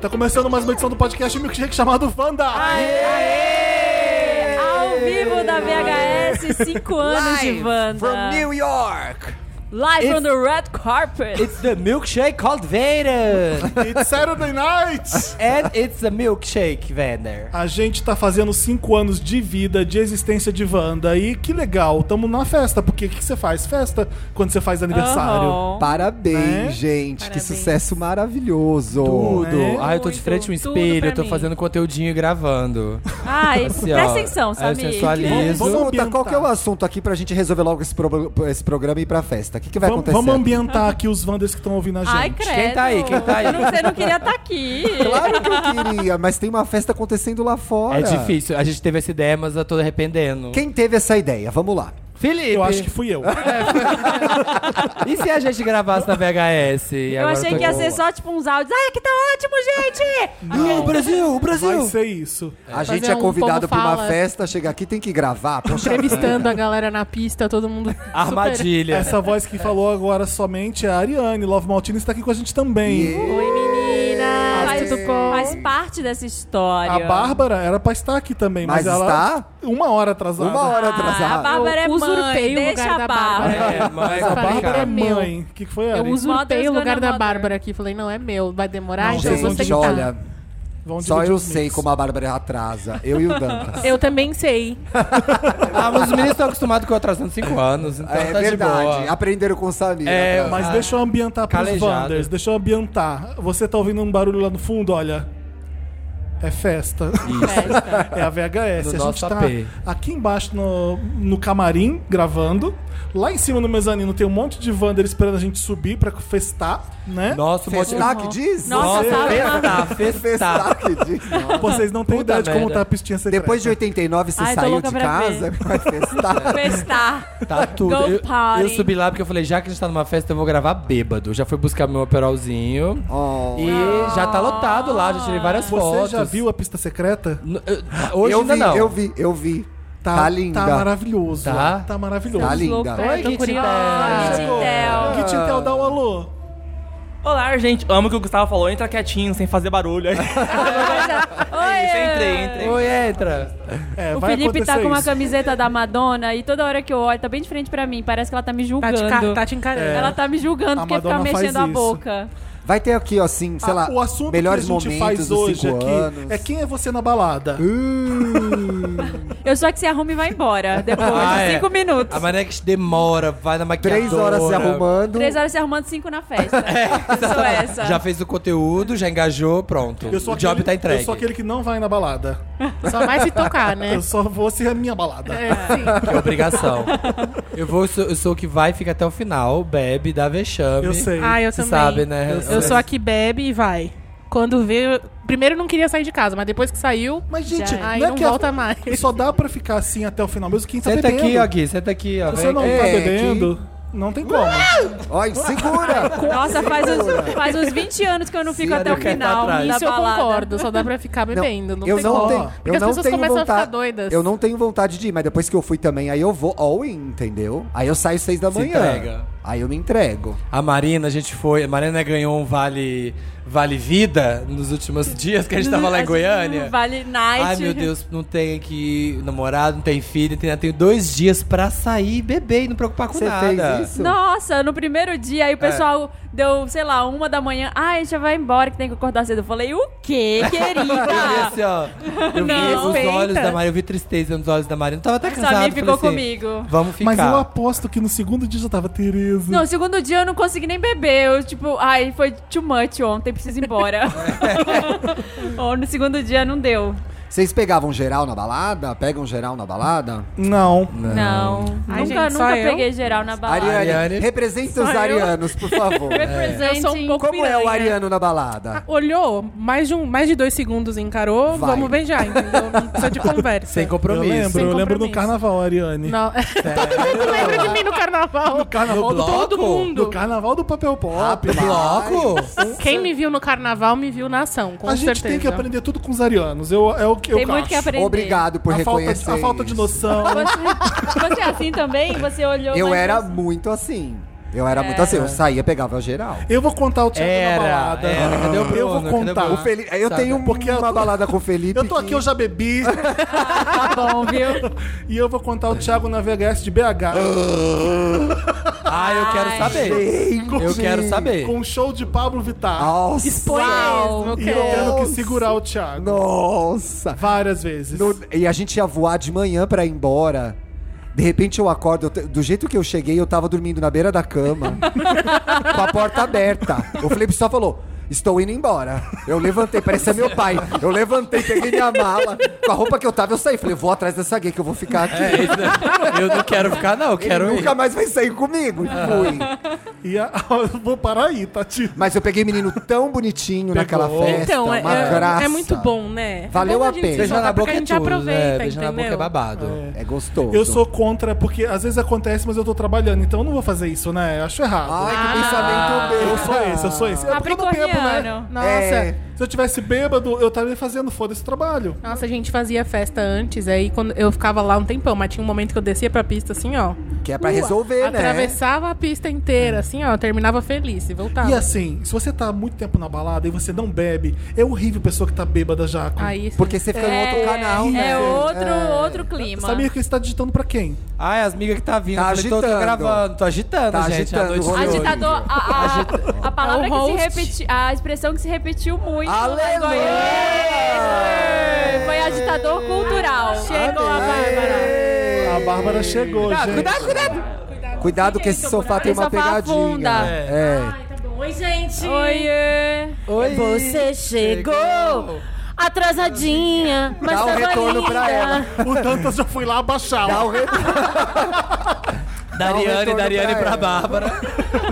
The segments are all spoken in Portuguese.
Tá começando mais uma edição do podcast Milkshake chamado Fanda. Aê! Ao vivo da VHS, 5 anos de Wanda. From New York. Live It's- on the red carpet. It's the milkshake called Vader. It's Saturday Night! And it's a milkshake, Vader. A gente tá fazendo 5 anos de vida, de existência de Wanda. E que legal, tamo na festa, porque o que que você faz? Festa quando você faz aniversário. Aham. Parabéns, Né? gente. Parabéns. Que sucesso maravilhoso. Tudo. né? Ai, eu tô de É Muito, frente a um tudo espelho, pra eu tô mim. fazendo conteúdinho e gravando. Ai, Assim, ó, presta atenção, eu Samir. sensualizo. Vamos Vamos ambientar. qual que é o assunto aqui pra gente resolver logo esse, pro- esse programa e ir pra festa? O que, que vai Vamos- acontecer? Vamos ambientar aqui os Wanders que estão ouvindo a gente. Ai, credo. Quem tá aí? Quem tá aí? Você não, você não queria estar aqui. Claro que eu queria, mas tem uma festa acontecendo lá fora. É difícil. A gente teve essa ideia, mas eu tô arrependendo. Quem teve essa ideia? Vamos lá. Felipe! Eu acho que fui eu. E se a gente gravasse na VHS? Eu achei que ia ser só tipo uns áudios. Ai, que tá ótimo, gente! Não, Brasil, Vai Brasil! ser isso. A Fazer gente é um convidado como pra uma fala. festa, chega aqui tem que gravar. Poxa, Entrevistando a galera na pista, todo mundo. Super... Armadilha. Essa voz que falou agora somente é a Ariane Love Maltini está aqui com a gente também. Oi, menina. Faz, tudo bom? faz parte dessa história. A Bárbara era pra estar aqui também, mas, Mas ela está? uma hora atrasada. uma hora Ah, a atrasada. Bárbara é Eu mãe, usurpei o deixa lugar a da Bárbara. Bárbara. É, mas A Essa complicado. Bárbara é É meu. mãe. O que, que foi, Eu Ari? usurpei o Mother's lugar gonna da mother. Bárbara aqui. Falei, não, é meu. Vai demorar? Não, então eu vou gente, Gente, sentar. olha, Vão só dividir eu os sei mix. como a Bárbara atrasa. Eu e o Dantas. Eu também sei. Ah, mas os meninos estão acostumados com eu atrasando 5 anos, então É tá de verdade. boa. Aprenderam com o Samir. né, É, atrasar. Mas deixa eu ambientar pros Calejado. Wanders, deixa eu ambientar. Você tá ouvindo um barulho lá no fundo, olha. É festa. é a VHS. Do a gente nosso tá AP. aqui embaixo no, no camarim gravando. Lá em cima no mezanino tem um monte de Wander esperando a gente subir pra festar, né? Nossa, motivo... Festar que diz? Nossa, sabe festar, Festar festar. que diz. não. tá, Vocês não têm Puta ideia de como merda. tá a pistinha secreta. Depois de 89, você Ai, tô saiu louca de pra casa, vai festar. Festar. Tá tudo. Go Eu, party. eu subi lá porque eu falei, já que a gente tá numa festa, eu vou gravar bêbado. Já fui buscar meu operolzinho. Oh. E já tá lotado lá, já tirei várias Você fotos. já viu a pista secreta? N- eu- Hoje eu ainda vi, não. eu vi, eu vi. Tá, linda. Tá maravilhoso. Tá? lá. Tá maravilhoso. Tá linda. Louco, Oi, né? Tô Kit curiosa. Tel. Kit Tel. Kit Intel, dá um alô. Olá, gente. Amo o que o Gustavo falou. Entra quietinho, sem fazer barulho. Aí, Oi, entrei, entrei. Oi, entra. É, O vai Felipe tá acontecer com uma isso. camiseta da Madonna e toda hora que eu olho, tá bem de frente pra mim. Parece que ela tá me Tá julgando. te, ca- tá te encarando. É. Ela tá me julgando A porque fica Madonna faz mexendo a isso. boca. Vai ter aqui, ó, assim, sei Ah, lá, o assunto melhores que a gente momentos faz dos hoje cinco aqui anos. é quem é você na balada. Eu só que se arruma e vai embora. Depois Ah, de é. cinco minutos. A Manex demora, vai na maquiadora. Três horas se arrumando. Três horas se arrumando, cinco na festa. é, sou essa. Já fez o conteúdo, já engajou, pronto. Eu sou, o job aquele, tá entregue. eu sou aquele que não vai na balada. Só vai se tocar, né? Eu só vou se é a minha balada. É, sim. Que é obrigação. eu, vou, eu, sou, eu sou o que vai, fica até o final, bebe, dá vexame. Eu sei. Ah, eu Você também. sabe, né? Eu, sou a que bebe e vai. Quando vê. eu- Primeiro eu não queria sair de casa, mas depois que saiu. Mas, gente, Já. Aí é não que a- volta mais. Só dá pra ficar assim até o final, mesmo quem tá Senta bebendo. aqui, ó, Gui, senta aqui, ó. Se vem você não aqui. tá É, bebendo, não tem como. Olha, segura! Nossa, faz uns, faz uns 20 anos que eu não fico Sim, até o eu quero estar final tá atrás. da Isso eu balada. concordo, só dá pra ficar bebendo. Não, eu tem não como. tenho, Porque eu as não pessoas tenho começam a ficar vontade. doidas. Eu não tenho vontade de ir, mas depois que eu fui também, aí eu vou all in, entendeu? Aí eu saio seis da Se manhã. entrega. Aí eu me entrego. A Marina, a gente foi. A Marina ganhou um vale, vale vida nos últimos dias que a gente tava lá em Acho- Goiânia. Assim, Vale night. Ai, meu Deus, não tem aqui namorado, não tem filho, não tem, eu tenho dois dias pra sair e beber e não preocupar com Você nada. fez isso? Nossa, no primeiro dia, aí É. o pessoal deu, sei lá, uma da manhã. Ai, já vai embora que tem que acordar cedo. Eu falei, o quê, Eu vi querida? assim, ó. Eu Não, vi os respeita. olhos da Marina, eu vi tristeza nos olhos da Marina. Eu Tava até Samir cansado. falei ficou assim, comigo. Vamos ficar. Mas eu aposto que no segundo dia já tava Tereza. Não, segundo dia eu não consegui nem beber. Eu, tipo, ai, foi too much ontem, preciso ir embora. Ou no segundo dia não deu. Vocês pegavam geral na balada? Pegam geral na balada? Não. Não. Ai, nunca gente, só nunca eu? peguei geral na balada. Ariane, Ariane. representa os arianos, por favor. Representing- Eu sou um pouco- Como é o piranha. ariano na balada? Olhou, mais de, um, mais de dois segundos encarou, Vai. vamos beijar, entendeu? Não precisa de conversa. Sem Eu compromisso. lembro, Sem eu lembro no compromisso. carnaval, Ariane. Não. Todo mundo lembra de mim no carnaval. No carnaval do bloco? Todo mundo. No carnaval do papel pop. Rapaz. Bloco? Quem me viu no carnaval me viu na ação, com a gente certeza. tem que aprender tudo com os arianos. Eu, é o que eu Tem muito acho. que aprender. Obrigado por a falta, reconhecer. de, a falta de isso. noção. Você, você é assim também? Você olhou. Eu mas era você- muito assim. Eu era muito assim, eu saía, pegava geral. Eu vou contar o Thiago na Era, balada. era. Cadê o Bruno? Eu vou Cadê contar. Bruno? O Felipe- eu Sabe? tenho um- Porque eu uma tô- balada com o Felipe. Eu tô aqui, que- eu já bebi. Tá bom, viu? e eu vou contar o Thiago na VHS de BH. Ah, eu quero Ai, saber. Gente! Eu quero saber. com um show de Pablo Vittar. Nossa! Expõe mesmo, eu E eu quero. tendo que segurar o Thiago. Nossa! Várias vezes. No- e a gente ia voar de manhã pra ir embora. De repente eu acordo, eu te- do jeito que eu cheguei, eu tava dormindo na beira da cama, com a porta aberta. O Felipe só falou: Estou indo embora. Eu levantei, parecia meu pai. Eu levantei, peguei minha mala. Com a roupa que eu tava, eu saí. Falei: Vou atrás dessa gay que eu vou ficar aqui. É isso, né? Eu não quero ficar, não. Eu Ele quero ir. nunca mais vai sair comigo. E fui. E a- eu vou parar aí, tá, Tati. Mas eu peguei menino tão bonitinho naquela festa. Então, é, uma é- graça. é muito bom, né? Valeu a pena. Beijar na Porque boca a é gente tudo, né? aproveita, Beijar na boca é entendeu? babado. É gostoso. Eu sou contra, porque às vezes acontece, mas eu tô trabalhando, então eu não vou fazer isso, né? Eu acho errado. Ai, que pensamento bem. Eu sou esse, eu sou esse. É porque eu não bebo, né? Ah. Capricorniano. Nossa. É. Se eu tivesse bêbado, eu estaria fazendo foda-se trabalho. Nossa, a gente fazia festa antes, aí quando eu ficava lá um tempão, mas tinha um momento que eu descia pra pista assim, ó. Que é pra resolver, né? Atravessava a pista inteira, assim, ó, terminava feliz e voltava. É. E assim, se você tá há muito tempo na balada e você não bebe, é horrível a pessoa que tá bêbada já. com- Aí, assim, Porque você fica em outro canal, é, né? é outro, outro clima. Sabia que você tá digitando pra quem? Ai, as migas que tá vindo. Tá eu falei, tô, tô agitando. gravando, tô agitando, Tá gente. agitando, a noite de rolou. hoje. Agitador, a, a, a palavra um É que o se host. repetiu, a expressão que se repetiu muito no Aleluia! negócio. Foi agitador cultural. Chegou a Bárbara. A Bárbara chegou, gente. Cuidado que esse sofá tem Esse uma sofá pegadinha. afunda. É. Ai, tá bom. Oi, gente. Oiê! Oi. Você chegou atrasadinha, mas Dá o tava retorno linda. pra ela. O Dantas já foi lá abaixar. Dá o re- Dá um Dariane, retorno Dariane pra pra, ela. Bárbara.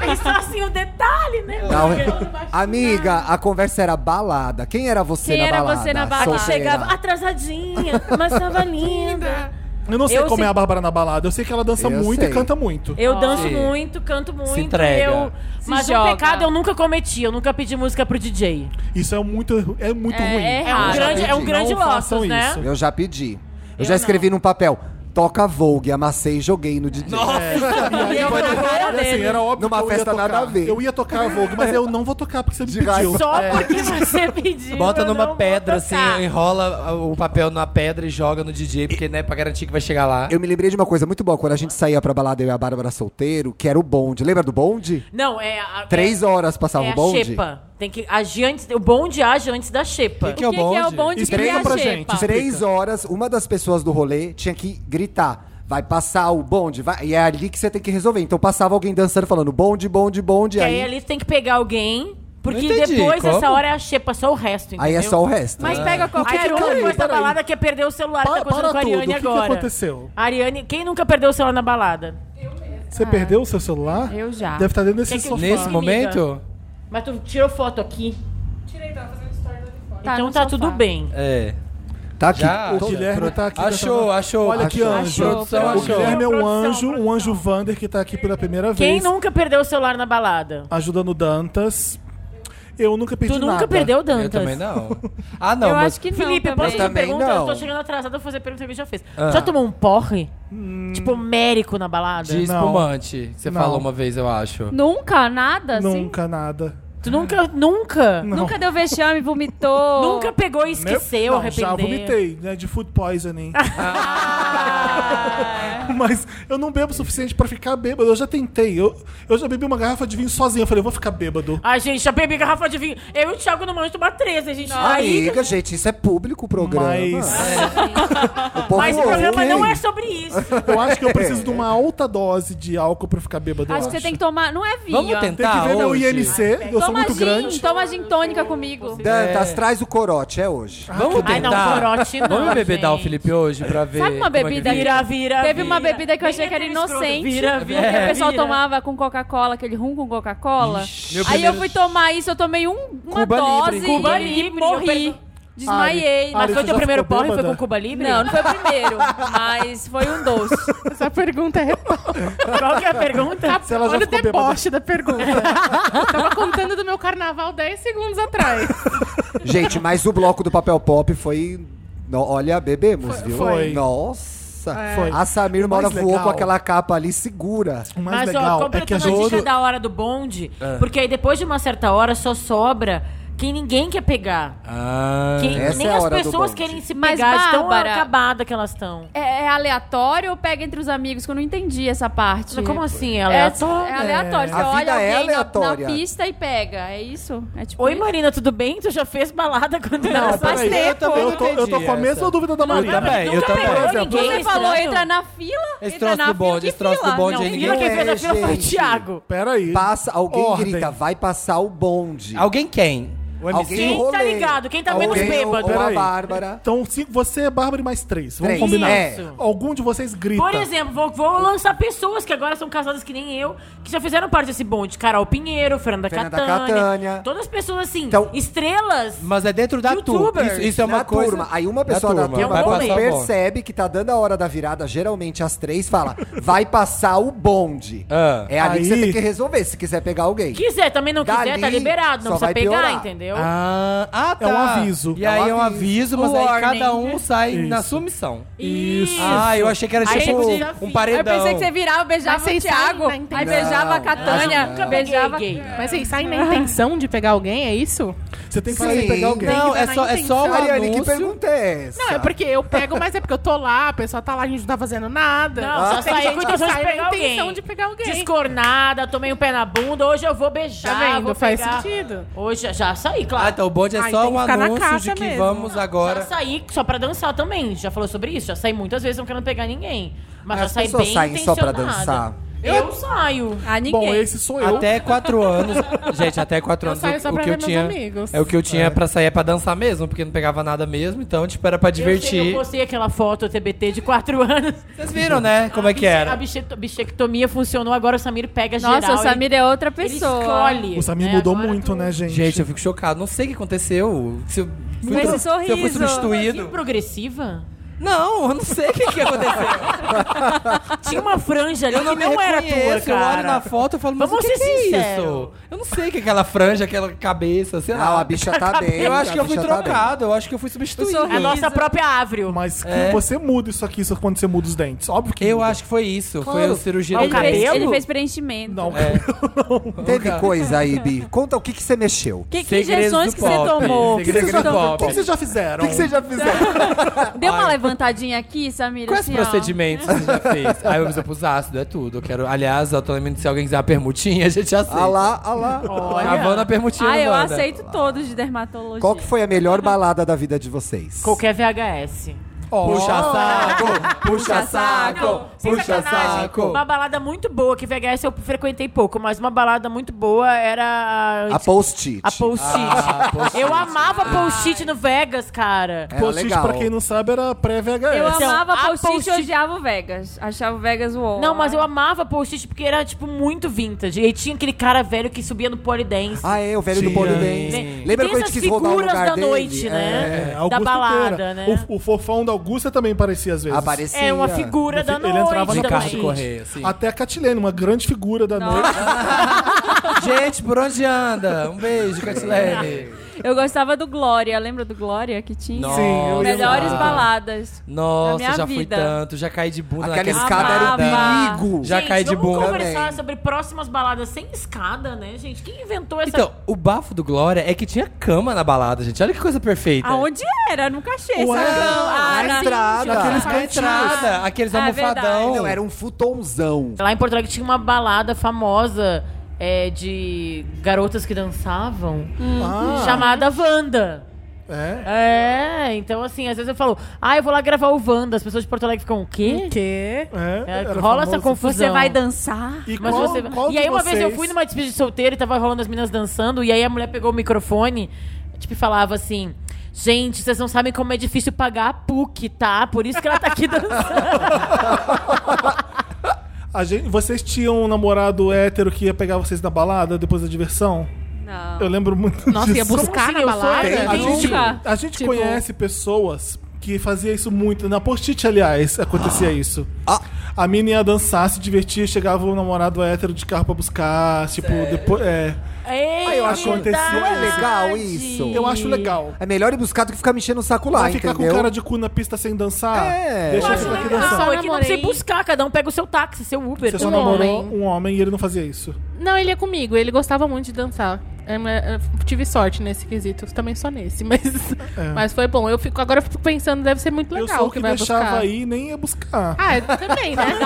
Pensar assim o detalhe, né? Dá o re- Amiga, a conversa era balada. Quem era você Quem na era balada? você na balada? Quem Solteira. chegava atrasadinha, mas tava linda. Eu não sei Eu como sei- é a Bárbara na balada. Eu sei que ela dança Eu muito sei. e canta muito. Eu danço Sim. muito, canto muito. entrega. Eu... Se Mas um joga. pecado eu nunca cometi, eu nunca pedi música pro DJ. Isso é muito, é muito É, ruim. é É um Ah, grande, é um entendi. grande Não façam losses, né? isso. Eu já pedi. Eu, Eu já escrevi não. num papel. Toca Vogue, amassei e joguei no DJ. É. E eu na cara Era assim, dele. era óbvio Numa que eu ia festa tocar. nada a ver. Eu ia tocar a Vogue, mas eu não vou tocar porque você me Diga pediu. É. Só porque você pediu. Bota eu não numa vou pedra, assim, tocar. enrola o papel numa pedra e joga no DJ, porque, né, pra garantir que vai chegar lá. Eu me lembrei de uma coisa muito boa quando a gente saía pra balada, eu e a Bárbara solteiro, que era o bonde. Lembra do bonde? Não, é. A, Três horas passava é o a bonde. xepa. Tem que agir antes. O bonde age antes da xepa. Que que é o O que, que é o bonde? bonde que Explica é a pra xepa? gente. Três horas, uma das pessoas do rolê tinha que gritar. Vai passar o bonde, vai. E é ali que você tem que resolver. Então passava alguém dançando, falando bonde, bonde, bonde. Que Aí, aí ali tem que pegar alguém, porque Não entendi, depois como? essa hora é a xepa, só o resto, entendeu? aí é só o resto. Mas pega Aí qualquer um. outra Peraí, coisa da peraí. balada que é perder o celular, Pa- tá acontecendo para com a tudo, Ariane o que que agora. aconteceu? Ariane, quem nunca perdeu o celular na balada? Você perdeu o seu celular? Eu já. Deve estar dentro desse Ah. Quer que eu sofá. Nesse Nesse Amiga. momento? momento? Mas tu tirou foto aqui, então no tá sofá. tudo bem. É. Tá aqui. Já? O O Guilherme- Guilherme tá aqui. Achou, dessa- achou. Olha que achou. anjo. Produção O achou. Guilherme é um Produção, anjo, um anjo Vander que tá aqui pela primeira Quem vez. nunca perdeu o celular na balada? Ajudando o Dantas. Eu nunca perdi Tu nunca nada. perdeu, Dantas? Eu também não. Ah, não, Eu mas acho que não. Felipe, eu também. posso te fazer uma também pergunta? não. Eu tô chegando atrasada, eu vou fazer a pergunta que ele já fez. Ah. Já tomou um porre? Tipo, mérico na balada? de Não. espumante. Você Não. falou uma vez, eu acho. Nunca, nada, assim? Nunca nada. Tu nunca, nunca, Não. Nunca deu vexame, vomitou. nunca pegou e esqueceu, Não, arrependeu. Já vomitei, né? De food poisoning. Ah, Mas eu não bebo o suficiente pra ficar bêbado. Eu já tentei. Eu, eu já bebi uma garrafa de vinho sozinho. Eu falei, eu vou ficar bêbado. Ai, gente, já bebi garrafa de vinho. Eu e o Thiago não manjo tomar 13, né, gente. Aí, É. Amiga, gente, isso é público o programa. Mas- O povo mas o ouve. programa não é sobre isso. Eu acho que eu preciso de uma alta dose de álcool pra eu ficar bêbado. eu Acho que você tem que tomar. Não é vinho. Vamos ó. Tem que tentar ver meu hoje? IMC. eu sou Toma muito gin, grande. tá toma gin tônica comigo. É. É. Dantas, traz o corote, é hoje. Vamos tentar. Ai, não, corote não, Ah, Vamos bebedar o gente. Felipe hoje pra ver. Sabe uma como é que bebida fica? Vira, vira, Teve uma vira. bebida que eu achei Vem que era aquele escroto. inocente. Vira, É, vira, Que o pessoal vira. tomava com Coca-Cola, aquele rum com Coca-Cola. meu Aí eu primeiro- fui tomar isso, eu tomei um, uma Cuba dose Libre. Cuba e Libre, eu morri. perdo- Desmaiei. Ari, Mas Ari, Você Foi o já teu primeiro ficou porre? Foi bêbada? com Cuba Libre? Não, não foi o primeiro, mas foi um doce. Essa pergunta é Qual que é a pergunta? Se ela já Olha o ficou bêbada. É. deboche da pergunta. Eu Tava contando do meu carnaval 10 segundos atrás. Gente, mas o bloco do papel pop foi. no- Olha, bebemos, viu? foi. Nossa. Nossa, É. Foi. a Samir uma hora Mais voou legal. com aquela capa ali segura. O mais Mas, legal ó, é que a completando a, gente... dica da hora do bonde, porque aí depois de uma certa hora só sobra quem ninguém quer pegar. Ah. Quem- Essa nem é a as hora do pessoas bonde. querem se Mas, pegar, de tão Bárbara- acabada que elas estão. É, é aleatório ou pega entre os amigos? Que eu não entendi essa parte. Como assim? Ela É, é, é aleatório. Você A olha vida alguém é na- aleatória. Na, pista e pega. É isso? É tipo Oi, isso? Marina, tudo bem? Tu já fez balada quando Não, era peraí, mais eu também eu não tô, eu tô entendi com a essa. mesma dúvida da Marina. também, eu nunca também. pegou Por exemplo, ninguém, Você é falou, estranho. entra na fila, Esse entra troço na do bonde, fila, esse que troço do fila? bonde Não, aí, Quem ninguém viu Não quem fez a é, fila foi o gente. Thiago. Peraí. Passa, alguém Ordem. grita, vai passar o bonde. Alguém quem? O MC. Alguém Quem tá rolê. ligado? Quem tá menos Alguém, bêbado? Ou a Peraí. Bárbara. Então, se você é Bárbara e mais três. Vamos Três. combinar. É. Algum de vocês grita. Por exemplo, vou, vou lançar pessoas que agora são casadas que nem eu, que já fizeram parte desse bonde. Carol Pinheiro, Fernanda, Fernanda Catania. Catania. Todas as pessoas assim, Então- estrelas. Mas é dentro da turma. Youtubers. Isso, isso é uma na coisa. turma. Aí uma pessoa da turma, vai quando passar o bonde. percebe que tá dando a hora da virada, geralmente às três, fala, vai passar o bonde. Ah. É ali que Aí- você tem que resolver, se quiser pegar alguém. Quiser, também não quiser, tá Dali, liberado. Não só precisa vai pegar, piorar. entendeu? Ah, ah, tá. É um aviso. E É um aí é um aviso. aviso, mas O aí warning. cada um sai na Isso. sua missão. Isso. Ah, eu achei que era Aí tipo tem desafio. um Eu paredão. Ah, pensei que você virava, beijava Mas o vocês Thiago, saem, né? aí beijava a Não, Ah. Catânia, nunca peguei beijava... gay. Mas vocês saem na intenção de pegar alguém, é isso? Você tem que Sim. sair e pegar alguém. Tem que Não, dar é na só, é só intenção. um Ariane, que anúncio. pergunta é essa? Não, é porque eu pego, mas é porque eu tô lá, a pessoa tá lá, a gente não tá fazendo nada. Não, só Ah. Tem saí gente com que intenção de sai na pegar alguém. intenção de pegar alguém. Descornada, tomei um pé na bunda, hoje eu vou Tá beijar. vendo? vou Faz pegar. sentido. Hoje já saí, Ah, claro. então o bonde é Ai, só tem que um ficar na anúncio de casa que mesmo. vamos Já agora. saí só pra dançar também. Já falou sobre isso? Já saí muitas vezes não querendo pegar ninguém. Mas As já saí pessoas bem saem só pra intencionada. dançar? Eu, um saio. Ah, ninguém. Bom, esse sou eu. Até quatro anos. Gente, até quatro Eu anos saio o, só o pra que eu ver meus tinha. amigos. É o que eu tinha pra sair é pra dançar mesmo, porque não pegava nada mesmo, então tipo, era pra Eu, sei, eu divertir. postei aquela foto TBT de 4 anos. Vocês viram, né? Como é que A era? biche- bichectomia funcionou, agora o Samir pega geral. Nossa, o Samir é outra ele, ele pessoa. escolhe. O Samir né? mudou Agora muito, tu- né, gente? Gente, eu fico chocado. Não sei o que aconteceu. Se eu esse fui, se eu fui sorriso. Que substituído. progressiva? Não, eu não sei o que, que aconteceu. Tinha uma franja ali Eu não que me não era tua, reconheço. Eu cara. olho na foto e falo, mas Vamos o que, ser que é sincero. isso? Eu não sei o que é aquela franja, aquela cabeça, sei Não, lá. a bicha tá bem. Eu acho a que eu fui bicha tá bem. trocado, eu acho que eu fui A substituído. sorriso. nossa própria Avril. Mas que É. você muda isso aqui isso quando você muda os dentes. Óbvio que Eu muda. acho que foi isso. Foi o cirurgia Mas do Ele fez, cabelo? ele fez preenchimento. É. Não, Teve coisa aí, Bi. Conta o que, que você mexeu. Que, que Segredos injeções do que você pop. tomou? o que, vocês Segredo do já- o pop. que vocês já fizeram? O que, que você já fizeram? Deu uma levantadinha aqui, Samir? Quais assim, ó. procedimentos você já fez? Aí eu uso pros ácido, é tudo. Eu quero, aliás, eu tô lembrando se alguém quiser uma permutinha, a gente aceita. ah lá, ah lá. A Vanda permutinha. Ah, eu Wanda. aceito todos de dermatologia. Qual que foi a melhor balada da vida de vocês? Qualquer VHS. Puxa saco, puxa Não, saco, puxa sacanagem. saco. Uma balada muito boa, que VHS eu frequentei pouco, mas uma balada muito boa era A post-it. a Post-it. Ah, post-it. eu amava Post-it no Vegas, cara. Era Post-it, legal. pra quem não sabe, era pré-VHS. Eu Então, amava ah, a post-it post-it- e odiava o Vegas. Achava o Vegas o homem. Não, mas eu amava post-it porque era, tipo, muito vintage. E tinha aquele cara velho que subia no polidense. Ah, é, o velho do Tinha. Polidense. Tem Lembra quando a essas gente quis roubar o figuras lugar da dele? noite, né? É, Da Augusto balada, Pereira. né? O, o fofão da Augusta também aparecia às É. vezes. Aparecia. É uma figura da Ele noite. entrava no também. Ricardo Correia, sim. assim. Até a Catilene, uma grande figura da noite. Gente, por onde anda? Um beijo, Catilene. Eu gostava do Glória. Lembra do Glória que tinha? Nossa. Sim, eu Melhores lembro. baladas. Nossa, minha já fui vida. tanto, já caí de bunda Aquela naquela escada era Amava. um perigo. Já Gente, caí de Vamos bunda. conversar Também. sobre próximas baladas sem escada, né, gente? Quem inventou essa... Então, o bafo do Glória é que tinha cama na balada, gente. Olha que coisa perfeita. Ah, Aonde era? Nunca achei Ué, essa cama. na Ah, sim. entrada. Aqueles na entrada, aqueles Ah, é almofadão. verdade. Não, era um futonzão. Lá em Porto Alegre tinha uma balada famosa é, de garotas que dançavam, Ah, chamada Wanda. é. É, então assim, às vezes eu falo, ah, eu vou lá gravar o Wanda. As pessoas de Porto Alegre ficam, o quê? O quê? é, É, era rola essa famoso. confusão. Você vai dançar? E Mas qual, você- qual E aí de uma vez eu vocês- fui numa despedida de solteiro e tava rolando as meninas dançando, e aí a mulher pegou o microfone, tipo, e falava assim. Gente, vocês não sabem como é difícil pagar a PUC, tá? Por isso que ela tá aqui dançando. A gente- vocês tinham um namorado hétero que ia pegar vocês na balada depois da diversão? Não. Eu lembro muito Nossa, ia disso. buscar assim, na eu sou balada? Tem, a Nunca. gente, a gente Tipo- conhece pessoas que fazia isso muito. Na post-it, aliás, acontecia isso. Ah. A mina ia um dançar, se divertia, chegava o namorado hétero de carro pra buscar, tipo, depois. É. Ei, eu eu acho verdade. acontecer Não é legal isso? Eu acho legal. É melhor ir buscar do que ficar mexendo o saco lá, Vai ficar entendeu? com cara de cu na pista sem dançar? É. Deixa Eu isso acho daqui legal. dançar. Só é que não precisa namorei. buscar, cada um pega o seu táxi, seu Uber. Você só um namorou homem. um homem e ele não fazia isso. Não, ele é comigo. Ele gostava muito de dançar. É, mas, é, tive sorte nesse quesito, também só nesse, mas, mas foi bom. Eu fico, agora eu fico pensando, deve ser muito É. eu legal sou o que, que, vai deixava buscar. aí né? e nem ia buscar. assim. Ah, eu também, né?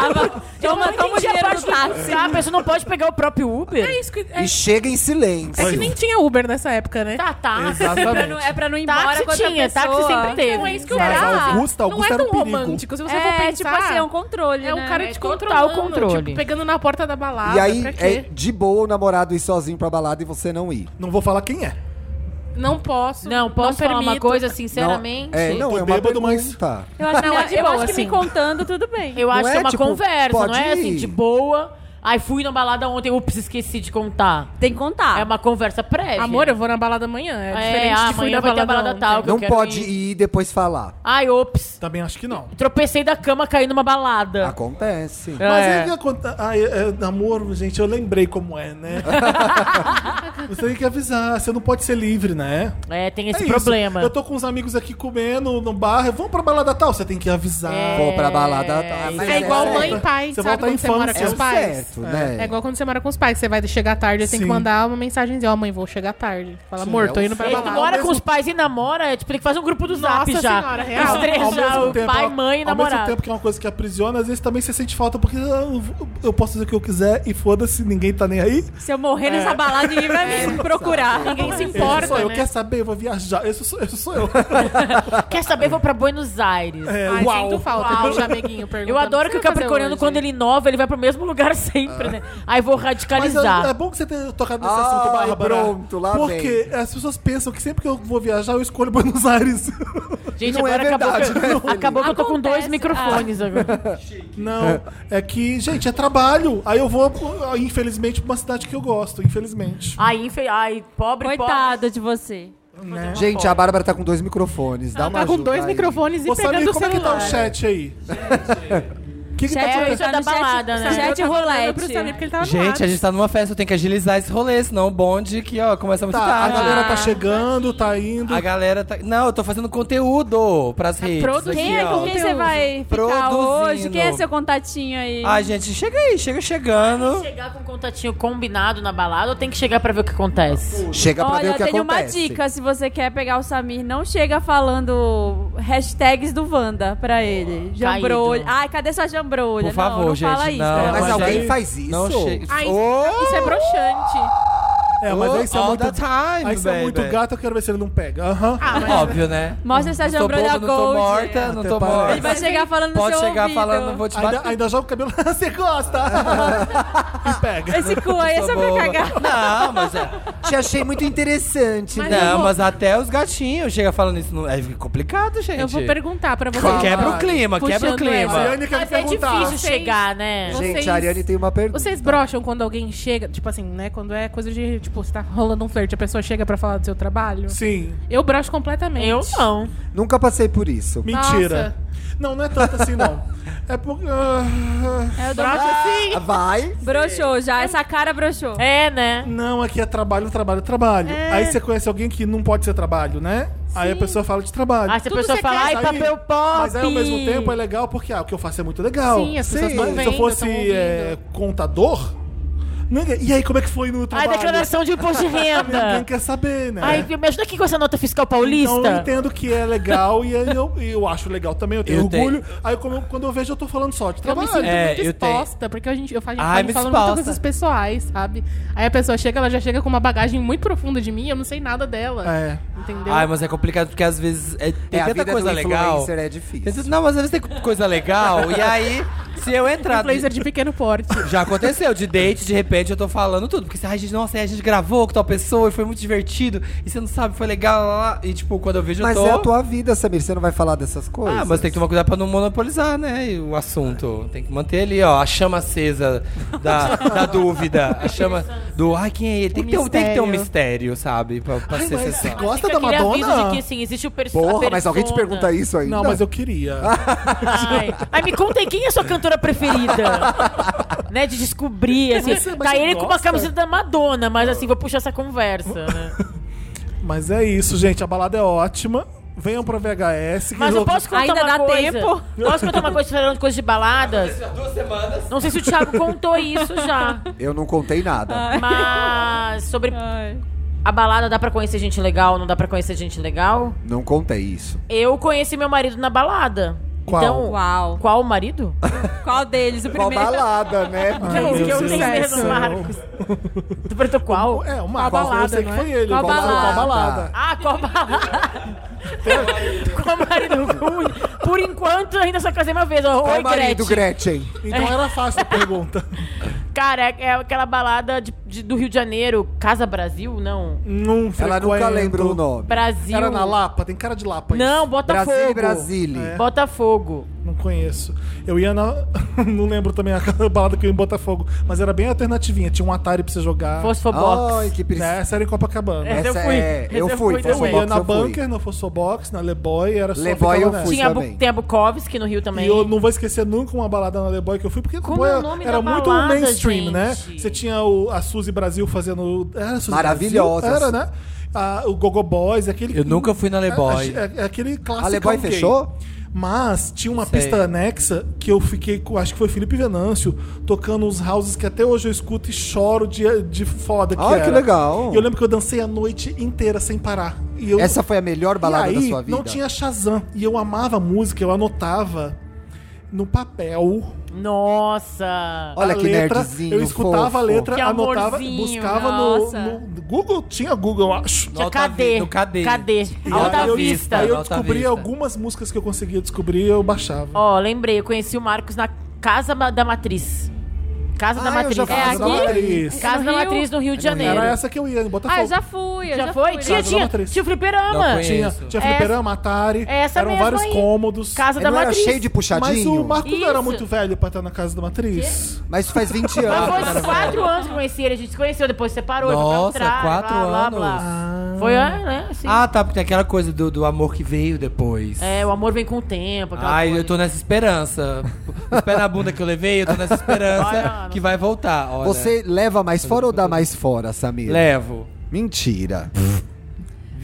Toma, toma o dinheiro do táxi. A pessoa Ah, não pode pegar o próprio Uber. é isso que. É, E chega em silêncio. é que nem tinha Uber nessa época, né? Tá, tá. É pra não, é pra não ir embora Táxi com outra tinha, pessoa. táxi sempre teve. Não é isso que eu Mas era. Augusta, Augusta não é era tão um perigo. romântico. Se você é, for pensar, tipo assim, é um controle, é um né? cara É te total controlando, controle. tipo, pegando na porta da balada. E aí pra quê? é de boa o namorado ir sozinho pra balada e você não ir. Não vou falar quem é. Não posso. Não, posso falar uma permito. coisa, sinceramente? Não, é, não, Tô é uma bêbado, mas- pergunta. Eu acho, Não, que- é de eu boa, acho que assim. me contando, tudo bem. Eu acho é, que é uma tipo, conversa, não é pode assim, ir. de tipo, boa. Ai, fui na balada ontem, ups, esqueci de contar. Tem que contar. É uma conversa prévia. Amor, eu vou na balada amanhã. É, É, diferente de fui amanhã na vai ter a balada ontem. tal. Eu Não quero pode ir. ir e depois falar. Ai, ops, Também acho que não. tropecei da cama, caí numa balada. Acontece. Mas É. é que acontece. Ai, é, é, amor, gente, eu lembrei como é, né? você tem que avisar, você não pode ser livre, né? É, tem esse É isso. problema. Eu tô com uns amigos aqui comendo no bar, vamos pra balada tal, você tem que avisar. Vou pra balada. Ah, mas É, igual certo. mãe e pai, Você sabe? volta à Quando você mora infância. com os É pais. certo, né? É igual quando você mora com os pais, você vai chegar tarde, tem que Sim. mandar uma mensagem e dizer, ó, mãe, vou chegar tarde. Fala, Sim, amor, é tô o indo pra Ele que balada. mora com os pais e namora, é, tipo, tem que fazer um grupo do zap Nossa já. senhora, real. Os três Ao já, mesmo o tempo, pai, mãe e ao mesmo namorado. tempo que é uma coisa que aprisiona, às vezes também você sente falta, porque ah, eu, eu posso fazer o que eu quiser e foda-se, ninguém tá nem aí. Se eu morrer É. nessa balada, ninguém vai me procurar. Ninguém se Esse importa, sou eu, né? quer saber? Eu vou viajar. Esse sou, esse sou eu. Quer saber, vou pra Buenos Aires. É, Ai, uau. sinto falta Uau. de um chameguinho perguntando. Eu adoro "O que o você vai fazer Capricorniano, hoje?" quando ele inova, ele vai pro mesmo lugar sempre, né? Aí vou Mas é, é radicalizar. bom que você tenha tocado nesse Ai, assunto, Bárbara. pronto, lá Porque as pessoas pensam que sempre que eu vou viajar, eu escolho Buenos Aires. Gente, Não é agora acabou, verdade, que, né, eu- Felipe? acabou que eu tô com dois Acontece. microfones agora. Ah. Não, é que, gente, é trabalho. Aí eu vou, infelizmente, pra uma cidade que eu gosto, infelizmente. Ai, infe... Ai pobre, Né? pobre. Coitado de você. Gente, a Bárbara tá com dois microfones. Dá Ela uma tá com ajuda dois aí. microfones e Ô, Samir, pegando o como é que tá o celular. chat aí? O que que tá Chat é isso acontecendo? é da Tá no chat- balada, né? chat Eu tava mandando roulette. pro Samir porque ele tava no Gente, ar. a gente tá numa festa, eu tenho que agilizar esse rolê, senão o bonde aqui, ó, começa muito Tá, a tarde. galera Ah, tá chegando, tá indo. A galera tá. Não, eu tô fazendo conteúdo pras redes. produ- aqui, Quem é ó. com quem você vai ficar Produzindo. hoje? Quem é seu contatinho aí? Ah, gente, chega aí, chega chegando. Chegar com um contatinho combinado na balada ou tem que chegar pra ver o que acontece? Chega pra ver Olha, o eu que tenho acontece. uma assim, dica. Se você quer pegar o Samir, não chega falando hashtags do Wanda pra ele. Jambrolha. Caído. Ai, cadê sua jambrolha? Por favor, não, não gente. fala isso. não, Mas a alguém gente- faz isso? Não chega. Ah, isso, Oh, isso é broxante. É, mas aí você é all muito, the time, aí você é baby. muito gato, eu quero ver se ele não pega. Aham. É, Ah, mas... Óbvio, né? Mostra essa Não tô jambrolha boba, não tô gold. morta, não tô Até parece. Ele morta. vai chegar falando no Pode seu chegar ouvido. falando, vou te bater. Tá Ainda, ainda joga o cabelo, você gosta! e pega. Esse cu aí é só Sou pra boba. cagar. Não, mas é. Te achei muito interessante. Mas- né? eu não, vou- mas até os gatinhos chega falando isso. não- É complicado, gente. Eu vou perguntar pra vocês. Calma. Quebra o clima, Puxando quebra o clima. Mariane quer me Mas é perguntar. difícil chegar, né? Vocês- Gente, a Ariane tem uma pergunta. Vocês brocham quando alguém chega, tipo assim, né? Quando é coisa de, tipo, você tá rolando um flerte, a pessoa chega pra falar do seu trabalho? Sim, Eu brocho completamente. Eu não. Nunca passei por isso. mentira. Não, não é tanto assim, não. É porque. ah, É, eu dou- assim. Vai. Broxou já, essa cara broxou. É, né? É. não, aqui é trabalho, trabalho, trabalho. Aí você conhece alguém que não pode ser trabalho, né? Aí a pessoa fala de trabalho. Aí se a Tudo pessoa você fala, quer. ai, Aí- papel pop. Mas aí, ao mesmo tempo, é legal porque ah, o que eu faço é muito legal. Sim, as pessoas tão Se eu vendo, fosse tão ouvindo. eh, contador... ninguém- E aí, como é que foi no Ai, trabalho? declaração de imposto de Ninguém renda. quer saber, né? Ai, me ajuda aqui com essa nota fiscal paulista. Então eu entendo que é legal e aí eu, eu acho legal também, eu tenho Eu orgulho. Aí como eu- quando eu vejo, eu tô falando só de Eu me trabalho. sinto É, muito eu tenho- exposta, porque a gente, eu falo, Ai, eu me falo muitas exposta. coisas pessoais, sabe? Aí a pessoa chega, ela já chega com uma bagagem muito profunda de mim, eu não sei nada dela. É. Entendeu? Ai, mas é complicado porque às vezes é, tem É, a tanta vida coisa do legal. influencer é Tem difícil. tanta- Não, mas às vezes tem coisa legal. e aí, se eu entrar. Influencer Um de pequeno porte. Já aconteceu, de date, de repente eu tô falando tudo. Porque, ai, gente, nossa, aí a gente gravou com tal pessoa e foi muito divertido. E você não sabe, foi legal. lá, lá. E, tipo, quando eu vejo, Mas eu tô. é a tua vida, Samir. Você não vai falar dessas coisas. Ah, mas tem que tomar cuidado pra não monopolizar, né? e O assunto. Tem que manter ali, ó, a chama acesa da, da dúvida. A chama do. Ai, quem é ele? Tem, O que, ter, um- tem que ter um mistério. mistério, sabe? Pra, pra Ai, ser mas você sessão. gosta Fica da aquele aviso de Madonna? que, assim, existe o perso- a Porra, persona. mas alguém te pergunta isso ainda? Não, mas eu queria. Ai. Ai, me conta aí, quem é a sua cantora preferida. né? De descobrir, assim. você- mas tá você ele com uma gosta? camiseta da Madonna, mas assim, vou puxar essa conversa, né? Mas é isso, gente. A balada é ótima. Venham pra VHS. que Mas eu posso contar Ainda uma dá coisa? tempo? Posso contar uma coisa falando de coisas de baladas? Duas semanas. Não sei se o Thiago contou isso já. Eu não contei Ah. nada. Mas sobre Ai. a balada, dá pra conhecer gente legal, não dá pra conhecer gente legal? Não contei isso. Eu conheci meu marido na balada. Qual? Então, Uau. Qual marido? Qual deles? O Qual primeiro. balada, né? Ai, Gente, meu eu Deus tenho do medo do céu. Marcos. Tu perguntou qual? É, o Marcos. balada, eu sei que não é? foi ele. Qual Qual balada? Qual balada? Ah, qual balada? qual marido ruim? Por enquanto, ainda só casei uma vez. ó. Qual Oi, É marido, Gretchen. É. Gretchen? Então era fácil a pergunta. Cara, é, é aquela balada de- de- do Rio de Janeiro. Casa Brasil? Não. Não Ela é nunca frequento. lembra o nome. Brasil. Era na Lapa? Tem cara de Lapa é isso. É, Não, Botafogo. Brasil e Brasília. É. Botafogo. Não conheço. Eu ia na. não lembro também a balada que eu ia em Botafogo, mas era bem alternativinha. Tinha um Atari pra você jogar. Fosfobox. Ai, que Né? preguiça. Essa era em Copacabana. É. Essa eu Essa fui. é. Eu Essa eu fui. fui Eu Fosfobox, ia na eu fui. Bunker, na Fossobox, na Leboy, era só Le ficar Boy eu nessa. fui. Tinha a Bu- também. tem a Bukovski no Rio também. E eu não vou esquecer nunca uma balada na Leboy que eu fui, porque Como Leboy é o nome era da muito balada, mainstream, gente? né? Você tinha o, a Suzy Brasil fazendo. Era a Suzy Maravilhosa. Brasil? Era, né? Ah, o Gogo Boys, aquele. Eu nunca fui na Leboy. É, é- é aquele clássico. A Leboy gay. fechou? Mas tinha uma Sei. pista anexa que eu fiquei com, acho que foi Felipe Venâncio, tocando os houses que até hoje eu escuto e choro de, de foda que Ai, Ah, que era. legal. E eu lembro que eu dancei a noite inteira sem parar. E eu- Essa foi a melhor e balada aí, da sua vida. não tinha Shazam. E eu amava a música, eu anotava no papel Nossa. Olha a que letra. nerdzinho Eu escutava fofo. a letra, Que anotava, amorzinho, buscava no, nossa. no Google. Tinha Google, eu acho. Tinha Alta cadê? vi- no cadê? Cadê? E aí Alta eu- Vista. Aí eu Alta descobri Vista. algumas músicas que eu conseguia descobrir eu baixava. Ó, lembrei, eu conheci o Marcos na Casa Ma- da Matriz. Casa da Ah, eu Matriz. já fui É na aqui? Casa da Matriz. Casa No da Rio? Matriz, no Rio de Janeiro. Era essa que eu ia, em Botafogo. Ah, já fui. Eu Já, já foi? fui. Tinha, Casa da tinha. Matriz. Tinha o Não fliperama. conheço. Tinha, Isso. tinha Essa- é fliperama, Atari, essa eram mesmo vários aí. cômodos. Casa Mas da É, não era Matriz. cheio de mas puxadinho. o Mas, Marco não era Isso. muito velho pra estar na Casa da Matriz. faz 20 Mas anos. É, foi uns quatro anos que eu conheci ele. A gente se conheceu, depois separou. Nossa, ele foi pra Austrália, quatro blá, blá, anos. Blá, Foi, é, né? Assim. Ah, tá, porque tem aquela coisa do, do amor que veio depois. É, tá o amor vem com o tempo. aquela Ai, coisa. eu tô nessa esperança. Os pés na bunda que eu levei, eu tô nessa esperança Olha, Ana. que vai voltar. Olha, Você leva mais fora ou dá mais fora, Samir? levo. Mentira.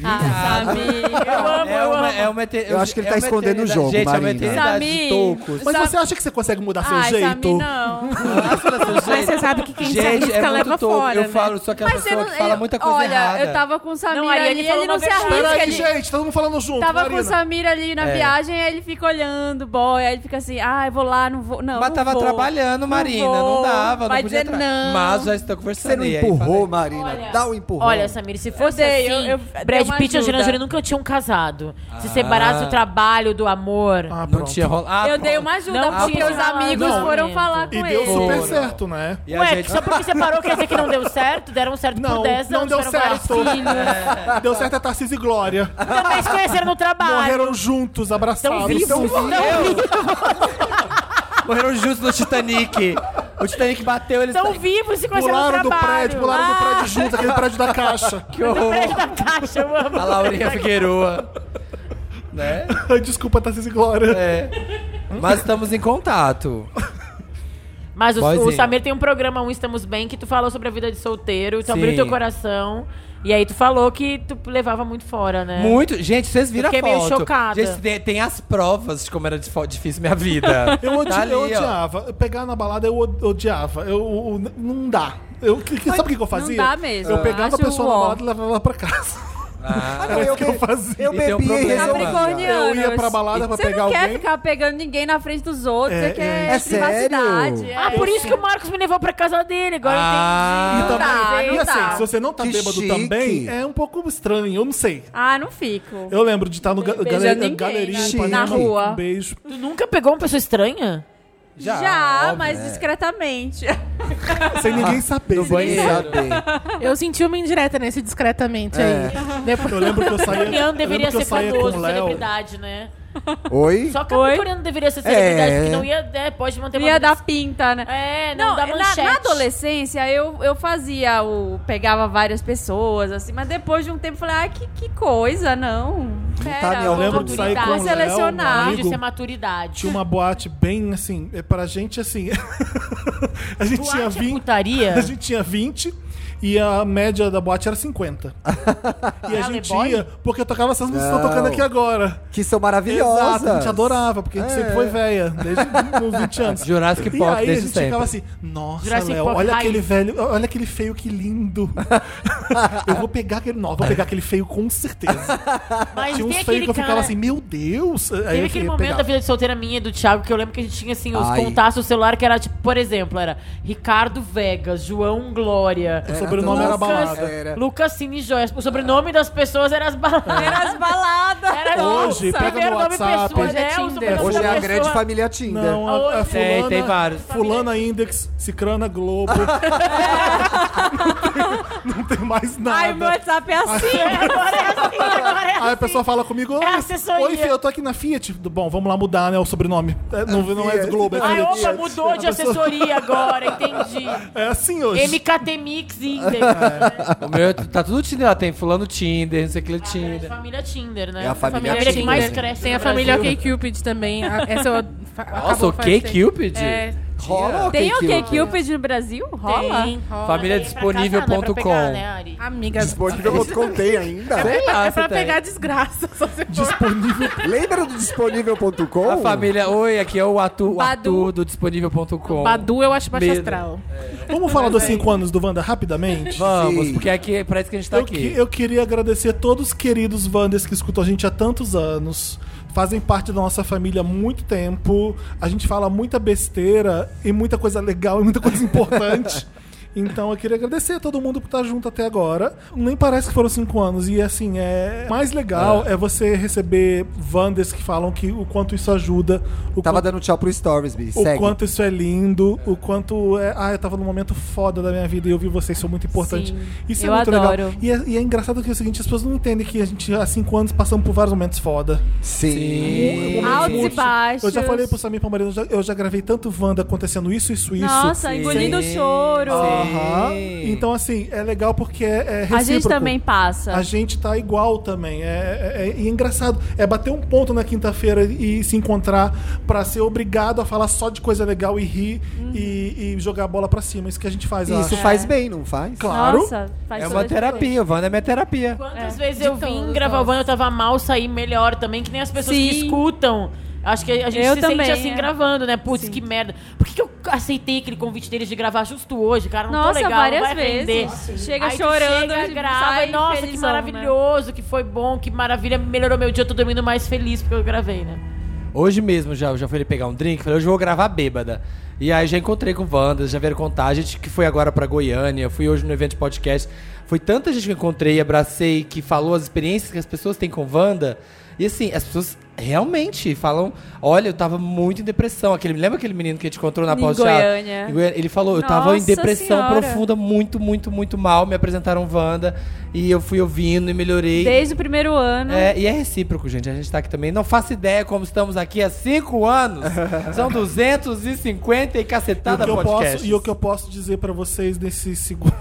Ah, Samir. Eu amo, é eu uma, amo. é uma eter- Eu acho que ele é tá uma escondendo o eternidade- jogo, Gente, é uma Marina. eternidade de Samir. toucos. Mas Sam- você acha que você consegue mudar seu Ai, jeito? Samir, não. Mas você sabe que quem se Gente, arrisca é leva muito touco. fora, eu né? falo, só aquela eu pessoa que fala muita coisa olha, errada. eu tava com o Samir Não, a Ariane ali, falou ele não uma se verdade. arrisca. Peraí, Ele gente, todo mundo falando junto. tava com Marina. o Samir ali na É. viagem, aí ele fica olhando, boy, aí ele fica assim, ah, eu vou lá, não vou, não, Mas não tava vou. trabalhando, Marina. Não, vou. dava, Vai não podia dizer entrar. não. Mas já estou conversando. Você não e aí empurrou, falei- Marina. Olha, Dá um empurrão. Olha, Samir, se fosse Eu dei, assim, eu- eu- dei Brad uma Pitt e Angelina ajuda. Jolie nunca tinham casado. Se Ah. separasse o trabalho do amor. Ah, Não pronto. tinha rolado. Ah, Eu pronto. dei uma ajuda, Não porque tinha os amigos não. foram falar com E ele. deu super Pô, certo, né? E a Ué, gente- só porque separou quer dizer que não deu certo? Deram um certo Não, por 10 não anos, deu tiveram vários certo. É. filhos. Deu certo a Tarcísio e Glória. Também se conheceram no trabalho. Morreram juntos, abraçados. Tão vivos. Tão Não, Morreram juntos no Titanic. O Titanic bateu, eles... Ah. Estão vivos e se conheceram Pularam no do trabalho. prédio, pularam do prédio juntos, aquele prédio da caixa. Que Do prédio horror. da caixa, eu amo. A Laurinha Figueroa. Né? Desculpa, tá, Tarcísio e Glória. É. Mas estamos em contato. Mas o, Boyzinho. o Samir tem um programa, um Estamos Bem, que tu falou sobre a vida de solteiro, tu Sim. abriu teu coração. E aí tu falou que tu levava muito fora, né? Muito. Gente, vocês viram Fiquei a foto. meio chocada. Gente, tem, tem as provas de como era difó- difícil minha vida. Eu, odi- Tá ali, eu ó. odiava. Pegar na balada eu od- odiava. Eu, o- o- não dá. Eu, que- que- sabe o que, que eu fazia? dá mesmo. Eu pegava a Acho um pessoa na uó. balada e levava ela pra casa. Ah, Ah, não, Era eu, isso que eu be- fazia. eu E tem um bebi e problema. né? resolvi. Capricornianos. Eu ia pra balada pra Você pegar não quer alguém. ficar pegando ninguém na frente dos outros, É, é, que é, é. É privacidade. sério? é. Ah, por isso que o Marcos me levou pra casa dele, agora Ah. eu E entendi. também- dá, e não assim, dá. se você não tá Que bêbado chique. também, é um pouco estranho, eu não sei. Ah, não fico. Eu lembro de estar no ga- Beijando gale- ninguém, galerinha né? em Ipanema, Na rua. Um beijo. Tu nunca pegou uma pessoa estranha? Já, Já, óbvio, mas discretamente. Sem ninguém saber. Ah, No banheiro. Saber. Eu senti uma indireta nesse É. discretamente aí. Depois... Eu lembro que eu saía. Leão eu lembro deveria que eu ser saía com famoso, o Léo. celebridade, né? Oi? Só capricorniano deveria ser celebridade, É. porque não ia. é, pode manter Ia né, dar manutenção. pinta, né? É, não, Não, dá na- manchete. na, adolescência eu, eu fazia o. pegava várias pessoas, assim, mas depois de um tempo eu falei, ah, que, que coisa, não. Pera, tá, né? Eu vou- lembro de sair com vou o Léo, selecionar. um Hoje amigo. isso é maturidade. Tinha uma boate bem assim, é, pra gente assim. a gente tinha Boate é 20. putaria? A gente tinha 20 e a média da boate era 50. e a Ah, gente Playboy? ia, porque eu tocava essas músicas que estão tocando aqui agora. Que são Exato, maravilhosas. a gente adorava, porque a gente É. sempre foi velha, desde os 20 anos. Jurassic e Park aí a desde gente sempre. ficava assim, nossa, Jurassic Léo, Park olha raiz. aquele velho, olha aquele feio, que lindo. eu vou pegar aquele, não, eu vou pegar aquele feio com certeza. Mas Tinha tem uns aquele feios que eu cara... ficava assim, meu Deus. Aí Teve eu aquele ia momento pegar. da vida de solteira minha e do Thiago que eu lembro que a gente tinha assim os Ai. contatos do celular que era tipo, por exemplo, era Ricardo Vegas, João Glória. O sobrenome Nossa, era balada. era. Lucas Cine Joyce. O sobrenome das pessoas era as baladas. Era as baladas. Era Hoje, nossa, pega no primeiro nome WhatsApp. pessoa, Hoje né? é O Tinder. sobrenome Hoje da é a pessoa. grande família Tinder. Não, a, a Hoje- é fulana, Tem, tem vários. fulana Index, Cicrana Globo. É. não, tem, não tem mais nada. Ai, meu WhatsApp é assim. Agora é assim, agora é Aí a assim. pessoa fala comigo, É oi, assessoria. oi filho, eu tô aqui na Fiat. Bom, vamos lá mudar, né, o sobrenome. É, não, não é Fiat. Globo, é Ai, Fiat. opa, mudou de A pessoa- assessoria agora, entendi. É assim hoje. MKT Mix Index. né? O meu tá tudo Tinder lá, tem fulano Tinder, não sei o que Grande Tinder. família Tinder, né? É a família família que Tinder. mais cresce. Tem no a família Brasil. K-Cupid também. A- Essa eu... fa- Nossa, acabou o faz tempo. K-Cupid? É, Rola Tem o que que Cupid no Brasil? Rola? Tem. Família Pra rola. casar, né? Pra disponível.com. pegar, né, Ari? Amiga. Disponível.com tem ainda. Sei lá, É se pra tem. pegar desgraça, só se for. Lembra do disponível.com? A família, oi, aqui é o Atu, o Badu. Atu do disponível.com. Badu eu acho baixo Medo. astral. Vamos falar dos 5 anos do Wanda rapidamente? Vamos, Sim. porque aqui parece que a gente tá Eu, que- aqui. eu queria agradecer a todos os queridos Wanders que escutam a gente há tantos anos. Fazem parte da nossa família há muito tempo. A gente fala muita besteira e muita coisa legal e muita coisa importante. Então eu queria agradecer a todo mundo por estar junto até agora. Nem parece que foram cinco anos. E assim, é. o Mais legal é, você receber Wanders que falam que o quanto isso ajuda, o Tava quanto dando tchau pro Stories, Bi. o Segue. quanto isso é lindo, o quanto é. Ah, eu tava num momento foda da minha vida e eu vi vocês, são muito importante. Sim, isso é eu muito legal. adoro. E é, e é engraçado que é o seguinte, as pessoas não entendem que a gente há cinco anos passamos por vários momentos foda. Sim. Altos e baixos. Eu já falei pro Samir Palmarino, eu já, eu já gravei tanto Wanda acontecendo isso, isso, isso. Nossa, engolindo o choro. Aham. Então, assim, é legal porque é, é recíproco. A gente também passa. A gente tá igual também. É, é- é- e é engraçado. É bater um ponto na quinta-feira e se encontrar pra ser obrigado a falar só de coisa legal e rir e, e jogar a bola pra cima. Isso que a gente faz. eu Isso acho. faz bem, não faz? Claro. Nossa, faz É toda uma a diferença. terapia, o Wanda é minha terapia. Quantas É. vezes De eu vim todos, gravar o nossa. Wanda, eu tava mal, saí melhor também, que nem as pessoas que Sim. escutam. Acho que a gente Eu se também, sente assim é. gravando, né? Putz, que merda. Por que, que eu aceitei aquele convite deles de gravar justo hoje, cara? Não Nossa, tô legal, várias não vai vezes. render. Nossa, chega Aí tu chorando, chega, aí grava. sai e, Nossa, que felizão, né? maravilhoso, que foi bom, que maravilha. Melhorou meu dia, eu tô dormindo mais feliz porque eu gravei, né? Hoje mesmo já, já fui ele pegar um drink, falei, hoje eu vou gravar bêbada. E aí já encontrei com Wanda, já vieram contar, a gente que foi agora pra Goiânia, fui hoje no evento de podcast. Foi tanta gente que eu encontrei, abracei, que falou as experiências que as pessoas têm com Wanda. E assim, as pessoas realmente falam, olha, eu tava muito em depressão. Aquele, lembra aquele menino que a gente encontrou na Em pausa? Goiânia. Em Goiânia? Ele falou, eu tava em Nossa depressão Senhora. profunda, muito, muito, muito mal. Me apresentaram Wanda e eu fui ouvindo e melhorei. Desde o primeiro ano. É, e é recíproco, gente. A gente tá aqui também. Não faço ideia como estamos aqui há cinco anos. São 250 e E o, cacetada que eu tá, podcast. posso, e o que eu posso dizer pra vocês nesse segundo.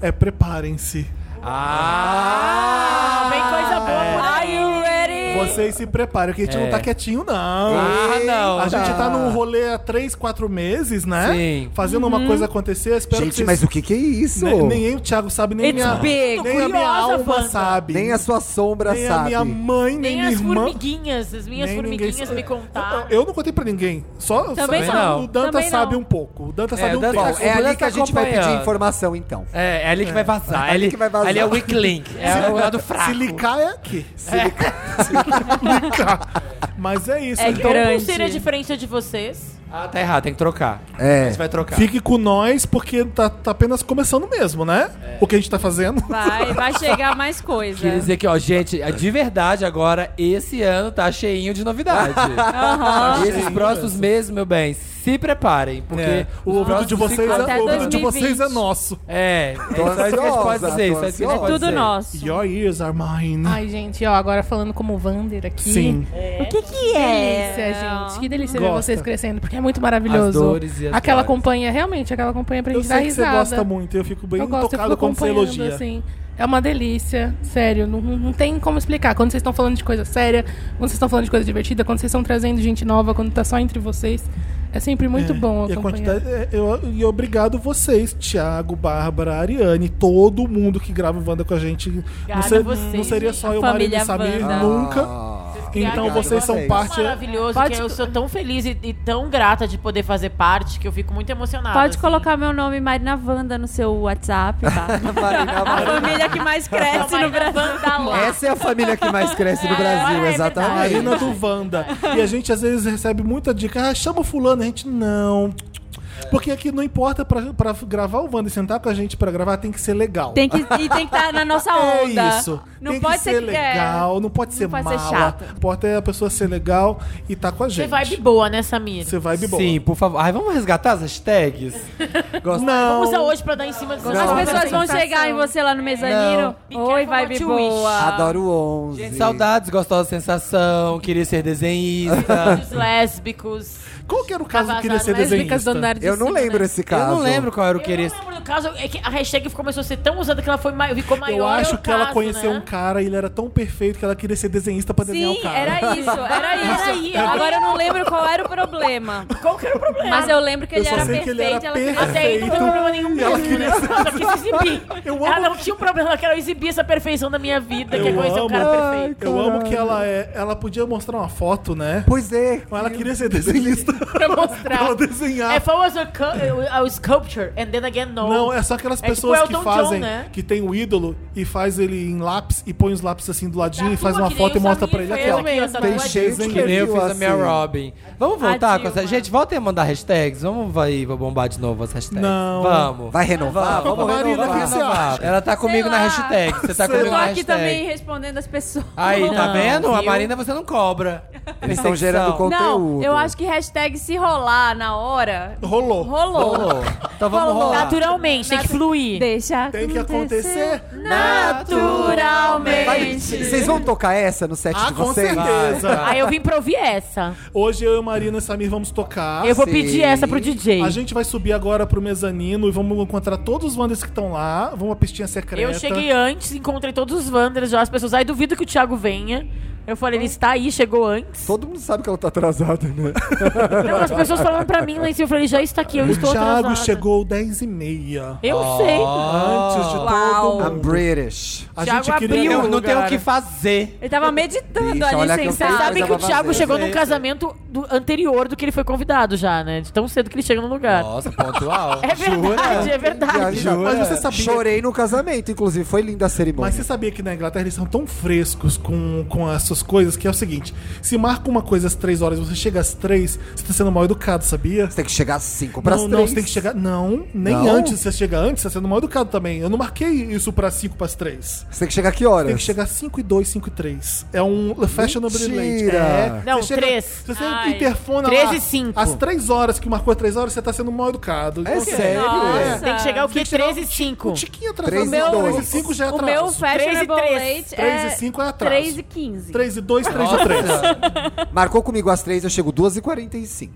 é preparem-se. Ah! Ah, vem coisa boa É. por aí. Are you ready? Vocês se preparem, que a gente não tá quietinho, não. Ah, não. A gente tá num rolê há três, quatro meses, né? Sim. Fazendo Uhum. uma coisa acontecer. Espero que Gente, vocês... mas o que que é isso? Ne- Nem o Thiago sabe, nem, It's minha, big. nem a minha Curiosa, alma Wanda. sabe. Nem a sua sombra nem a sabe. minha mãe, nem, Nem minha as irmã. formiguinhas, as minhas nem ninguém formiguinhas sabe. me contaram. Eu, eu não contei pra ninguém. Só, Também só- não. o Danta Também não. sabe um pouco. O Danta É, sabe o um Danta- pouco. Bom, é O Bruno ali que tá a gente vai pedir acompanhando. informação, então. É, é ali que vai vazar. É ali que vai vazar. Ali é o weak link. É o lado fraco. Se licar é aqui. Se licar. Mas é isso. É então, grande. Como seria a diferença de vocês? Ah, tá errado. Tem que trocar. A É. gente vai trocar. fique com nós, porque tá, tá apenas começando mesmo, né? O que a gente tá fazendo. Vai, vai chegar mais coisa. É. Queria dizer que, ó, gente, é de verdade agora, esse ano tá cheinho de novidade. Aham. E esses próximos meses, meu bem, se preparem, porque É, o ouvido, próximos de vocês, cinco- é, Até o ouvido de 2020. vocês é nosso. É, é Tô isso aí que a gente pode dizer, ansiosa, tô isso aí que a gente ansiosa. pode Tudo dizer. nosso. Your ears are mine. Ai, gente, ó, agora falando como Wander aqui. Sim. O que que é? Delícia, gente. Que delícia ver Gosta. vocês crescendo, porque é muito maravilhoso. As dores e as aquela dores. companhia, realmente, aquela companhia pra Eu gente dar sei que você risada. gosta muito, eu fico bem eu gosto, eu fico tocado quando você acompanhando, elogia. assim. É uma delícia, sério. Não, não tem como explicar. Quando vocês estão falando de coisa séria, quando vocês estão falando de coisa divertida, quando vocês estão trazendo gente nova, quando tá só entre vocês, é sempre muito É, bom e a acompanhar. quantidade, é, eu- E obrigado vocês, Thiago, Bárbara, Ariane, todo mundo que grava o Wanda com a gente. Não, Obrigada ser- a vocês, não seria só a eu, Marido e família Samir, Wanda. nunca. então obrigado vocês são vocês. parte. Maravilhoso, Pode- que é eu sou tão feliz e, e tão grata de poder fazer parte que eu fico muito emocionada. Pode assim. colocar meu nome Marina Wanda no seu WhatsApp, tá? Marina, A Marina. família que mais cresce no Brasil. um Essa é a família que mais cresce no Brasil, A Marina exatamente. do Wanda. E a gente às vezes recebe muita dica. Ah, chama o fulano, a gente não. Porque aqui não importa pra, pra gravar o Wanda e sentar com a gente pra gravar, tem que ser legal. Tem que, e tem que estar na nossa É onda. isso. Não tem pode que ser ser que- é. legal, não pode ser pode mala. ser chato. Não importa é a pessoa ser legal e tá com a Você gente. vibe boa, né, Samir? Você vibe boa. Sim, por favor. Ai, vamos resgatar as hashtags? Gosto. Não. Vamos usar hoje pra dar em cima de vocês. As pessoas vão sensação. chegar em você lá no mezanino. Não. Oi, Be careful vibe what you wish. boa. Adoro o 11. Gente, saudades, gostosa sensação, queria ser desenhista. Os lésbicos. Qual que era o caso que Tá queria ser vazado, mas Lésbicas do desenhista? andar de Eu não cima, lembro né? esse eu caso. não lembro qual era o assim, Eu querer. não lembro do caso, é que a hashtag começou a ser tão usada que ela foi mai- ficou maior. Eu acho é o que ela caso, conheceu né? um cara e ele era tão perfeito que ela queria ser desenhista pra desenhar Sim, o cara. era isso, era isso. Era isso. Agora eu não lembro qual era o problema. Qual que era o problema? Mas eu lembro que Eu ele só era sei perfeito. que ele era ela queria- Até aí não Perfeito. tem problema nenhum E ela mesmo, queria né? Ela quis exibir. Eu amo- Ela não tinha um problema, ela queria exibir essa perfeição da minha vida, que é Eu conhecer um amo. cara perfeito. Eu amo que ela é. Ela podia mostrar uma foto, né? Pois é. Mas ela queria ser desenhista. Pra mostrar. ela desenhar. If I was a, cu- é, a sculpture, and then again, no. Não, é só aquelas É tipo pessoas Elton que John, fazem, né? que tem o ídolo e faz ele em lápis e põe os lápis assim do ladinho e Tatua faz uma Tá que nem foto e o mostra Samir pra ele aqui, fez ó. aqui, ó, tá Tem tatuagem. cheio de- Que nem eu fiz a Assim. minha Robin. Vamos voltar A com essa. Dilma. Gente, voltem a mandar hashtags. Vamos aí, vou bombar de novo as hashtags. Não. Vamos. Vai renovar? Vamos, vamos Marina, renovar. o que você renovar. acha? Ela tá comigo na lá. hashtag. Você tá Eu comigo tô na aqui hashtag. também respondendo as pessoas. Aí, tá Não, vendo? A viu? Marina você não cobra. Eles estão gerando Perseguição. Não, Conteúdo. eu acho que hashtag se rolar na hora. Rolou. Rolou. Rolou. Então vamos Rolou. rolar. Naturalmente, tem que fluir. Deixa Tem que acontecer. naturalmente. Vai- Vocês vão tocar essa no set Ah, de com vocês? certeza. Aí eu vim pra ouvir essa. Hoje eu e Marina e Samir vamos tocar. eu vou sim. pedir essa pro DJ. Ah, A gente vai subir agora pro mezanino e vamos encontrar todos os Wanders que estão lá. Vamos uma pistinha secreta. Eu cheguei antes, encontrei todos os Wanderers já, as pessoas. Aí duvido que o Thiago venha. Eu falei, ele está aí, chegou antes. Todo mundo sabe que ela tá atrasada, né? Não, as pessoas falando pra mim lá em cima, eu falei, já está aqui, eu O estou Thiago atrasada. chegou 10 e meia. Eu sei. Ah. Antes de Uau. todo I'm mundo. British. A Thiago gente queria... abriu. Eu não tenho o lugar. que fazer. Ele tava meditando Bicho, olha ali, que eu sem fiz Vocês sabem coisa que o pra Thiago fazer. chegou num Sei, casamento do- anterior do que ele foi convidado já, né? De tão cedo que ele chega no lugar. Nossa, pontual. É verdade, é verdade. Viajar. Tá Mas você sabia- Chorei no casamento, inclusive. Foi linda a cerimônia. Mas você sabia que na Inglaterra eles são tão frescos com, com essas coisas que é o seguinte: se marca uma coisa às três horas e você chega às três, você tá sendo mal educado, sabia? Você tem que chegar às 5 para não, não, três. você tem que chegar. Não, nem Não? antes. Você chega antes, você tá sendo mal educado também. Eu não marquei isso pra cinco pras três. Você tem que chegar que horas? Tem que chegar 5 e 2, 5 e 3. É um fashionably late. Mentira. É, Não, Você chega- três. Se você Ai. interfona Três lá e cinco. Às 3 horas que marcou 3 horas, você tá sendo mal educado. É assim, sério? Nossa. é. Tem que chegar o Tem quê? que tirar 13 e 5. Um tiquinho Três atrasado. e Não, dois. 3 e 5 já é O meu atraso. fashionable três. late Três é... e cinco é atraso. 3 e 15. 3 e 2, 3 e 3. Marcou comigo às 3, eu chego 2h45.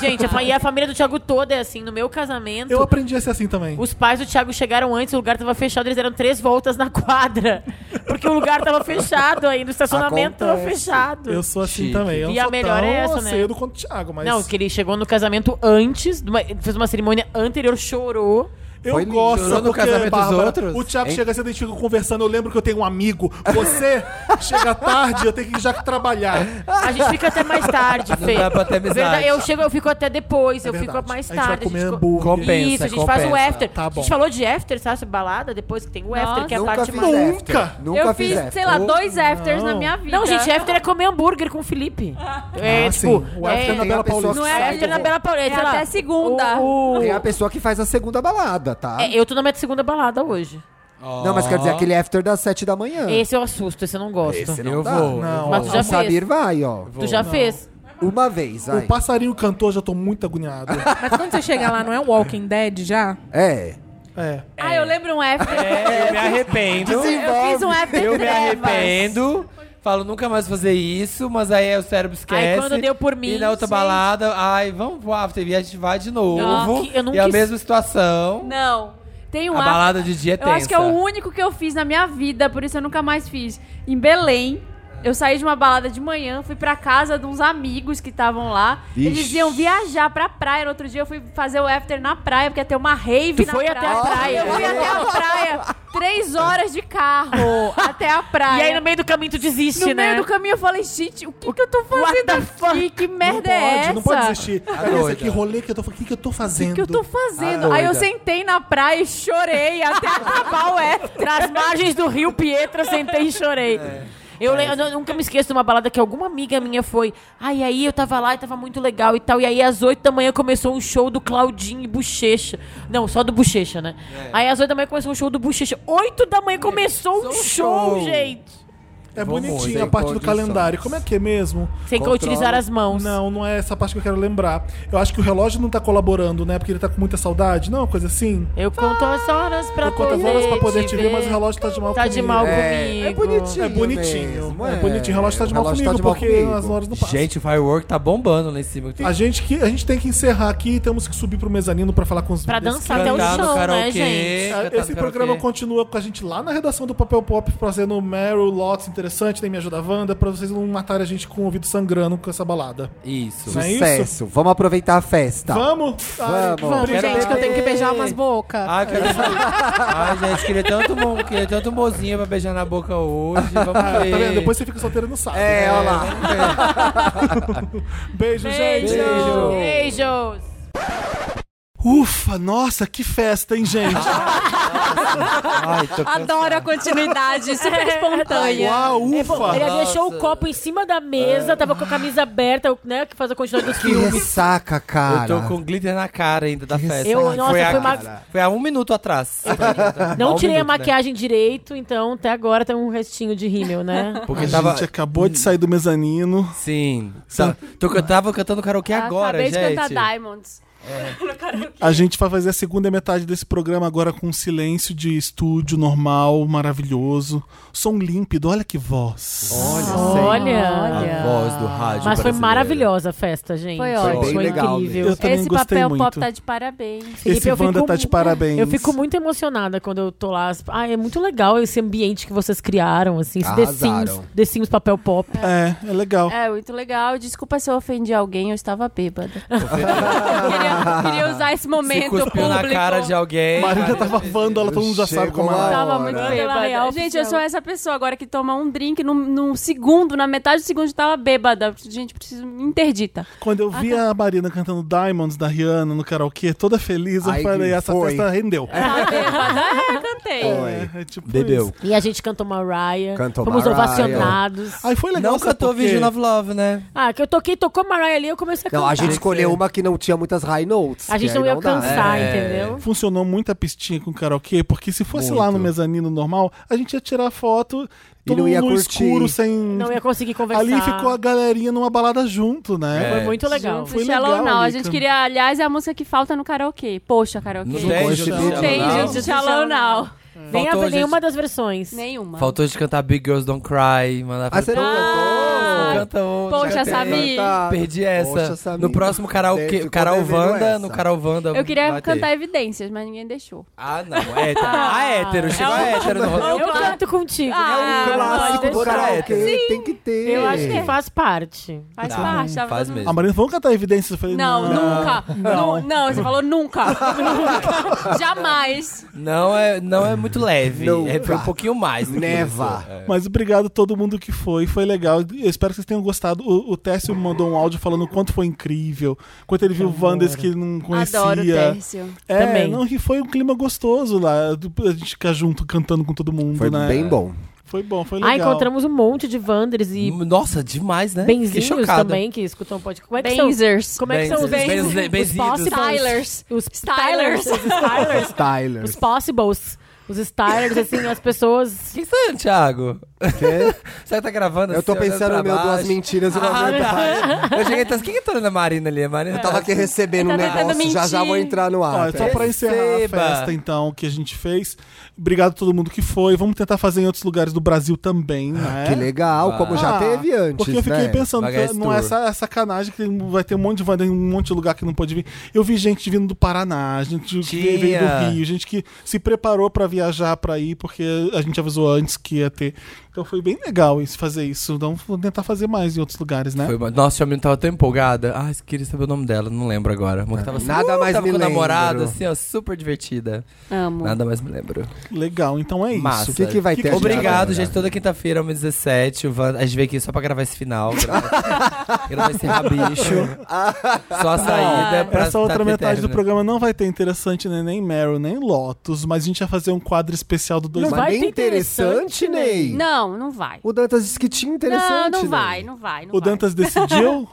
Gente, a fa- e a família do Thiago toda é assim. No meu casamento, Eu aprendi a ser assim também. os pais do Thiago chegaram antes, o lugar tava fechado, eles deram três voltas na quadra. Porque o lugar tava fechado ainda, o estacionamento tava Acontece. fechado. Eu sou assim Chique. também. Eu não E a sou melhor tão é essa, né? cedo quanto o Thiago, mas Não, que ele chegou no casamento antes, de uma- ele fez uma cerimônia anterior, chorou. eu Foi lindo. gosto Chorou no porque, casamento dos Bárbara, outros? O Thiago Hein? chega cedo e a gente fica conversando. Eu lembro que eu tenho um amigo. Você chega tarde, eu tenho que já trabalhar. A gente fica até mais tarde, Fê. dá pra ter amizade. Verdade, eu chego, eu fico até depois, eu É Verdade. fico mais A gente vai tarde. comer co- hambúrguer. Compensa, Isso, a gente compensa. faz o after. Tá A bom. gente falou de after, sabe? Balada, depois que tem o after, Nossa. que é a Nunca parte fiz mais... Nunca. after. Nunca eu fiz fiz, after. sei lá, Oh, dois afters não. na minha vida. Não, gente, after é comer hambúrguer com o Felipe. É, Ah, tipo... sim. O after é, na tem a Bela pessoa Paulista. que Não é sai, after eu na vou- Bela Paulista, É sei lá. até segunda. Uh, O- o- Tem a pessoa que faz a segunda balada, tá? É, eu tô na minha segunda balada hoje. Não, mas Ah. quer dizer, aquele after das 7 da manhã. Esse eu assusto, esse eu não gosto. Esse Eu dá. vou. Não. Mas tu já O fez. Sabir vai, ó. Tu já fez. Uma vez, vai. O passarinho cantor, já tô muito agoniado. Mas quando você chega lá, não é um Walking Dead já? É. É. Ah, eu lembro um F. É, eu me arrependo. eu fiz um F Eu me trevas. arrependo. Falo, nunca mais fazer isso, mas aí o cérebro esquece. Aí quando deu por E mim, na outra gente. balada, ai, vamos pro after e a gente vai de novo. Não, que- eu não e é a quis- mesma situação. Não. Tem um a F. balada de dia é Eu tensa. acho que é o único que eu fiz na minha vida, por isso eu nunca mais fiz. Em Belém, eu saí de uma balada de manhã, fui pra casa de uns amigos que estavam lá. Eles Ixi. iam viajar pra praia. No outro dia eu fui fazer o after na praia, porque ia ter uma rave Tu na foi até praia. a praia. Eu fui até a praia. Três horas de carro até a praia. E aí no meio do caminho tu desiste, No né? meio do caminho eu falei, gente, o que, que eu tô What fazendo the aqui? Que merda não pode, é essa? não pode existir. Tá doida. que rolê que eu tô fazendo? O que, que eu tô fazendo? O que eu tô Tá Ah, fazendo? Aí eu doida. sentei na praia e chorei até acabar o F. Nas margens do rio Pietra, sentei e chorei. Eu, le- eu nu- nunca me esqueço de uma balada que alguma amiga minha foi. Ai, aí eu tava lá e tava muito legal e tal. E aí às 8 da manhã começou um show do Claudinho e Bochecha. Não, só do Bochecha, né? Aí às 8 da manhã começou um show do Bochecha. 8 da manhã começou um show, show. gente. É Vamos, bonitinho sem a parte do condições. calendário. Como é que é mesmo? Sem que Controla. utilizar as mãos. Não, não é essa parte que eu quero lembrar. Eu acho que o relógio não tá colaborando, né? Porque ele tá com muita saudade. Não, é uma coisa assim. Eu conto as horas pra Eu conto as poder horas pra poder te ver, mas o ver. relógio tá de mal Tá comigo. de mal É, comigo. é bonitinho. É bonitinho. mesmo, é. bonitinho. O relógio tá de O mal relógio comigo, tá de mal porque comigo. as horas não passam. Gente, o firework tá bombando lá em cima. A gente, que, a gente tem que encerrar aqui e temos que subir pro mezanino pra falar com os Pra desse- dançar até o Cantar no chão, né, karaokê. gente? Cantar Esse no programa karaokê. continua com a gente lá na redação do Papel Pop fazendo Meryl, Lots, interessante, nem Me Ajuda Wanda, pra vocês não matarem a gente com o ouvido sangrando com essa balada. Isso. Não é isso? Sucesso. Vamos aproveitar a festa. Vamos? Ai, Vamos. Vamos, obrigado. gente, que eu tenho que beijar umas bocas. Ah, quero saber. Ai, gente, queria tanto, mo- queria tanto mozinho pra beijar na boca hoje. Vamos Ah, ver. tá vendo? Depois você fica solteiro e não sabe. né? É, olha lá. é. Beijo, gente. Beijo. Beijos. Ufa, nossa, que festa, hein, gente? Ai, tô Adoro a continuidade, super espontânea. Uau, É, pô, ufa. É. ele deixou Nossa. o copo em cima da mesa, tava com a camisa aberta, né? Que faz a continuidade dos Que filmes. ressaca, Eu cara. tô com glitter na cara ainda da festa. Eu- nossa, foi, foi há, uma- foi há um minuto atrás. Há Não um tirei a minuto, né? maquiagem direito, então até agora tem um restinho de rímel, né? Porque a tava. gente acabou de sair do mezanino. Sim. Tá. Tô, eu tava cantando karaokê agora, Acabei gente. É. de cantar Diamonds. A gente vai fazer a segunda metade desse programa agora com um silêncio de estúdio normal, maravilhoso. Som límpido, olha que voz. Olha, A voz do rádio. Mas foi brasileiro. maravilhosa a festa, gente. Foi ótimo. bem Foi legal incrível. mesmo. Eu também Esse gostei papel muito. pop tá de parabéns. Felipe, Esse eu Wanda fico tá de mu- parabéns. Eu fico muito emocionada quando eu tô lá. Ah, é muito legal esse ambiente que vocês criaram, assim, esse The Arrasaram. Sims, The Sims papel pop. É, é legal. É, muito legal. Desculpa se eu ofendi alguém, eu estava bêbada. queria, queria usar esse Se momento cuspiu público. na cara de alguém. Marília tava vândola, todo mundo já sabe como ela é. Tava muito Hora. bêbada. real, Gente, oficial. eu sou essa pessoa agora que toma um drink num, num segundo, na metade do segundo eu tava bêbada. Gente, preciso me interdita. Quando Ah, eu vi tá. a Marina cantando Diamonds da Rihanna no karaokê, toda feliz, eu Aí falei, essa foi. festa rendeu. Tá bêbada? É, cantei. É, é tipo Bebeu. isso. E a gente cantou Mariah. Cantou fomos Mariah. ovacionados. Aí foi legal. Não sabe cantou por quê? Virgin of Love, né? Ah, que eu toquei, tocou Mariah ali, eu comecei a cantar. Não, a gente escolheu uma que não tinha muitas high notes. A gente que aí não ia dá. alcançar, É. entendeu? Funcionou muito a pistinha com karaokê, porque se fosse lá Muito. no mezanino normal, a gente ia tirar foto, E todo não ia mundo no curtir. escuro, sem... Não ia conseguir conversar. Ali ficou a galerinha numa balada junto, né? Foi muito legal. Foi Shallow legal, Now. A Lica. gente queria, aliás, é a música que falta no karaokê. Poxa, karaokê. Não tem, tem, gente, gente. não tem, Shallow Now. gente. Shallow Now. Nem a, Faltou a nenhuma gente- das versões. Nenhuma. Faltou de cantar Big Girls Don't Cry. Mandar Ah, você não Não cantou? canta hoje. Poxa, canta hoje. Samir. Tá. Perdi essa. Poxa, Samir. No próximo Deve- karaokê, ficou Carol devendo Wanda, essa. no Carol Wanda. Eu queria vai ter. cantar evidências, mas ninguém deixou. Ah, não. É hétero. Ah, hétero. Chegou a hétero no Eu roteiro. Tá. canto contigo. Ah, né? um Clássico Pode do deixar. karaokê, tem que ter. Eu acho que faz parte. Faz Não, Hum, parte. tava faz todo mundo- A Marina, vamos cantar evidências? Eu falei, Não, não. nunca. Não. não, você falou nunca. Nunca. Jamais. Não é, não é muito leve. Não. É, foi um pouquinho mais. do que Neva. isso. é. Mas obrigado a todo mundo que foi, foi legal. Eu espero que vocês tenham gostado. O, o Tércio me mandou um áudio falando o quanto foi incrível, quanto ele viu Wanders que ele não conhecia. Adoro o Tércio. É, Também. não, e foi um clima gostoso lá, do- a gente ficar junto cantando com todo mundo, Foi né? bem bom. Foi bom, foi legal. Ah, encontramos um monte de Wanders e Nossa, demais, né? Fiquei benzinhos chocado. também que escutam podcast. Como é que são? Benzers. Como é que são os Benzers, Benzers? benzi- Os benzidos. Possibles. Stylers. Os Stylers. Stylers. Os Stylers. Tyler. Os Possibles. Os Stylers, assim, as pessoas. Quem sou eu, Thiago? Será que tá gravando Eu tô assim, olhando pensando pra no meu baixo? duas mentiras e uma Ah, verdade. Eu cheguei e pensei, quem que tá olhando a Marina ali? A Marina assim. Eu tava aqui recebendo um Ele tá tentando negócio, já já mentir. vou entrar no ar. Olha, só pra encerrar a Perceba. festa, então, que a gente fez. Obrigado a todo mundo que foi. Vamos tentar fazer em outros lugares do Brasil também, né? Ah, Que legal, como já Ah, teve antes. Porque eu fiquei né? pensando, Vai ganhar que esse não é tour. essa é sacanagem que vai ter um monte de banda em um monte de lugar que não pode vir. Eu vi gente vindo do Paraná, gente que Tinha. veio do Rio, gente que se preparou pra viajar pra ir, porque a gente avisou antes que ia ter. Então foi bem legal isso, fazer isso. Então vou tentar fazer mais em outros lugares, né? Foi uma- Nossa, a menina tava tão empolgada. Ai, eu queria saber o nome dela, não lembro agora. Mas tava assim, Nada mais tava me com o namorado, lembro. assim, ó, super divertida. Ah. Amo. Nada mais me lembro. Legal, então é isso. Massa. O que, que vai Que ter? que- agora? Obrigado, gente. Toda quinta-feira, às 17 o Wanda- a gente veio aqui só pra gravar esse final. Gravar, gravar esse rabicho. Só a saída pra Essa outra tá metade do eterno. programa não vai ter interessante né? nem Meryl, nem Lotus, mas a gente vai fazer um quadro especial do Mas dois. Não vai nem ter interessante, né? né? interessante, Ney. Não, não vai. O Dantas disse que tinha Não, interessante. né? não Ney. vai, não vai. Não O vai. Dantas decidiu?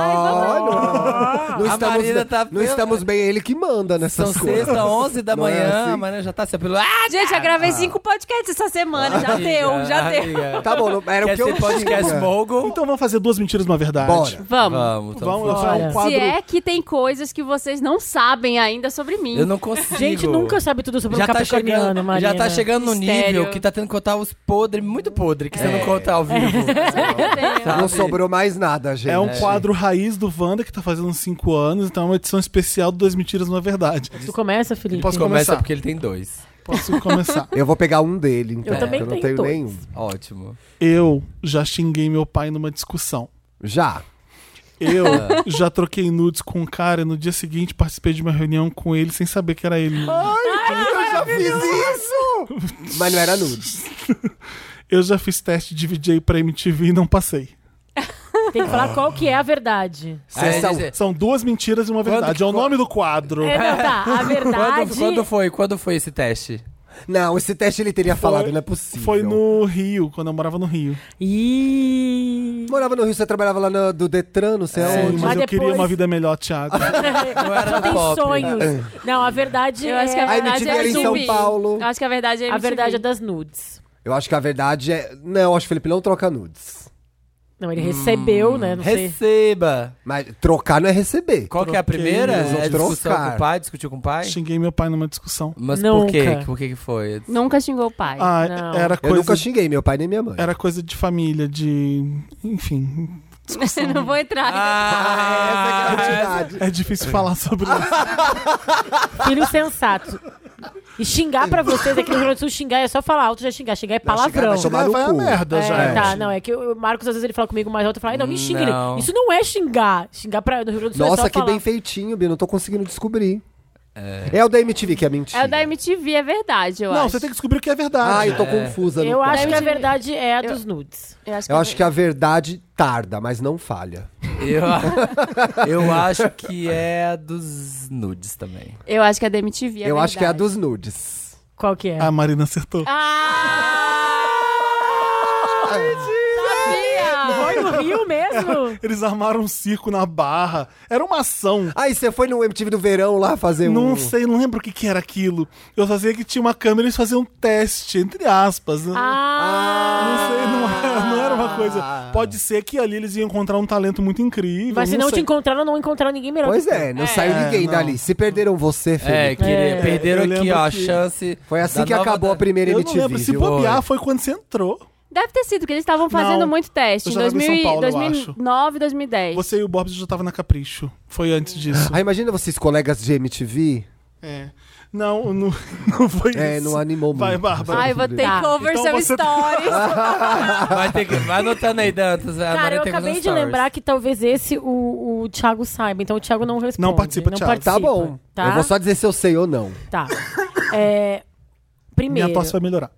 Ah, não. Não A Marina estamos, tá- não estamos bem, é ele que manda nessas São coisas. sexta, 11 da Não é manhã. assim? A Marina já tá se apelando. Ah, Gente, eu gravei cinco podcasts essa semana. Já deu, já deu. deu. Tá bom, não- era o Quer que eu ser podcast tinha. mogul? Então vamos fazer duas mentiras, uma verdade. Bora. Vamos. Vamos, então Vamos foi. lançar um quadro. Se é que tem coisas que vocês não sabem ainda sobre mim. Eu não consigo. Gente, nunca sabe tudo sobre já um tá capricorniano, chegando, Marina. Já tá chegando no Mistério. nível que tá tendo que contar os podres, muito podre, que É. você não conta ao vivo. Não É. Sabe? sobrou mais nada, gente. É um quadro raiz do Wanda que tá fazendo 5 anos, então é uma edição especial do Dois Mentiras Uma Verdade. Tu começa, Felipe? Posso Começa começar? porque ele tem dois. Posso começar. Eu vou pegar um dele, então. Eu também porque eu não tenho tenho dois. nenhum. Ótimo. Eu já xinguei meu pai numa discussão. Já. Eu Ah. já troquei nudes com um cara e no dia seguinte participei de uma reunião com ele sem saber que era ele. eu já fiz isso! Mas não era nudes. Eu já fiz teste de DJ pra MTV e não passei. Tem que falar qual que é a verdade. Ah. Se essa- Aí, gente, São duas mentiras e uma Quando verdade. que É o co- nome do quadro. É, não, tá. A verdade... Quando, quando foi? Quando foi esse teste? Não, esse teste ele teria falado, não é possível. Foi no Rio, quando eu morava no Rio. Ih... Morava no Rio, você trabalhava lá no- do Detran, não sei Sim, aonde. É, mas, Mas eu queria depois- uma vida melhor, Thiago. Não era Só no tem pop. sonhos. Não, a verdade Eu é... acho que a Aí me verdade é tiveram em São MTV. Paulo. Eu acho que a verdade é A MTV. verdade é das nudes. Eu acho que a verdade é. Não, eu acho que o Felipe não troca nudes. Não, ele recebeu, né? Não sei. Receba! Mas trocar não é receber. Qual que é a primeira? eles vão É discussão trocar. com o pai? Discutiu com o pai? Xinguei meu pai numa discussão. Mas por Nunca. quê? Por que que foi? Nunca xingou o pai. Ah, não. era Eu coisa nunca xinguei meu pai nem minha mãe. Era coisa de família, de. Enfim. não vou entrar. Ah, Essa é a Ah, verdade. É difícil falar sobre isso. Filho sensato. E xingar pra vocês aqui no Rio Grande do Sul, xingar é só falar alto, já xingar. Xingar é palavrão. xingar vai tomar Mas no vai a cu. merda É, já. tá, não, é que o Marcos às vezes ele fala comigo mais alto e fala, "Ai, não, me xinga. ele." Não. Isso não é xingar. Xingar pra, no Rio Grande do Sul é Nossa, só que falar. bem feitinho, Bia. Não tô conseguindo descobrir. É. o da MTV que é mentira. É o da MTV, é verdade, eu Não, acho. você tem que descobrir o que é verdade. Ah, eu tô confusa. no Eu quadro. acho é que a MTV. verdade é a dos nudes. Eu acho que, Eu acho que a verdade tarda, mas não falha. Eu, eu acho que é a dos nudes também. Eu acho que é da MTV, é eu acho que é a verdade. dos nudes. Qual que é? A Marina acertou. Ah! Sabia! Ah, Foi no Rio mesmo? Eles armaram um circo na barra. Era uma ação. Ah, e você foi no MTV do verão lá fazer um... Não sei, não lembro o que, que era aquilo. Eu só sei que tinha uma câmera e eles faziam um teste, entre aspas. né? Ah! Não sei, não era, não era uma Ah. coisa. Pode ser que ali eles iam encontrar um talento muito incrível. Mas se não, não te sei. encontraram, não encontraram ninguém melhor. Pois é, não saiu ninguém não. dali. Se perderam você, É, Felipe. queria, É. perderam Eu aqui, lembro ó, a que- chance. Foi assim da que nova acabou a da- primeira Eu não MTV, lembro. Se viu? bobear foi quando você entrou. Deve ter sido, porque eles estavam fazendo Não, muito teste. eu Em já tava em 2000, São Paulo, eu 2009, 2010. Você e o Bob já estavam na Capricho. Foi antes disso. Ah, imagina vocês colegas de MTV. É. Não, não, não foi É, isso. não animou Vai, muito. Bárbara. Ai, vou take Tá. over Então some você- stories. Vai, ter que, vai anotando aí, Dantas. A Cara, Maria eu tem que fazer acabei uns de stories. lembrar que talvez esse o, o Thiago saiba, então o Thiago não responde. Não participa, não Thiago. Tá participa. bom. Tá? Eu vou só dizer se eu sei ou não. Tá. Minha É, primeiro, tosse vai melhorar.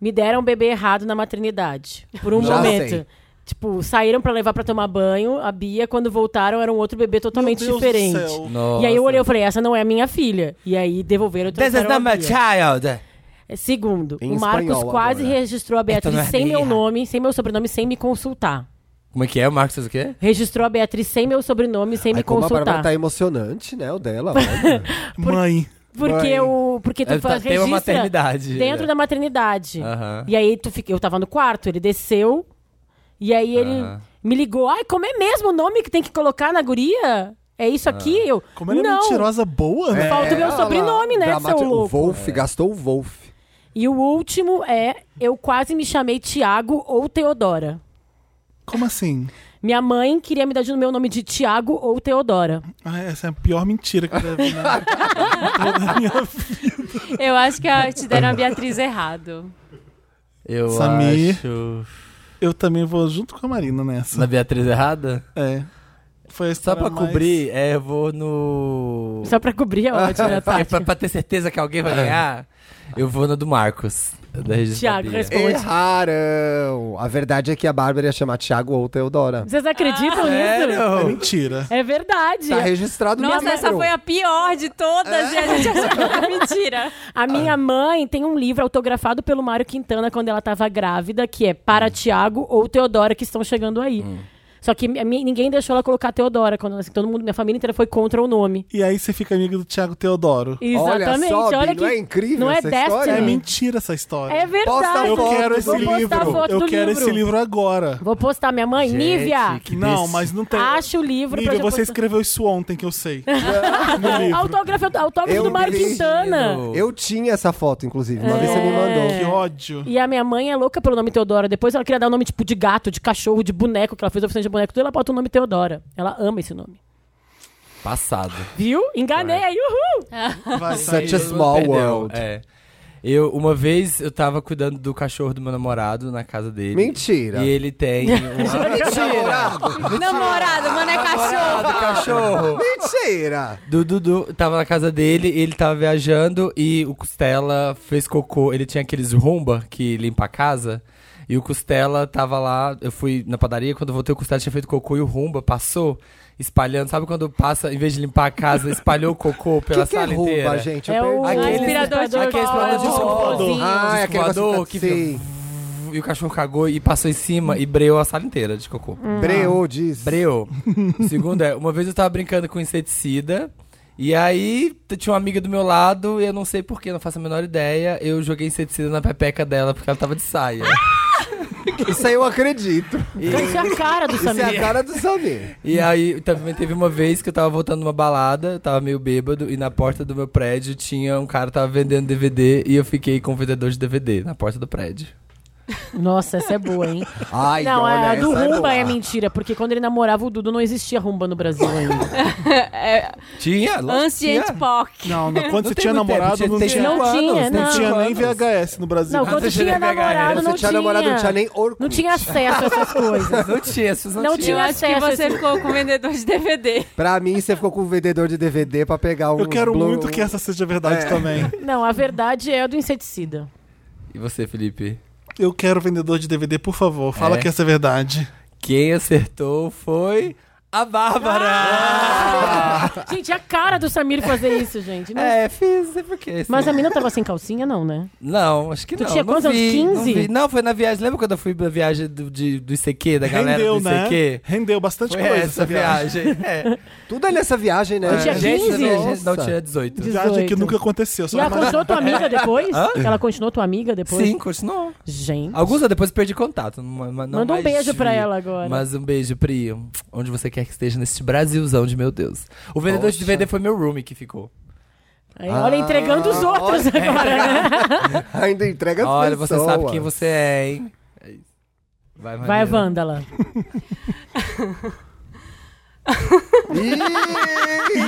me deram um bebê errado na maternidade. Por um Já momento. sei. Tipo, saíram pra levar pra tomar banho, a Bia, quando voltaram, era um outro bebê totalmente Meu Deus do diferente. céu. Nossa. E aí eu olhei e falei, essa não é a minha filha. E aí devolveram e This is trouxeram a not my Bia. child. É, Segundo, Em o Marcos espanhol quase agora. registrou a Beatriz Esta não é sem meu minha. nome, sem meu sobrenome, sem me consultar. Como é que é, Marcos? fez O quê? Registrou a Beatriz sem meu sobrenome, sem Aí me como a Bárbara consultar. tá emocionante, né? O dela, olha. Mãe. Porque Mãe. o. Porque tu É, fa- tá- tem uma registra maternidade, Dentro é. da maternidade. Aham. E aí tu fica, eu tava no quarto, ele desceu. E aí ele Aham. me ligou. Ai, como é mesmo o nome que tem que colocar na guria? É isso aqui? Eu, Como ela é não. É. mentirosa boa, É, né? Falta o meu sobrenome, né, seu O louco? Wolf, gastou o Wolf. E o último é: eu quase me chamei Tiago ou Teodora. Como assim? Minha mãe queria me dar de meu nome de Tiago ou Teodora. Ah, essa é a pior mentira que eu já vi né? na toda a minha vida. Eu acho que ah, te deram a Beatriz errado. Eu Samir. acho. Eu também vou junto com a Marina nessa. Na Beatriz errada? É. Foi a Só história pra mais- cobrir, é, eu vou no. Só pra cobrir é ótimo, né, É, pra, Tati? pra- pra ter certeza que alguém vai ganhar, eu vou na do Marcos. Da Regina Tiago, Sabia. responde. Erraram! A verdade é que a Bárbara ia chamar Thiago ou Teodora. Vocês acreditam nisso? É Ah, Sério? mentira. É verdade. Tá registrado no Nossa, livro. essa foi a pior de todas e a gente achou que era mentira. Né? A minha mãe tem um livro autografado pelo Mário Quintana quando ela tava grávida, que é Para Tiago ou Teodora, que estão chegando aí. Hum. Só que a minha- ninguém deixou ela colocar Teodora. Quando, assim, todo mundo, minha família inteira foi contra o nome. E aí você fica amigo do Thiago Teodoro. Exatamente. Olha Olha, só, Bi, que não é incrível Não é essa história? Destiny. É mentira essa história. É verdade. Posta Eu foto, quero esse Vou postar livro. foto Eu do quero livro. esse livro agora. Vou postar minha mãe, Gente, Nívia. que não, desse- mas não tem. Acha o livro pra Nívia, eu você postar. escreveu isso ontem que eu sei. no livro. É um Autógrafo, autógrafo Eu do Mário dirigindo. Quintana. Eu tinha essa foto, inclusive. Uma vez você me Que mandou. ódio. É. E a minha mãe é louca pelo nome Teodora. Depois ela queria dar o nome tipo de gato, de cachorro, de boneco, que ela fez oficina de boneco. Tudo ela bota o nome Teodora. Ela ama esse nome. Passado. Viu? Enganei aí, uhul! Vai, Such tá a aí. small Perdeu, world. É. Eu, uma vez eu tava cuidando do cachorro do meu namorado na casa dele. Mentira. E ele tem. Um... Mentira. Namorado, mano, é cachorro. cachorro. Mentira. Do Dudu tava na casa dele, ele tava viajando e o Costela fez cocô. Ele tinha aqueles rumba que limpa a casa. E o Costela tava lá, eu fui na padaria, quando eu voltei o Costela tinha feito cocô e o rumba passou espalhando. Sabe quando passa, em vez de limpar a casa, espalhou o cocô O pela que, que é sala rouba, inteira? gente? Eu É o perdi. Aquele- aspirador de Aquele pó, aspirador de disco pó. voadorzinho. Ah, é Ah, aquele negócio- assim. que Sim. E o cachorro cagou e passou em cima e breou a sala inteira de cocô. Breou, diz. Breu. O segundo é, uma vez eu tava brincando com inseticida. E aí, t- tinha uma amiga do meu lado, e eu não sei porquê, não faço a menor ideia. Eu joguei inseticida na pepeca dela, porque ela tava de saia. Isso aí eu acredito. Isso é a cara do Isso é a Samir. cara do Samir. E aí, também teve uma vez que eu tava voltando numa balada, tava meio bêbado, e na porta do meu prédio tinha um cara que tava vendendo DVD, e eu fiquei com o vendedor de DVD na porta do prédio. Nossa, essa é boa, hein? Ai, não, olha, a do essa é Rumba boa. é, mentira, porque quando ele namorava o Dudu não existia Rumba no Brasil ainda. Tinha? lógico que tinha. Ancient Pock. Não, não, quando Não você tem tinha muito tempo, namorado, tinha- não tem tinha, cinco Não tinha, anos, tem não. não cinco tinha nem anos. VHS no Brasil. Ah, Não, quando tinha tinha namorado Você não tinha, tinha. namorado, não tinha nem Orkut. Não tinha acesso a essas coisas. Não tinha, essas Não Eu Tinha acho que acesso, você assim. ficou com o vendedor de DVD. Pra mim, você ficou com o vendedor de DVD pra pegar um. É. Eu quero blu- muito que essa seja verdade também. Não, a verdade é a do inseticida. E você, Felipe? Eu quero vendedor de DVD, por favor. Fala É. que essa é verdade. Quem acertou foi a Bárbara! Gente, é a cara do Samir fazer isso, gente. Não- É, fiz, é porque. Mas assim, a mina tava sem calcinha, não, né? Não, acho que Tu não. tinha não quantos anos? vi, 15? Não, vi. Não, foi na viagem. Lembra quando eu fui pra viagem do, de- do ICQ, da galera Rendeu, do né? ICQ? Rendeu bastante Foi coisa essa, viagem. Tudo é nessa viagem, né? Eu tinha É. Gente, essa 15? viagem não Nossa. tinha 18. Viagem que 18. nunca aconteceu. Só E ela imagina- continuou tua amiga depois? Ela continuou tua amiga depois? Sim, continuou. Gente. Alguns anos depois eu perdi contato. não- não Manda um mais beijo pra vi. ela agora. Mas um beijo, Pri. Onde você quer que esteja nesse Brasilzão de meu Deus. O vendedor de Poxa. DVD foi meu roomie que ficou. Aí, olha, entregando os Ah, outros agora, né? Ainda entrega as Olha, pessoas. você sabe quem você é, hein? É isso. Vai, Vai, Vanessa. Vândala.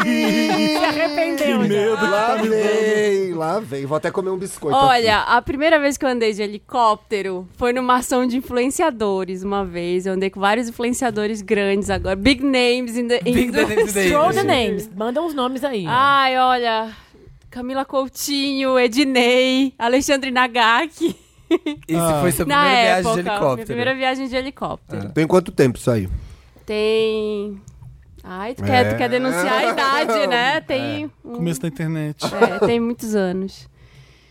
Ih, Se arrependeu. Que né? já. medo que lá tá me dando. vem, lá vem. Vou até comer um biscoito. Olha, a primeira vez que eu andei de helicóptero foi numa ação de influenciadores uma vez. Eu andei com vários influenciadores grandes agora. Big names in the, in Big the- Dennis Throw the Davis. names. Manda uns nomes aí. Ai, olha. Camila Coutinho, Ednei, Alexandre Nagaki. Esse foi sua Na primeira viagem época, de helicóptero. Ah. minha primeira viagem de helicóptero. aqui. Tá. Tem quanto tempo isso aí? Tem. Ai, tu quer, É. tu quer denunciar a idade, É. né? Tem. um- Começo da internet. É, tem muitos anos.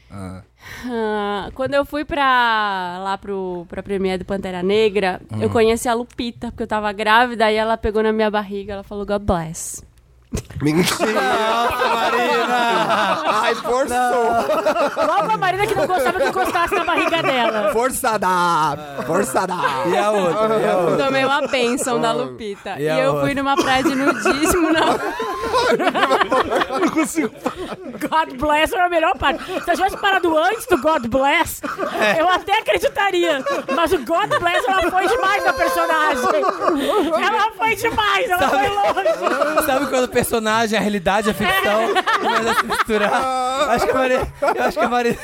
Ah. Ah, quando eu fui pra, lá pro, pra Premiere do Pantera Negra, eu conheci a Lupita, porque eu tava grávida, e ela pegou na minha barriga, ela falou, God bless. Mentira! Ah, Ai, forçou! Logo a Marina que não gostava que eu encostasse na barriga dela. Forçada! Forçada! E a outra? E a outra? Tomei uma bênção da Lupita. E E, a eu outra? fui numa praia de nudismo na God bless era a melhor parte. Se eu tivesse parado antes do God bless, É. eu até acreditaria. Mas o God bless, ela foi demais na personagem. Ela foi demais, ela foi longe. Sabe quando o personagem, a realidade, a ficção começa a se misturar? Ah. Acho que a Maria. Eu acho que a Maria.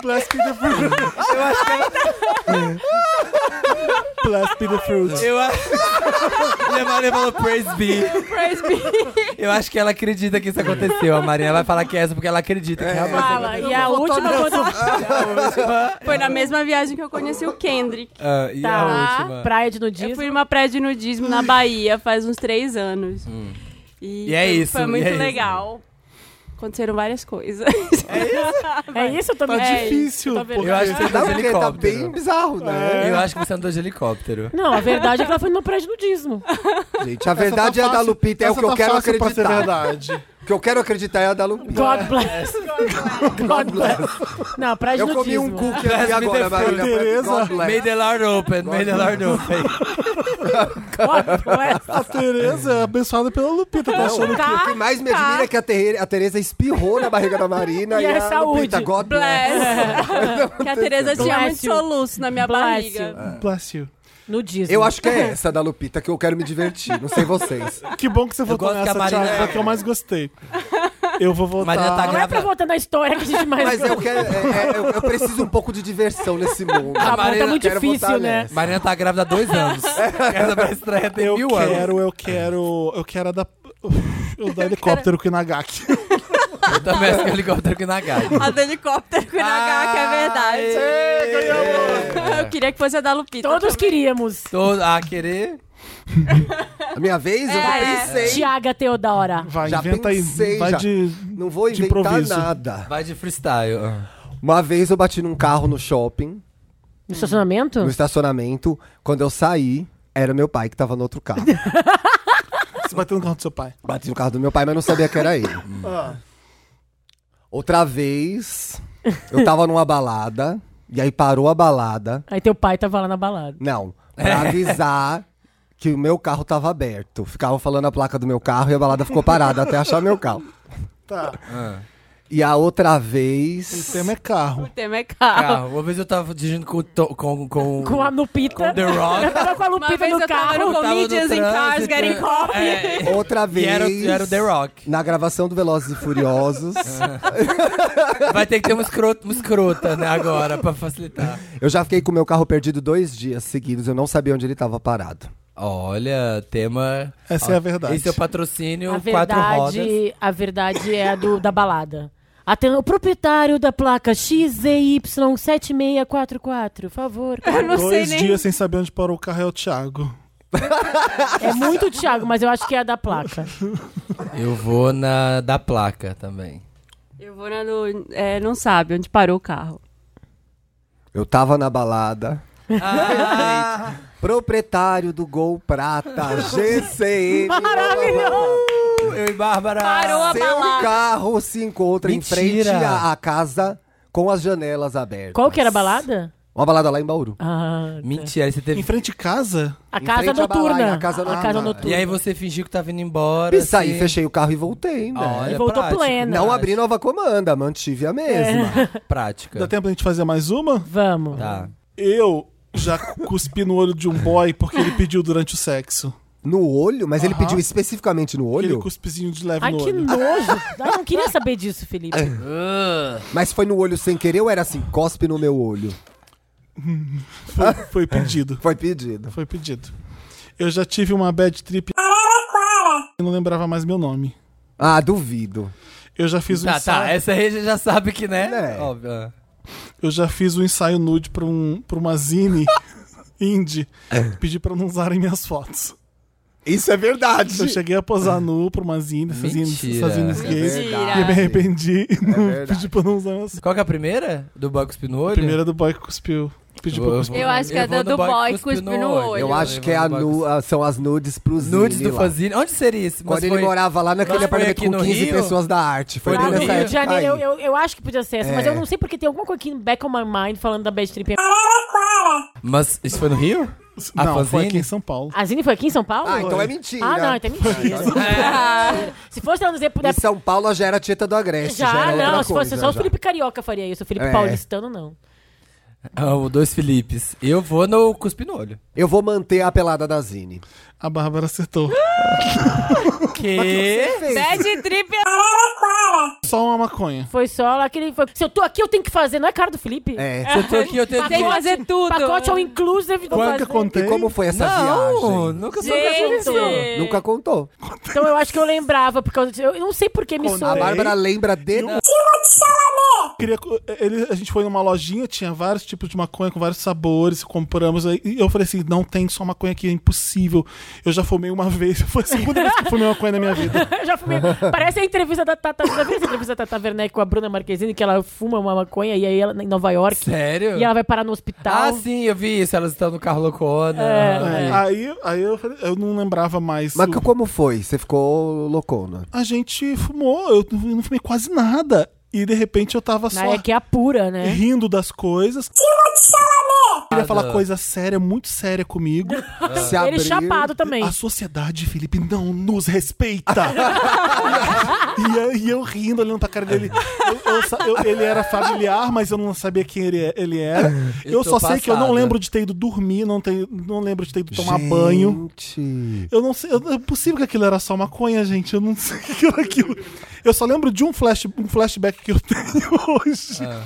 Plastic the Fruit. Eu acho que a, Plastic the Fruit. eu, a- E a Maria falou Praise Be. Praise Eu acho que ela acredita que isso aconteceu. A Maria vai falar que é essa porque ela acredita que realmente. Fala. E a última quando. Foi na mesma viagem que eu conheci o Kendrick. Ah, e Tá. a última. Praia de Eu fui nudismo. numa praia de nudismo na Bahia faz uns três anos. E é foi- isso, Foi e muito é isso. legal. Aconteceram várias coisas. É isso, eu tô Tá me- é isso. difícil. tá vendo? porque- Eu acho que um você Dá andou de porque tá bem helicóptero. bizarro, né? Eu acho que você andou de helicóptero. Não, a verdade é que ela foi numa praia de nudismo. Gente, a Essa verdade tá é a da fácil- Lupita, é o essa que eu tá quero fácil pra ser acreditar. verdade. O que eu quero acreditar é a da Lupita. God bless. God bless. Não, praia de Eu comi nudismo. um cookie aqui agora, Marina. Tereza. God May bless. the Lord open, may the Lord open. God bless. A Tereza é abençoada pela Lupita. Tá achando que O que mais me admira é que a, Terre- a Tereza espirrou na barriga da Marina E e, é a saúde. Lupita, God bless. Bless. É, um que a Tereza tinha muito Bless you. soluço na minha Bless you. barriga. Bless you. Nudismo. É. Eu acho que é essa da Lupita que eu quero me divertir, não sei vocês. É. Que bom que você votou gosto que a nessa, Marina- Thiago, foi é a que eu mais gostei. Eu vou votar. Marina tá Não é pra grávida. voltar na história que a gente mais Mas gosta. eu, quero, é- é- eu, eu preciso um pouco de diversão nesse mundo. Tá A bom, tá Marina- muito Quero difícil, votar né? nessa. Marina tá grávida há dois anos. Essa pra estreia tem Eu mil anos. quero, eu quero, eu quero a da, eu da helicóptero com o Inagaki. Eu também acho Tá que o helicóptero que na gata. A do helicóptero com o NH, que é verdade. Eu queria que fosse a da Lupita. Todos queríamos. Todo, Tá a querer. A minha vez? Eu É. pensei. Tiaga Teodora. Vai, Já Ah, inventa pensei, aí. Vai já. de. Não vou De inventar improviso. nada. Vai de freestyle. Uma vez eu bati num carro no shopping, No estacionamento? no estacionamento. Quando eu saí, era meu pai que tava no outro carro. Você bateu no carro do seu pai. Bati no carro do meu pai, mas não sabia que era ele. Outra vez, eu tava numa balada, e aí parou a balada. Aí teu pai tava lá na balada. Não, pra avisar que o meu carro tava aberto. Ficavam falando a placa do meu carro e a balada ficou parada até achar meu carro. Tá. Ah. E a outra O vez. tema é carro. O tema é carro. Carro. Uma vez eu tava dirigindo com, o to- com, com, Com a Lupita. The Rock. Eu tava com a Uma Lupita vez no eu tava no carro. tava no Comedians in Cars trânsito. Getting Coffee. É, Outra e vez. era, o- era o The Rock. Na gravação do Velozes e Furiosos, Vai ter que ter um escroto, um escrota, né, agora, pra facilitar. eu já fiquei com o meu carro perdido dois dias seguidos. Eu não sabia onde ele tava parado. Olha, tema... Essa é a verdade. Esse é o patrocínio, A quatro rodas. verdade, a verdade é a do, da balada. Até o proprietário da placa XZY7644, por favor. Eu não sei Dois nem. dias sem saber onde parou o carro é o Thiago. É muito Thiago, mas eu acho que é a da placa. Eu vou na da placa também. Eu vou na do. é, não sabe onde parou o carro. Eu tava na balada. Ah, Proprietário do Gol Prata, GCM. Maravilhoso! eu e Bárbara. Parou a Seu balada. carro se encontra em frente Mentira. à à casa com as janelas abertas. Qual que era a balada? Uma balada lá em Bauru. Ah, Mentira, aí você Em teve... frente de casa? a Em casa frente à balada, noturna. a casa Ah, A noturna. casa noturna. E aí você fingiu que tava indo embora. E saí, assim. fechei o carro e voltei, né? Olha, E voltou prático, plena. Não prático. abri nova comanda, mantive a mesma. Dá Prática. tempo da gente fazer mais uma? Vamos. Tá. Eu já cuspi no olho de um boy porque ele pediu durante o sexo. No olho? Mas ele Aham. pediu especificamente no Aquele olho? cuspezinho de leve Ai, no que olho. nojo. Eu não queria saber disso, Felipe. É. Mas foi no olho sem querer ou era assim, cospe no meu olho? Foi, foi pedido. Foi pedido. Foi pedido. Eu já tive uma bad trip. Eu não lembrava mais meu nome. Ah, duvido. Eu já fiz um Tá, ensaio. tá. Essa aí a gente já sabe que, né? É. Óbvio. ah. Eu já fiz um ensaio nude pra, um, pra uma zine indie. Pedi pra não usarem minhas fotos. Isso é verdade. Eu cheguei a posar nu pra uma zine, essas zines Mentira. essas zines É gays. verdade. E eu me arrependi e não verdade. pedi pra não usar minhas fotos. Qual que é a primeira? Do Bugs Pinolho? Primeira do boy que cuspiu. pedir pra cuspir. Eu acho que é do boy que cuspiu cuspiu no olho. Eu acho que é a nu- ah, são as nudes pros Nudes Zini do lá. fanzine. Onde seria isso? Quando ele morava lá mas naquele foi apartamento aqui com no 15 Rio? pessoas da arte. Foi, Foi bem Ah, no nessa Rio época de Janeiro, aí. eu, eu, eu acho que podia ser essa, mas É. eu não sei porque tem alguma coisa aqui no back of my mind falando da bad trip. Mas isso foi no Rio? A Não, foi fanzine? aqui em São Paulo. A Zine foi aqui em São Paulo? Ah, então é mentira. É. Ah, não, então é mentira. Se fosse ela dizer, Em puder. São Paulo já era Tieta do Agreste. Já, Já, era outra não. Se fosse coisa, só o já. Felipe Carioca faria isso. O Felipe É. Paulistano, não. Amo dois Filipes. Eu vou no cuspe no olho. Eu vou manter a pelada da Zine. A Bárbara acertou. Que? Bad trip é Só uma maconha. Foi só lá que ele foi. Se eu tô aqui, eu tenho que fazer. Não é cara do Felipe? É. Eu tô aqui, eu tenho tem que que... fazer tudo. Pacote ao inclusive. vou Quanto é que fazer. eu contei? E como foi essa Não, viagem? nunca soube Gente, disso. Nunca contou. Então eu acho que eu lembrava, porque eu, eu não sei por que me Contei. A soube. Bárbara lembra de... Queria, co- eh, ele, a gente foi numa lojinha, tinha vários tipos de maconha com vários sabores, compramos. aí- E eu falei assim: não tem só maconha aqui, é impossível. Eu já fumei uma vez, foi a segunda vez que eu fumei maconha na minha vida. Eu já fumei. né? Parece a entrevista da Tata. Já viu essa entrevista da Tata Werneck com a Bruna Marquezine, que ela fuma uma maconha e aí ela em Nova York. Sério? E ela vai parar no hospital. Ah, sim, eu vi isso. Elas estão no carro loucona. É, Aí, aí eu, falei- eu não lembrava mais. Mas o- que- como foi? Você ficou loucona. A gente fumou, eu não- eu não fumei quase nada. E de repente eu tava Na só é que é a pura, né? rindo das coisas. Queria Ah. falar coisa séria, muito séria comigo. Se Ele abriu... chapado também. A sociedade, Felipe, não nos respeita. e, eu, e eu rindo, olhando pra cara dele. Eu- eu sa- eu- ele era familiar, mas eu não sabia quem ele, é- ele era. Eu, Eu tô só sei que eu não passada. lembro de ter ido dormir, não, ter, não lembro de ter ido tomar banho. Gente. Eu não sei, eu- é possível que aquilo era só maconha, gente. Eu não sei o que era aquilo. Eu só lembro de um, flash, um flashback que eu tenho hoje. É.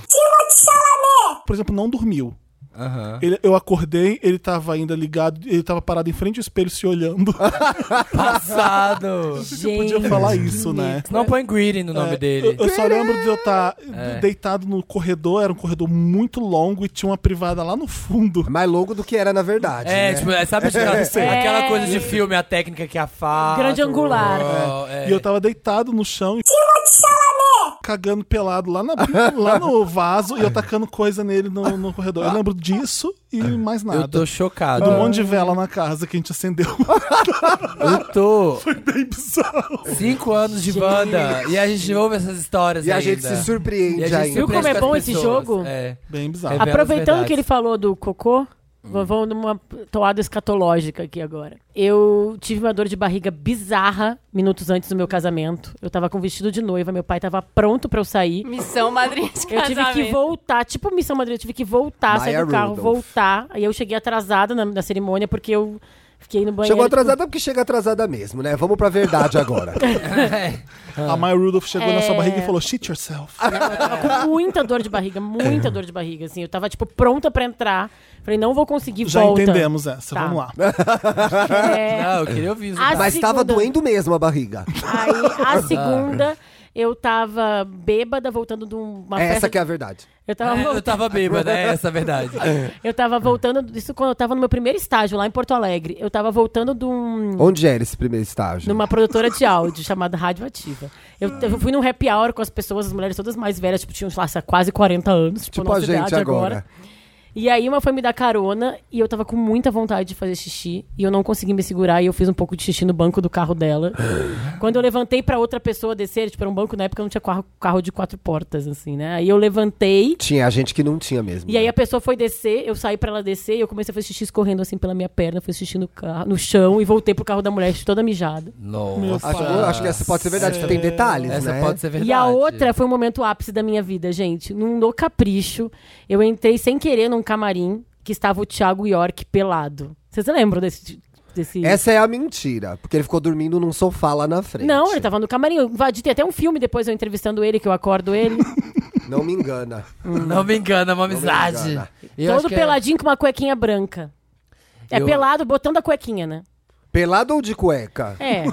Por exemplo, não dormiu. Aham. Ele- eu acordei, ele tava ainda ligado, ele tava parado em frente ao espelho se olhando. Passado. Eu podia falar isso, né? Não põe greeting no nome É, dele. Eu, eu só lembro de eu estar É. deitado no corredor, era um corredor muito longo e tinha uma privada lá no fundo. É Mais longo do que era, na verdade. É, né? tipo, é, sabe tipo, É. aquela coisa de filme, a técnica que afasta. Grande angular. né? Oh, é. E eu tava deitado no chão e. Cagando pelado lá, na, lá no vaso e eu tacando coisa nele no, no corredor. Eu lembro disso e mais Eu nada. tô chocado. Do monte de vela na casa que a gente acendeu. Eu tô Bem bizarro. cinco anos de banda e a gente ouve essas histórias E a ainda. gente se surpreende E a gente se ainda. Viu como é surpreende com as bom esse pessoas. jogo? É. Bem bizarro. É belas Aproveitando verdades. que ele falou do cocô, Hum. v- vamos numa toada escatológica aqui agora. Eu tive uma dor de barriga bizarra minutos antes do meu casamento. Eu tava com um vestido de noiva, meu pai tava pronto pra eu sair. Missão madrinha de Eu tive que casamento. voltar, tipo missão madrinha, eu tive que voltar, sair Maya do carro, Rudolph. voltar. Aí eu cheguei atrasada na, na cerimônia porque eu fiquei no banheiro. tipo, Chegou atrasada é porque chega atrasada mesmo, né? Vamos pra verdade agora. A Maya Rudolph chegou na sua É. Tá. barriga e falou: shit yourself. com muita dor de barriga, muita dor de barriga, assim. Eu tava, tipo, pronta pra entrar. Falei, não vou conseguir, Já volta. entendemos essa, Tá. vamos lá. É, Não, eu queria ouvir isso. Ah, cara. Mas tava Segunda. doendo mesmo a barriga. Aí, a segunda, eu tava bêbada, voltando de uma É festa. essa que é a verdade. eu, tava É, vol- eu tava bêbada, é essa a verdade. eu tava voltando. Isso quando eu tava no meu primeiro estágio lá em Porto Alegre. Eu tava voltando de um. Onde era esse primeiro estágio? Numa produtora de áudio chamada Radioativa. Eu, eu fui num happy hour com as pessoas, as mulheres todas mais velhas, tipo, tinham, sei lá, quase 40 anos, tipo, Tipo nossa a gente idade agora. E aí uma foi me dar carona e eu tava com muita vontade de fazer xixi e eu não consegui me segurar e eu fiz um pouco de xixi no banco do carro dela. Quando eu levantei pra outra pessoa descer, tipo, era um banco na época não tinha carro, carro de quatro portas assim, né? Aí eu levantei Tinha a gente que não tinha mesmo. e aí né? a pessoa foi descer, eu saí pra ela descer e eu comecei a fazer xixi escorrendo assim pela minha perna, fiz xixi no carro, no chão e voltei pro carro da mulher toda mijada. Nossa. Acho, eu acho que essa pode ser verdade, porque tem detalhes, Essa né? pode ser verdade. E a outra foi um momento ápice da minha vida, gente. Num no capricho, eu entrei sem querer num camarim que estava o Thiago York pelado. Vocês lembram desse desse Essa é a mentira, porque ele ficou dormindo num sofá lá na frente. Não, ele tava no camarim. Eu invadi, tem até um filme depois eu entrevistando ele, que eu acordo ele. Não me engana. Não me engana, é uma amizade. engana. Eu acho Hum. todo que é peladinho com uma cuequinha branca. É Eu- pelado botando a cuequinha, né? Pelado ou de cueca? É.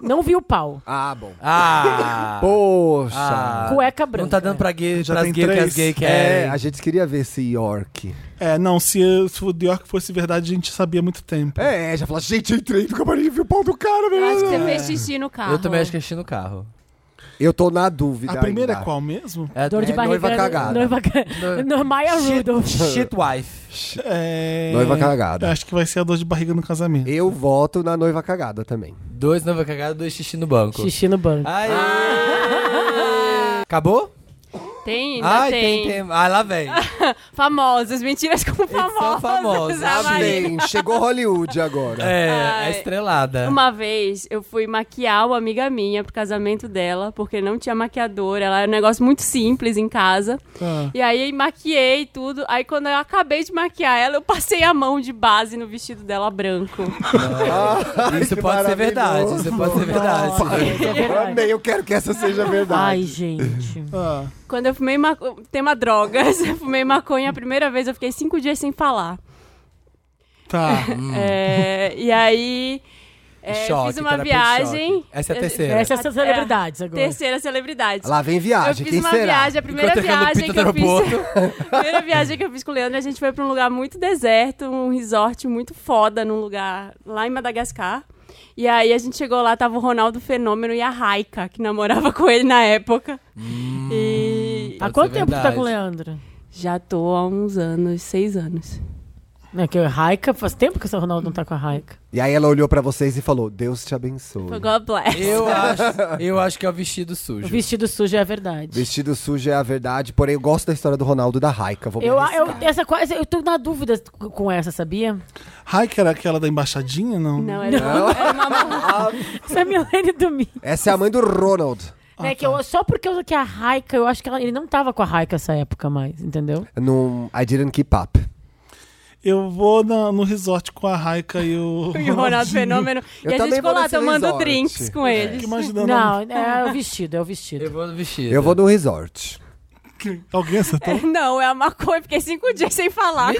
Não viu o pau. Ah, bom. É... Ah! Poxa. Ah. Cueca branca. Não tá dando pra gay, Já pras tem gay que as três. gay É, querem. a gente queria ver esse York. É, não, se, se o Dior fosse verdade, a gente sabia há muito tempo. É, já falou, gente, entrei no camarim e vi o pau do cara, Eu acho que velho. você fez xixi no carro. Eu também acho que enchi no carro. Eu tô na dúvida A primeira é ainda. qual mesmo? É, Dor de É, barriga. né? noiva cagada. Noiva cagada. Maya Rudolph. Shit wife. É... Noiva cagada. Acho que vai ser a dor de barriga no casamento. Eu voto na noiva cagada também. Dois nova cagada, dois xixi no banco. Xixi no banco. Ah. Aê! Acabou? Tem, ainda Ai, tem. tem, tem. Ah, lá vem. Famosos, mentiras com famosos. famosos, Ah, vai. Amém. Tá Chegou Hollywood agora. É, é Ai. estrelada. Uma vez eu fui maquiar uma amiga minha pro casamento dela, porque não tinha maquiadora, ela era um negócio muito simples em casa. Ah. E aí maquiei tudo. Aí quando eu acabei de maquiar ela, eu passei a mão de base no vestido dela branco. Ai, Isso que pode ser maravilhoso. verdade, isso pode ser verdade. Amei, eu quero que essa seja verdade. é Ai, gente. Ah. Quando eu fumei ma... tema drogas, eu fumei maconha a primeira vez, eu fiquei cinco dias sem falar. Tá. É, e aí é, Hum. Choque, fiz uma terapia de viagem. choque. Essa é a Eu- terceira. Essa é a celebridade agora. Terceira celebridade. Lá vem Eu viagem, fiz quem uma será? viagem, a primeira Enquanto errando viagem pita que eu no fiz. primeira viagem que eu fiz com o Leandro, a gente foi pra um lugar muito deserto, um resort muito foda num lugar lá em Madagascar. E aí a gente chegou lá, tava o Ronaldo Fenômeno e a Raika, que namorava com ele na época. Hum, E Há Pode quanto é ser tempo tu tá verdade. com o Leandro? já tô há uns anos, seis anos. Não, É que o Raika, faz tempo que o seu Ronaldo não tá com a Raika. E aí ela olhou pra vocês e falou: Deus te abençoe. Foi God bless. Eu acho, eu acho que é o vestido O sujo. vestido sujo é a verdade. Vestido sujo é a verdade, porém eu gosto da história do Ronaldo e da Raika. Vou me Eu, eu, arriscar. essa, quase- eu tô na dúvida c- com essa, sabia? Hike era aquela da embaixadinha, não? Não, era uma, era uma Essa é a Milene do Mi. Essa é a mãe do Ronald. Ah, é que tá. eu, só porque eu, que a Raika, eu acho que ela- ele não tava com a Raika essa época mais, entendeu? Num I didn't keep up. Eu vou na- no resort com a Raika e o. E o Ronaldo Fenômeno. Eu e a também gente ficou vou lá nesse tomando resort. É. drinks com Fico eles. Imaginando Não, é o vestido, é o vestido. Eu vou no vestido. Eu vou no resort. alguém acertou. Não, é a maconha. Fiquei cinco dias sem falar.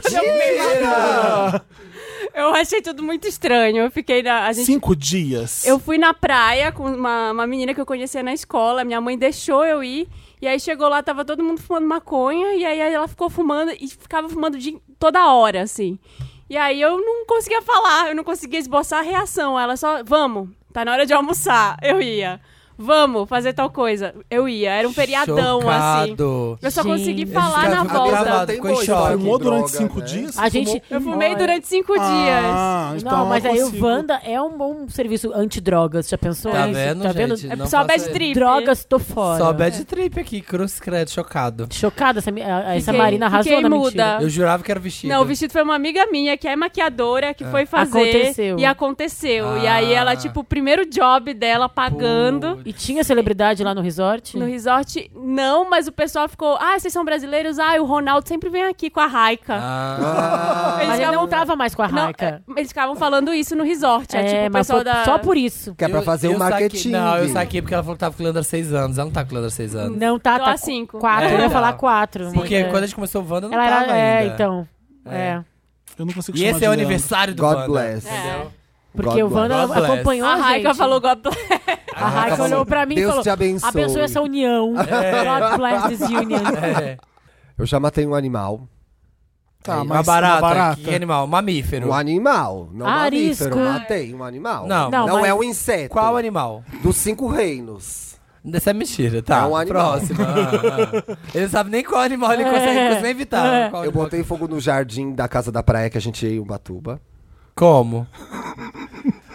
Eu achei tudo muito estranho. Eu fiquei na. A gente Cinco dias. Eu fui na praia com uma, uma menina que eu conhecia na escola. Minha mãe deixou eu ir. E aí chegou lá, tava todo mundo fumando maconha. E aí ela ficou fumando e ficava fumando de, toda hora, assim. E aí eu não conseguia falar, eu não conseguia esboçar a reação. Ela só, vamos, tá na hora de almoçar. Eu ia. Vamos fazer tal coisa. Eu ia. Era um feriadão, assim. Chocado. Eu só Gente. consegui falar Esse cara na Tá ficou volta. gravado. Tem ficou em boa história choque. Fumou que durante droga, um cinco né? dias? A gente. Eu fumei durante cinco dias. Ah, então Não, mas aí o consigo. Wanda é um bom serviço antidrogas, já pensou? Tá nisso? vendo, Tá gente? vendo? Não Só faça bad isso. trip. Drogas, tô fora. Só bad trip aqui, cruz credo, chocado. Chocada, essa, mi- a- essa Fiquei- Marina arrasou fiquei na muda. mentira. Eu jurava que era o vestido. Não, o vestido foi uma amiga minha, que é maquiadora, que foi fazer. Aconteceu. E aconteceu. E aí Ah. ela, tipo, o primeiro job dela pagando. Putz. E tinha celebridade lá no resort? No resort, não, mas o pessoal ficou, ah, vocês são brasileiros? Ah, o Ronaldo sempre vem aqui com a Raika. Ah, Mas ele não ficavam- tava mais com a não, Raika. é, eles ficavam falando isso no resort. É, tipo, o mas pessoal foi da. só por isso. Que é pra eu- fazer o eu saquei- marketing. Não, eu saquei porque ela falou que tava com o Leandro há seis anos. Ela não tá com o Leandro há seis anos. Não, tá, Tô tá há qu- cinco. Quatro, É, eu ia tá. falar quatro. Porque É. quando a gente começou o Wanda, não Ela tava era, é, ainda. então. É. É. Eu não consigo E chamar esse de é o Leandro. aniversário do God Wanda. bless. É. Porque o God bless. Wanda God bless. acompanhou A Raika gente. falou God bless. A É. Raika olhou pra mim e Deus falou: te abençoe. É. abençoe essa união. God bless this union. É. Eu já matei um animal. Tá, mas uma barata. Que animal? Mamífero. Um animal. Não um Arisco. mamífero. Matei um animal. Não. Ah, Não, não mas- é um inseto. Qual animal? Dos cinco reinos. Essa é mentira, tá? É um animal. Próximo. Ah, ah. Ele não sabe nem qual animal ele consegue, É. consegue nem evitar. né? Qual Eu animal- botei fogo no jardim da casa da praia que a gente ia em Ubatuba. Como?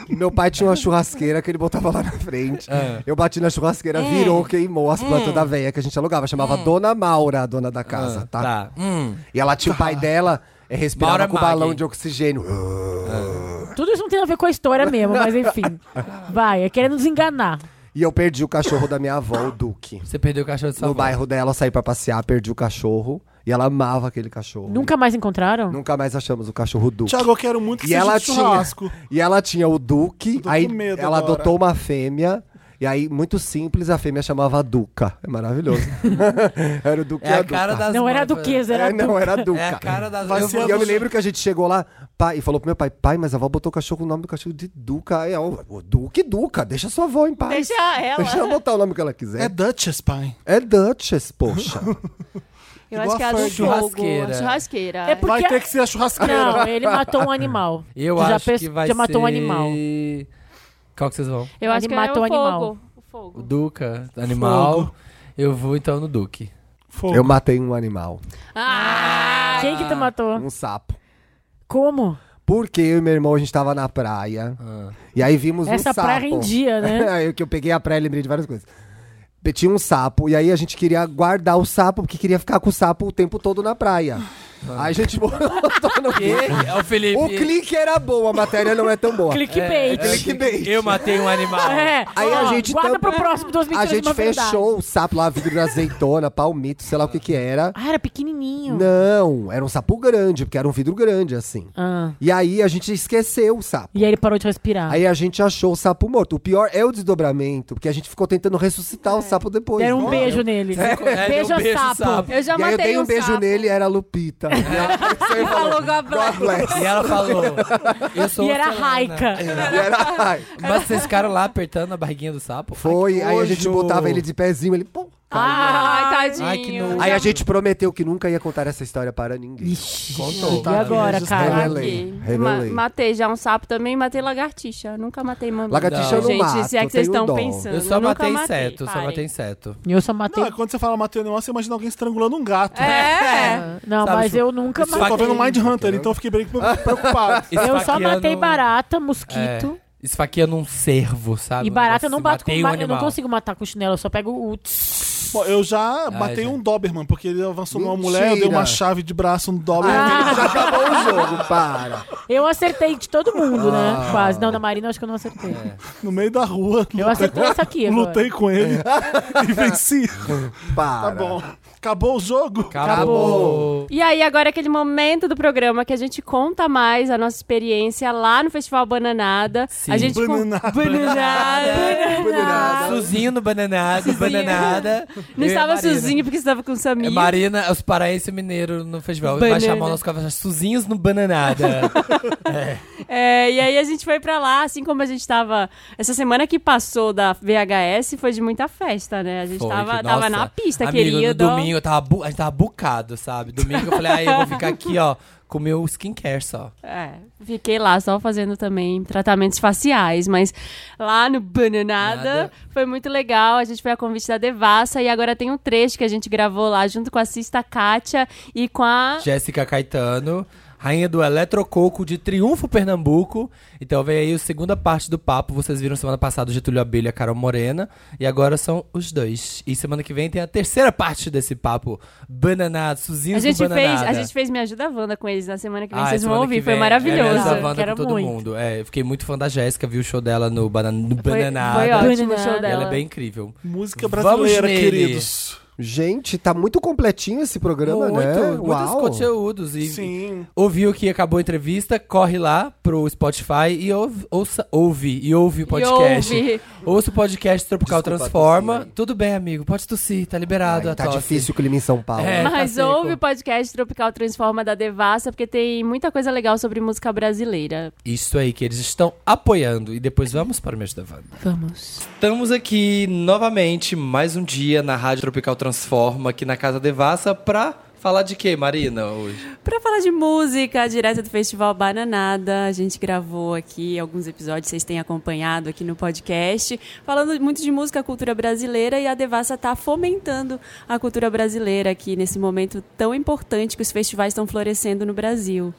Meu pai tinha uma churrasqueira que ele botava lá na frente. É. Eu bati na churrasqueira, É. virou, queimou as plantas da veia que a gente alugava. Chamava Dona Maura, a dona da casa, Ah, tá? Tá. Hum. E ela tinha o pai dela, é, respirava Maura com balão Maggi. de oxigênio. Tudo isso não tem a ver com a história mesmo, mas enfim. Vai, é querendo nos enganar. E eu perdi o cachorro da minha avó, o Duque. Você perdeu o cachorro de sua No avó. bairro dela, eu saí pra passear, perdi o cachorro. E ela amava aquele cachorro. Nunca mais encontraram? Nunca mais achamos o cachorro Duque. Thiago, eu quero muito que E seja ela, de churrasco. tinha, e ela tinha o Duque, Tô aí com medo ela agora. adotou uma fêmea. E aí, muito simples, a fêmea chamava Duca. É maravilhoso. era o Duque É e a a Duca. cara das Não era a mães, duquesa, era É, a não, era a Duca. É a cara das Vai eu ser vou- E eu me lembro que a gente chegou lá pai, e falou pro meu pai, pai, mas a avó botou o cachorro, o nome do cachorro de Duca. É, o, o Duque, Duca, deixa sua avó em paz. Deixa ela. Deixa ela botar o nome que ela É quiser. Duchess, pai. É, Duchess, poxa. Eu Igual acho que é a a do Fergie. fogo. Churrasqueira. A churrasqueira. É porque. Vai ter que ser a churrasqueira. Não, ele matou um animal. Eu já acho que pes- vai já matou um ser- animal. Qual que vocês vão? Eu acho que é Matou o animal. fogo. O O fogo. Duca, animal. Fogo. Eu vou então no Duque. Fogo. Eu matei um animal, Ah, Quem que tu matou? um sapo. Como? Porque eu e meu irmão, a gente tava na praia. Ah. E aí vimos um Essa sapo. praia rendia, né? Aí que eu peguei a praia e lembrei de várias coisas. E Tinha um sapo, e aí a gente queria guardar o sapo, porque queria ficar com o sapo o tempo todo na praia. Aí a gente botou no É o Felipe. O clique era bom, a matéria não é tão boa. É, Clickbait. Clickbait. Eu matei um animal. É. Aí a Ó, gente guarda tampa- pro próximo 2023 A gente uma verdade. fechou o sapo lá, vidro de azeitona, palmito, sei lá o que que era. Ah, era pequenininho. Não, era um sapo grande, porque era um vidro grande, assim. Ah. E aí a gente esqueceu o sapo. E aí ele parou de respirar. Aí a gente achou o sapo morto. O pior é o desdobramento, porque a gente ficou tentando ressuscitar o sapo depois. Deram um Olha. beijo nele. É, deu Beija um beijo, sapo. sapo. Eu já E aí eu matei dei um, beijo sapo. nele e era a Lupita. E ela apareceu e falou, Falou com a God bless. E ela falou: Eu sou E era Selena. raica. É, E era- ai, Mas vocês ficaram lá apertando a barriguinha do sapo? Foi, Ai, que aí a gente nojo. botava ele de pezinho, ele... Pum, Ai, Ai, que tadinho. nojo. Aí a gente prometeu que nunca ia contar essa história para ninguém. tá? Contou. E agora, cara? Revelei, Aqui. revelei. Ma- matei já um sapo também, matei lagartixa. Nunca matei mamãe. Não. Lagartixa eu não Gente, mato, se é que vocês tenho estão dó. pensando. Eu só Nunca matei matei, inseto, só parem. matei inseto. Eu só matei. Não, é quando você fala matei um animal, você imagina alguém estrangulando um gato. É. Não, Sabe, mas tipo, eu nunca Eu tô matei. vendo Mind Hunter, então eu fiquei bem preocupado. Eu só matei Esfaqueando- um- barata, mosquito. É, esfaqueando um cervo, sabe? E barata eu não Nossa, bato com matei um barata. Eu não animal. consigo matar com chinelo, eu só pego o. Bom, eu já matei já. um Doberman, porque ele avançou numa Ah, Mentira. Ah, mulher, eu dei uma chave de braço no Doberman. Já acabou o jogo, para. Eu acertei de todo mundo, Ah. né? Quase. Não, da Marina eu acho que eu não acertei. no meio da rua. Eu acertei essa aqui agora. Lutei com ele e venci. Tá É. Para. bom. Acabou o jogo? Acabou. E aí, agora é aquele momento do programa que a gente conta mais a nossa experiência lá no Festival Bananada. Sim. A gente con- Bananada. Bananada. Suzinho no bananada, bananada. Ah, Não Eu e a estava Marina. sozinho porque estava com o É Samir. Marina, os paraense mineiro no festival. Vai Banana. chamar o nosso cavalo Suzinhos no Bananada. É, e aí a gente foi pra lá, assim como a gente tava. Essa semana que passou da VHS foi de muita festa, né? A gente Foi, tava, que- nossa. tava na pista, Amigo, querido. No domingo eu tava, bu- a gente tava bucado, sabe? Domingo eu falei, aí eu vou ficar aqui, ó, com o meu skincare só. É, fiquei lá só fazendo também tratamentos faciais, mas lá no Bananada Nada. foi muito legal. A gente foi a convite da Devassa e agora tem um trecho que a gente gravou lá junto com a Sista Kátia e com a. Jéssica Caetano, rainha do Eletrococo de Triunfo Pernambuco. Então vem aí a segunda parte do papo. Vocês viram semana passada o Getúlio Abelha e a Carol Morena. E agora são os dois. E semana que vem tem a terceira parte desse papo. Bananado, Suzinho A gente, do fez, Bananada. a gente fez Me Ajuda Wanda com eles na semana que vem, Ah, vocês vão semana ouvir, que foi vem, É maravilhoso. Era essa Wanda Quero com todo muito. mundo. É, eu fiquei muito fã da Jéssica, vi o show dela no, bana, no Foi, Bananada. foi ótimo o Bananada. show E dela. Ela é bem incrível. Música Vamos brasileira, nele. queridos. Gente, tá muito completinho esse programa, Muito, né? muitos Uau. conteúdos. E Sim. ouviu que acabou a entrevista, corre lá pro Spotify e ouve, ouça, ouve e ouve o podcast. ouve. Ouça o podcast Tropical Desculpa, Transforma. tossi aí. Tudo bem, amigo, pode tossir, tá liberado Ai, a tá tosse. difícil o clima em São Paulo. É, tá Mas seco. ouve o podcast Tropical Transforma da Devassa, porque tem muita coisa legal sobre música brasileira. Isso aí, que eles estão apoiando. E depois vamos para o Mês da Wanda. Vamos. Estamos aqui novamente, mais um dia na Rádio Tropical Transforma, aqui na Casa Devassa, pra falar de quê, Marina, hoje? Pra falar de música, direta do Festival Bananada, a gente gravou aqui alguns episódios, vocês têm acompanhado aqui no podcast, falando muito de música, cultura brasileira, e a Devassa tá fomentando a cultura brasileira aqui nesse momento tão importante que os festivais estão florescendo no Brasil.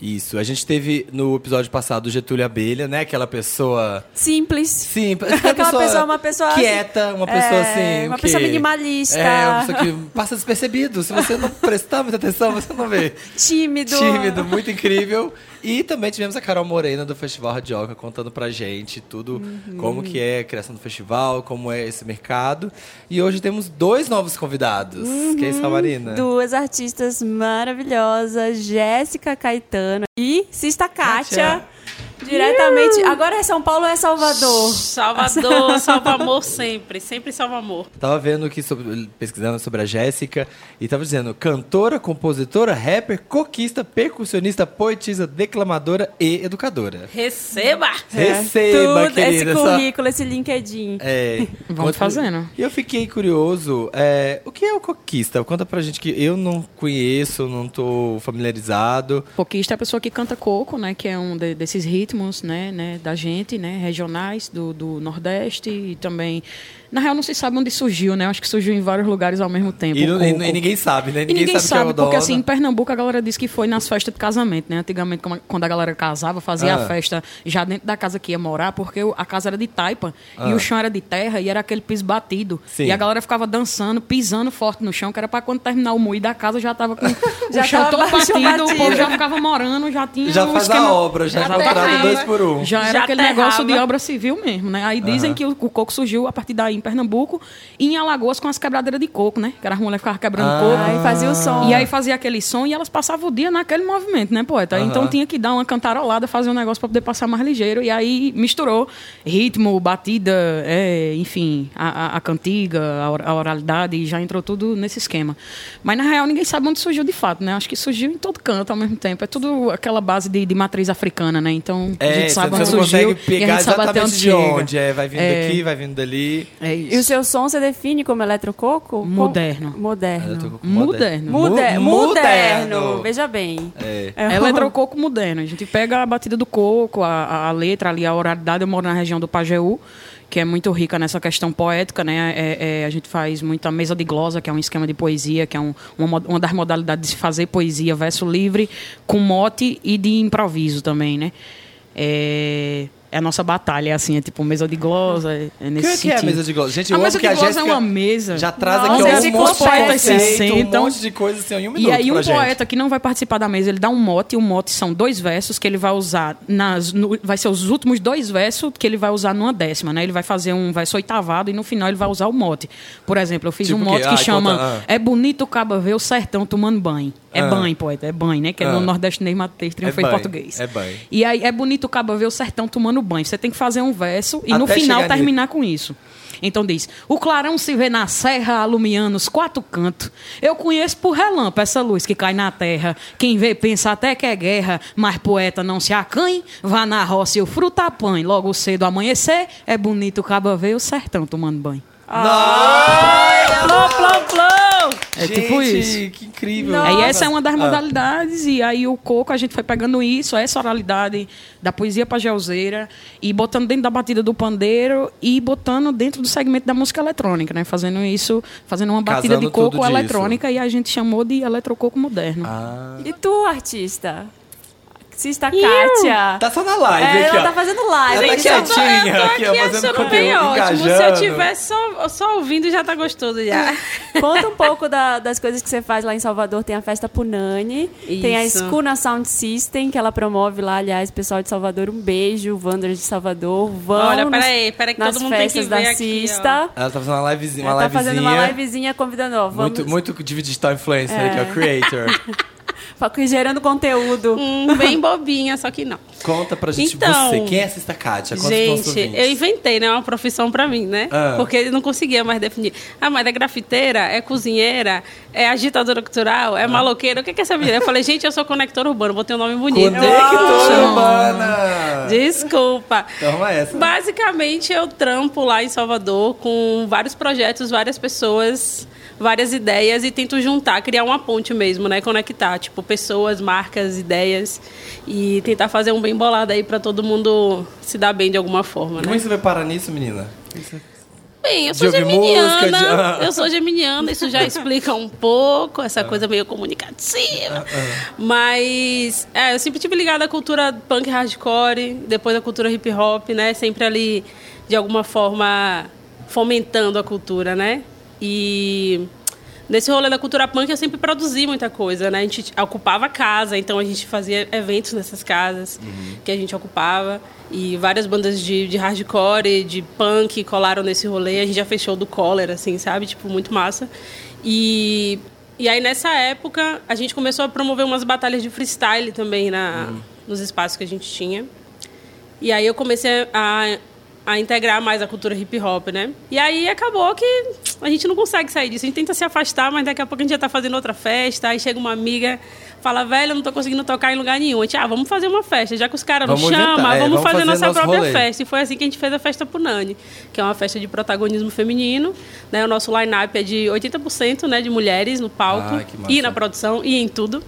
Isso, a gente teve no episódio passado o Getúlio Abelha, né? Aquela pessoa Simples. Sim, Aquela pessoa é uma pessoa quieta, uma pessoa É, assim. uma que- pessoa minimalista. É, uma pessoa que passa despercebido. Se você não prestar muita atenção, você não vê. Tímido. Tímido, muito incrível. E também tivemos a Carol Morena do Festival Radioca contando pra gente tudo, Uhum. como que é a criação do festival, como é esse mercado. E hoje temos dois novos convidados. Quem Uhum. são, Marina? Duas artistas maravilhosas, Jéssica Caetano e Sista Kátia. Diretamente. Agora é São Paulo ou é Salvador? Salvador, salva amor sempre, sempre salva amor. Tava vendo aqui, sobre- pesquisando sobre a Jéssica, e tava dizendo cantora, compositora, rapper, coquista, percussionista, poetisa, declamadora e educadora. Receba! Receba, É. Tudo, querida. esse essa- currículo, esse LinkedIn. É, Vamos fazendo. E eu fiquei curioso, é, o que é o coquista? Conta pra gente que eu não conheço, não tô familiarizado. Coquista é a pessoa que canta coco, né? Que é um de- desses ritmos né, né, da gente, né, regionais do, do Nordeste e também. Na real, não se sabe onde surgiu, né? Acho que surgiu em vários lugares ao mesmo tempo. E, não- e- O- o- e ninguém sabe, né? e ninguém que é sabe, o porque dono. assim, em Pernambuco a galera disse que foi nas festas de casamento, né? Antigamente, como- quando a galera casava, fazia Ah. a festa já dentro da casa que ia morar, porque o- a casa era de taipa Ah. e o chão era de terra e era aquele piso batido. Sim. E a galera ficava dançando, pisando forte no chão, que era pra quando terminar o moí da casa já tava com Já o chão tava todo o chão batido, o batido. povo já ficava morando, já tinha Já um faz esquema- a obra, já, já terrava. contrata dois por um. Já era Já aquele terrava. negócio de obra civil mesmo, né? Aí dizem Aham. que o, o coco surgiu a partir daí em Pernambuco e em Alagoas com as quebradeiras de coco, né? Que era as mulheres ficavam quebrando Ah. coco. Aí fazia o som. E aí fazia aquele som e elas passavam o dia naquele movimento, né, poeta? Aham. Então tinha que dar uma cantarolada, fazer um negócio pra poder passar mais ligeiro. E aí misturou ritmo, batida, é, enfim, a, a- a cantiga, a, or- a oralidade, e já entrou tudo nesse esquema. Mas na real ninguém sabe onde surgiu de fato, né? Acho que surgiu em todo canto ao mesmo tempo. É tudo aquela base de, de matriz africana, né? Então É, a gente sabe você onde não surgiu. consegue e a pegar gente sabe até exatamente onde de chega. onde. É, vai vindo É. daqui, vai vindo dali. É E o isso. seu som você define como eletrococo? Com- Moderno. Eu tô Moderno. com moderno. Moderno. Mude- Mu- Moderno. Veja bem. É. É um- Eletrococo moderno. A gente pega a batida do coco, a- a, a letra ali, a oralidade. Eu moro na região do Pajeú, que é muito rica nessa questão poética, né? É- é, a gente faz muita mesa de glosa, que é um esquema de poesia, que é um- uma, mo- uma das modalidades de se fazer poesia, verso livre, com mote e de improviso também, né? É, é a nossa batalha, assim, é tipo mesa de glosa, é, é O que, nesse é que é a sentido. mesa de glosa? Gente, A eu amo mesa de que a glosa é Jéssica uma mesa. é Já traz Nossa, aqui esse um monte de poeta se conceito, um sentam. monte de coisa assim, em um minuto então E aí um pra gente. poeta que não vai participar da mesa, ele dá um mote, e o mote são dois versos que ele vai usar nas no- vai ser os últimos dois versos que ele vai usar numa décima, né? Ele vai fazer um verso oitavado e no final ele vai usar o mote. Por exemplo, eu fiz Tipo um o quê? mote que Ah, chama conta, ah. É bonito o caba ver o sertão tomando banho. É Ah. banho, poeta, é banho, né? Que Ah. é no nordestinês matei, triunfo em banho, português. é banho. E aí é bonito o caba ver o sertão tomando banho. Você tem que fazer um verso e no Até final chegar terminar com isso. Então diz: O clarão se vê na serra, alumiando os quatro cantos. Eu conheço por relâmpago essa luz que cai na terra. Quem vê pensa até que é guerra, mas poeta não se acanhe. Vá na roça e o fruta apanhe. Logo cedo amanhecer, é bonito o caba ver o sertão tomando banho. Plom, plom, plom! É tipo isso. Gente, que incrível. Ah. Aí essa é uma das modalidades, e aí o coco a gente foi pegando isso, essa oralidade da poesia pajelzeira, e botando dentro da batida do pandeiro e botando dentro do segmento da música eletrônica, né? Fazendo isso, fazendo uma batida Casando de coco tudo disso. eletrônica e a gente chamou de eletrococo moderno. Ah, E tu, artista? Artista Kátia. Tá só na live É, aqui, ela ó. tá fazendo live. Ela tá aqui, ó. Eu tô quietinha aqui, ó, aqui fazendo achando conteúdo, bem ótimo. Se eu engajando. tivesse só, só ouvindo, já tá gostoso já. Conta um pouco da- das coisas que você faz lá em Salvador. Tem a festa Punani, tem a Isso. Escuna Sound System, que ela promove lá. Aliás, pessoal de Salvador, um beijo. Wanderers de Salvador, vão Olha, nos- peraí, peraí que nas todo mundo tem que festas ver da aqui, Cista. Ela tá fazendo uma livezinha, uma Ela tá livezinha. fazendo uma livezinha convidando, ó, vamos, Muito, muito de digital influencer aqui, É. ó, creator. fa- gerando conteúdo. Hum, bem bobinha, só que não. Conta pra gente Então, você. Quem é essa Kátia? Conta pros nossos Gente, ouvintes. eu inventei, né? Uma profissão pra mim, né? Ah. Porque eu não conseguia mais definir. Ah, mas é grafiteira, é cozinheira, é agitadora cultural, Ah. é maloqueira. O que que é essa menina? Eu falei, gente, eu sou conectora urbana, botei um nome bonito. é Conector Urbana! Desculpa. Toma Então, essa. Basicamente, eu trampo lá em Salvador com vários projetos, várias pessoas, várias ideias e tento juntar, criar uma ponte mesmo, né? Conectar, tipo, pessoas, marcas, ideias e tentar fazer um bem bolado aí pra todo mundo se dar bem de alguma forma, Como é né? que você vai parar nisso, menina? Bem, eu De sou ouvir música, de- geminiana, Ah. eu sou geminiana, isso já explica um pouco, essa coisa meio É. comunicativa. Ah. Mas é, eu sempre tive ligada à cultura punk hardcore, depois à cultura hip hop, né? Sempre ali, de alguma forma, fomentando a cultura, né? E nesse rolê da cultura punk eu sempre produzi muita coisa, né? A gente ocupava casa, então a gente fazia eventos nessas casas Uhum. Uhum. que a gente ocupava. E várias bandas de, de hardcore, de punk colaram nesse rolê. A gente já fechou do Collar, assim, sabe? Tipo, muito massa. E, e aí nessa época a gente começou a promover umas batalhas de freestyle também na, Hum. nos espaços que a gente tinha. E aí eu comecei a, a integrar mais a cultura hip hop, né? E aí acabou que a gente não consegue sair disso. A gente tenta se afastar, mas daqui a pouco a gente já tá fazendo outra festa. Aí chega uma amiga, fala, velho, eu não tô conseguindo tocar em lugar nenhum. A gente, ah, vamos fazer uma festa. Já que os caras não Vamos chamam, inventar, é, vamos, vamos fazer, fazer nossa nosso própria rolê. festa. E foi assim que a gente fez a festa Punani, que é uma festa de protagonismo feminino. Né? O nosso line-up é de 80% né, de mulheres no palco Ah, que massa. e na produção e em tudo.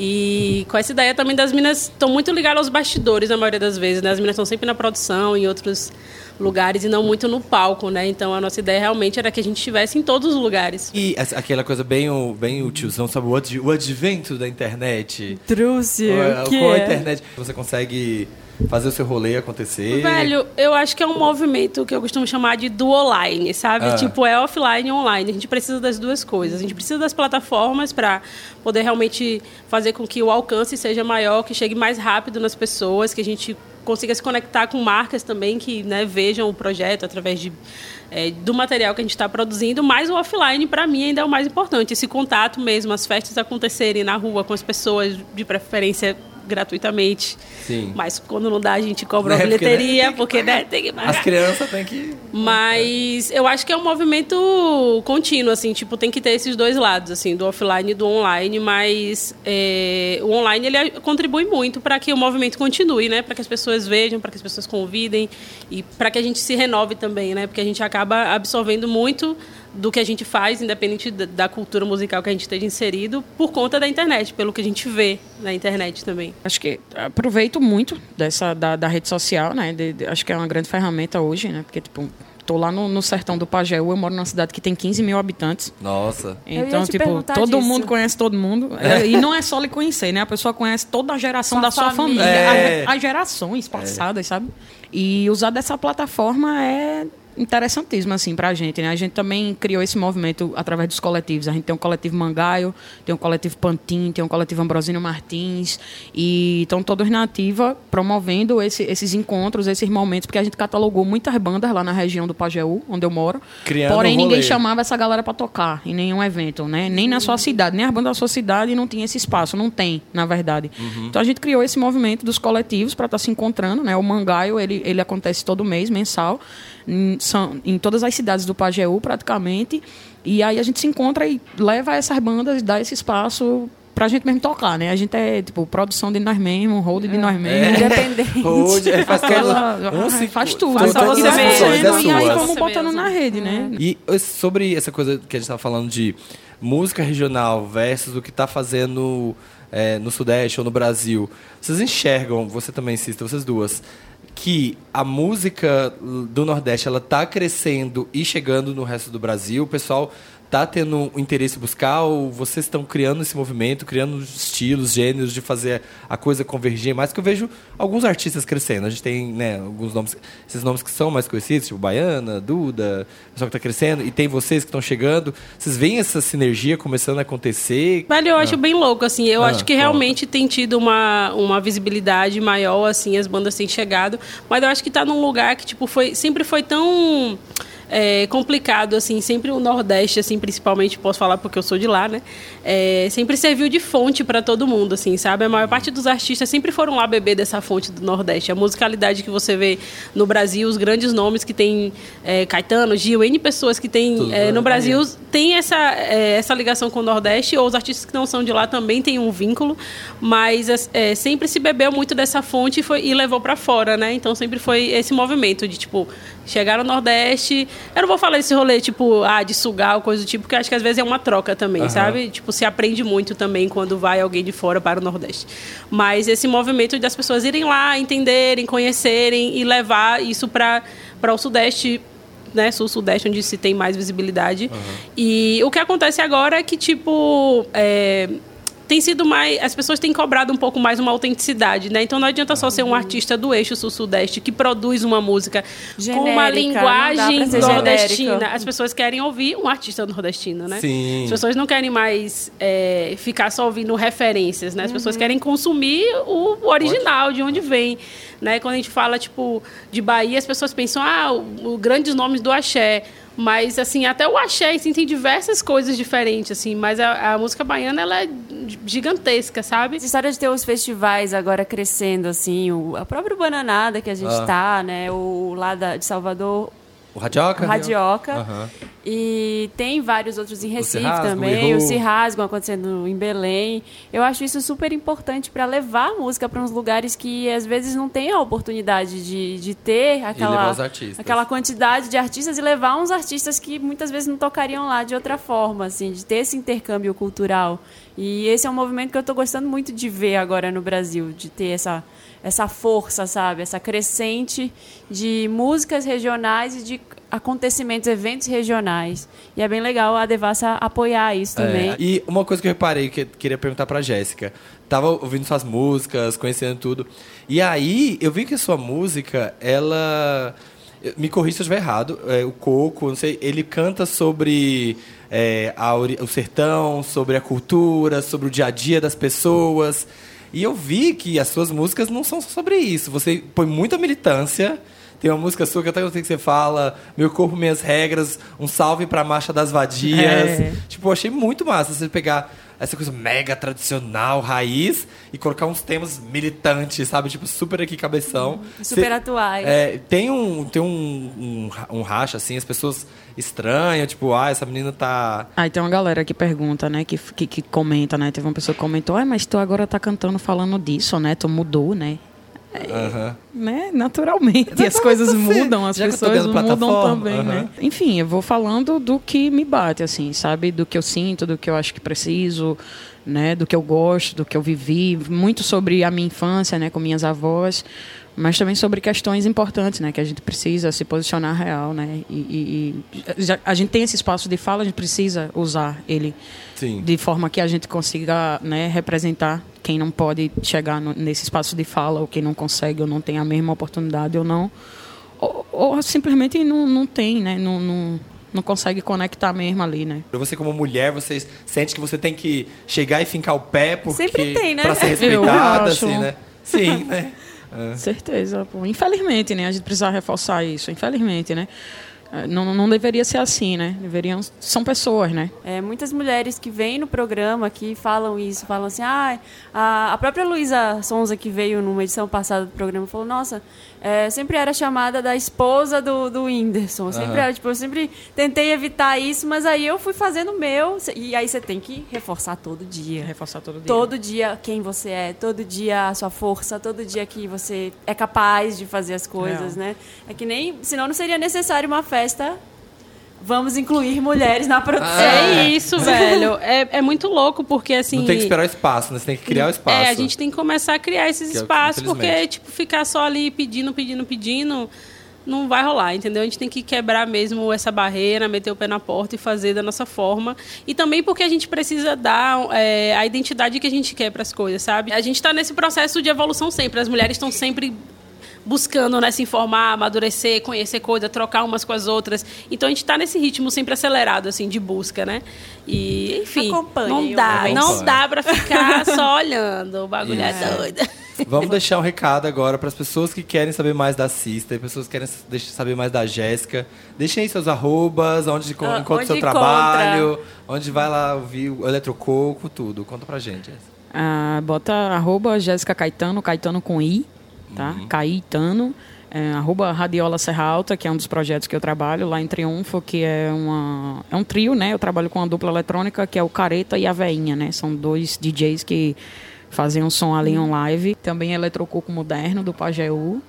E com essa ideia também das minas estão muito ligadas aos bastidores na maioria das vezes, né? As minas estão sempre na produção, em outros lugares e não muito no palco, né? Então a nossa ideia realmente era que a gente estivesse em todos os lugares. E essa- aquela coisa bem, o- bem útil, são sabe, o, ad- o advento da internet. Trouxe. Com a- que com a é? internet você consegue fazer o seu rolê acontecer. Tipo, Velho, eu acho que é um movimento que eu costumo chamar de do online, sabe? Ah. Tipo, é offline e online. A gente precisa das duas coisas. A gente precisa das plataformas para poder realmente fazer com que o alcance seja maior, que chegue mais rápido nas pessoas, que a gente consiga se conectar com marcas também que né, vejam o projeto através de, eh, do material que a gente está produzindo, mas o offline, para mim, ainda é o mais importante. Esse contato mesmo, as festas acontecerem na rua com as pessoas, de preferência gratuitamente. Sim. Mas quando não dá, a gente cobra uma Né? Porque, né, bilheteria, porque, né, tem que pagar. As crianças têm que. Mas eu acho que é um movimento contínuo, assim, tipo, tem que ter esses dois lados, assim, do offline e do online, mas é, o online ele a- contribui muito para que o movimento continue, né? Para que as pessoas vejam, para que as pessoas convidem e para que a gente se renove também, né? Porque a gente acaba absorvendo muito do que a gente faz, independente da- da cultura musical que a gente esteja inserido, por conta da internet, pelo que a gente vê na internet também. Acho que aproveito muito dessa da, da rede social, né? De- de- acho que é uma grande ferramenta hoje, né? Porque, tipo, tô lá no, no sertão do Pajeú, eu moro numa cidade que tem 15 mil habitantes. Nossa. Eu ia Então, te tipo, perguntar todo disso. mundo conhece todo mundo. É, E não é só lhe conhecer, né? A pessoa conhece toda a geração Sua da sua família. família. a- As gerações passadas, É. sabe? E usar dessa plataforma é interessantíssimo, assim, pra gente, né? A gente também criou esse movimento através dos coletivos. A gente tem um coletivo Mangaio, tem um coletivo Pantin, tem um coletivo Ambrosino Martins. E estão todos na ativa promovendo esse- esses encontros, esses momentos, porque a gente catalogou muitas bandas lá na região do Pajeú, onde eu moro. Criando um Porém, ninguém rolê. chamava chamava essa galera pra tocar em nenhum evento, né? Nem na sua cidade, nem a banda da sua cidade não tinha esse espaço, não tem, na verdade. Então a gente criou esse movimento dos coletivos pra estar se encontrando, né? O Mangaio, ele, ele acontece todo mês, mensal, em, são, em todas as cidades do Pajeú, praticamente. E aí a gente se encontra e leva essas bandas, dá esse espaço pra gente mesmo tocar, né? A gente é, tipo, produção de nós mesmos, hold de nós mesmos. Independente. É. Hold, é, faz tudo. Aquela- Um se- faz tudo. faz todas E vai as funções, fazendo, as E aí suas. vamos botando na rede, né? E esse- sobre essa coisa que a gente estava falando de música regional versus o que está fazendo é, no Sudeste ou no Brasil, vocês enxergam, você também insiste, vocês duas, que a música do Nordeste ela está crescendo e chegando no resto do Brasil, o pessoal tá tendo um interesse buscar, vocês estão criando esse movimento, criando estilos, gêneros de fazer a coisa convergir mais, que eu vejo alguns artistas crescendo. A gente tem, né, alguns nomes, esses nomes que são mais conhecidos, tipo Baiana, Duda, o pessoal que tá crescendo, e tem vocês que estão chegando. Vocês veem essa sinergia começando a acontecer? Velho, eu Ah. acho bem louco, assim. Eu Ah, acho que conta. realmente tem tido uma, uma visibilidade maior, assim, as bandas têm chegado. Mas eu acho que tá num lugar que, tipo, foi, sempre foi tão é, complicado, assim. Sempre o Nordeste, assim, principalmente, posso falar porque eu sou de lá, né? É, sempre serviu de fonte para todo mundo, assim, sabe? A maior parte dos artistas sempre foram lá beber dessa fonte do Nordeste. A musicalidade que você vê no Brasil, os grandes nomes que tem é, Caetano, Gil, N pessoas que tem Tudo, é, no né? Brasil tem essa, é, essa ligação com o Nordeste, ou os artistas que não são de lá também têm um vínculo, mas as- é, sempre se bebeu muito dessa fonte e, foi- e levou para fora, né? Então sempre foi esse movimento de, tipo, chegar no Nordeste. Eu não vou falar esse rolê, tipo, ah, de sugar ou coisa do tipo, porque eu acho que às vezes é uma troca também, Aham. sabe? Tipo, se aprende muito também quando vai alguém de fora para o Nordeste. Mas esse movimento das pessoas irem lá, entenderem, conhecerem e levar isso para o Sudeste né, sul-sudeste, onde se tem mais visibilidade. E o que acontece agora é que, tipo, é, tem sido mais. As pessoas têm cobrado um pouco mais uma autenticidade, né? Então não adianta só ser um artista do eixo sul-sudeste que produz uma música com uma Genérica, linguagem não dá pra ser nordestina. genérica. As pessoas querem ouvir um artista nordestino, né? Sim. As pessoas não querem mais é, ficar só ouvindo referências, Uhum. né? As pessoas querem consumir o original, de onde vem. Né? Quando a gente fala, tipo, de Bahia, as pessoas pensam, ah, o, o grandes nomes do axé. Mas, assim, até o axé, assim, tem diversas coisas diferentes, assim. Mas a, a música baiana, ela é gigantesca, sabe? Essa história de ter os festivais agora crescendo, assim, o, a própria Bananada que a gente Ah. tá, né? O lá da- de Salvador, O Radioca? O Radioca. Aham. E tem vários outros em Recife Rasgam, também, Errou. o Se Rasgam acontecendo em Belém. Eu acho isso super importante para levar a música para uns lugares que às vezes não tem a oportunidade de, de ter aquela, levar os artistas. aquela quantidade de artistas e levar uns artistas que muitas vezes não tocariam lá de outra forma, assim, de ter esse intercâmbio cultural. E esse é um movimento que eu estou gostando muito de ver agora no Brasil, de ter essa, essa força, sabe? Essa crescente de músicas regionais e de acontecimentos, eventos regionais. E é bem legal a Devassa apoiar isso também. É, e uma coisa que eu reparei, que eu queria perguntar pra Jéssica. Tava ouvindo suas músicas, conhecendo tudo. E aí, eu vi que a sua música, ela. Me corrija se eu estiver errado. é, o Coco, não sei, ele canta sobre é, a ori- o sertão, sobre a cultura, sobre o dia a dia das pessoas. E eu vi que as suas músicas não são só sobre isso. Você põe muita militância. Tem uma música sua que eu até gostei que você fala, Meu Corpo, Minhas Regras, um salve pra Marcha das Vadias. É. Tipo, eu achei muito massa você pegar essa coisa mega tradicional, raiz, e colocar uns temas militantes, sabe? Tipo, super aqui cabeção. Uhum. Super Você- atuais. é, tem um, tem um, um, ra- um racha, assim, as pessoas estranham, tipo, ah, essa menina tá. Aí tem uma galera que pergunta, né? Que, que, que comenta, né? Teve uma pessoa que comentou, ah, mas tu agora tá cantando falando disso, né? Tu mudou, né? Aham. Né? Naturalmente. as coisas mudam, as Já que eu tô pessoas dentro da mudam plataforma, também, né? aham. Enfim, eu vou falando do que me bate, assim, sabe? Do que eu sinto, do que eu acho que preciso, né? Do que eu gosto, do que eu vivi. Muito sobre a minha infância, né? Com minhas avós. Mas também sobre questões importantes, né? Que a gente precisa se posicionar real, né? E, e- e já- a gente tem esse espaço de fala, a gente precisa usar ele Sim. de forma que a gente consiga né, representar quem não pode chegar no- nesse espaço de fala, ou quem não consegue, ou não tem a mesma oportunidade, ou não. Ou, ou simplesmente não, não tem, né? Não, não, não consegue conectar mesmo ali, né? Pra você, como mulher, você sente que você tem que chegar e fincar o pé porque, Sempre tem, né? pra ser Eu respeitada, acho. assim, né? Sim, né? Ah. Certeza, pô. Infelizmente, né? A gente precisa reforçar isso, infelizmente, né? Eh, Não, não deveria ser assim, né? Deveriam. São pessoas, né? É, muitas mulheres que vêm no programa que falam isso, falam assim, ah, a, a própria Luísa Sonza que veio numa edição passada do programa falou, nossa, é, sempre era chamada da esposa do, do Whindersson, sempre Aham. era, tipo, eu sempre tentei evitar isso, mas aí eu fui fazendo o meu, e aí você tem que reforçar todo dia. Reforçar todo dia. Todo dia quem você é, todo dia a sua força, todo dia que você é capaz de fazer as coisas, Real. né? É que nem, senão não seria necessário uma festa Vamos incluir mulheres na produção. É isso, velho. É, é muito louco, porque assim. Não tem que esperar o espaço, né? Você tem que criar o espaço. É, a gente tem que começar a criar esses Que é o que, espaços, porque, infelizmente. tipo, ficar só ali pedindo, pedindo, pedindo, não vai rolar, entendeu? A gente tem que quebrar mesmo essa barreira, meter o pé na porta e fazer da nossa forma. E também porque a gente precisa dar é, a identidade que a gente quer para as coisas, sabe? A gente está nesse processo de evolução sempre. As mulheres estão sempre buscando né, se informar, amadurecer, conhecer coisa, trocar umas com as outras. Então a gente está nesse ritmo sempre acelerado assim de busca, né? E enfim, não dá, homens. não Acompanhe. dá para tá ficar só olhando. O bagulho é Isso. doido. Vamos deixar um recado agora para as pessoas que querem saber mais da Cista e pessoas que querem s- deix- saber mais da Jéssica. Deixem aí seus arrobas, onde co- Ah, encontra o seu onde trabalho, onde vai lá ouvir o Eletrococo, tudo. Conta pra gente. Jéssica. Ah, bota arroba Jéssica Caetano, Caetano com I, tá? Caetano. É, arroba Radiola Serra Alta, que é um dos projetos que eu trabalho lá em Triunfo, que é, uma, é um trio, né? Eu trabalho com a dupla eletrônica, que é o Careta e a Veinha, né? São dois DJs que fazem um som ali Uhum. em live. Também é Eletrocuco Moderno, do Pajeú.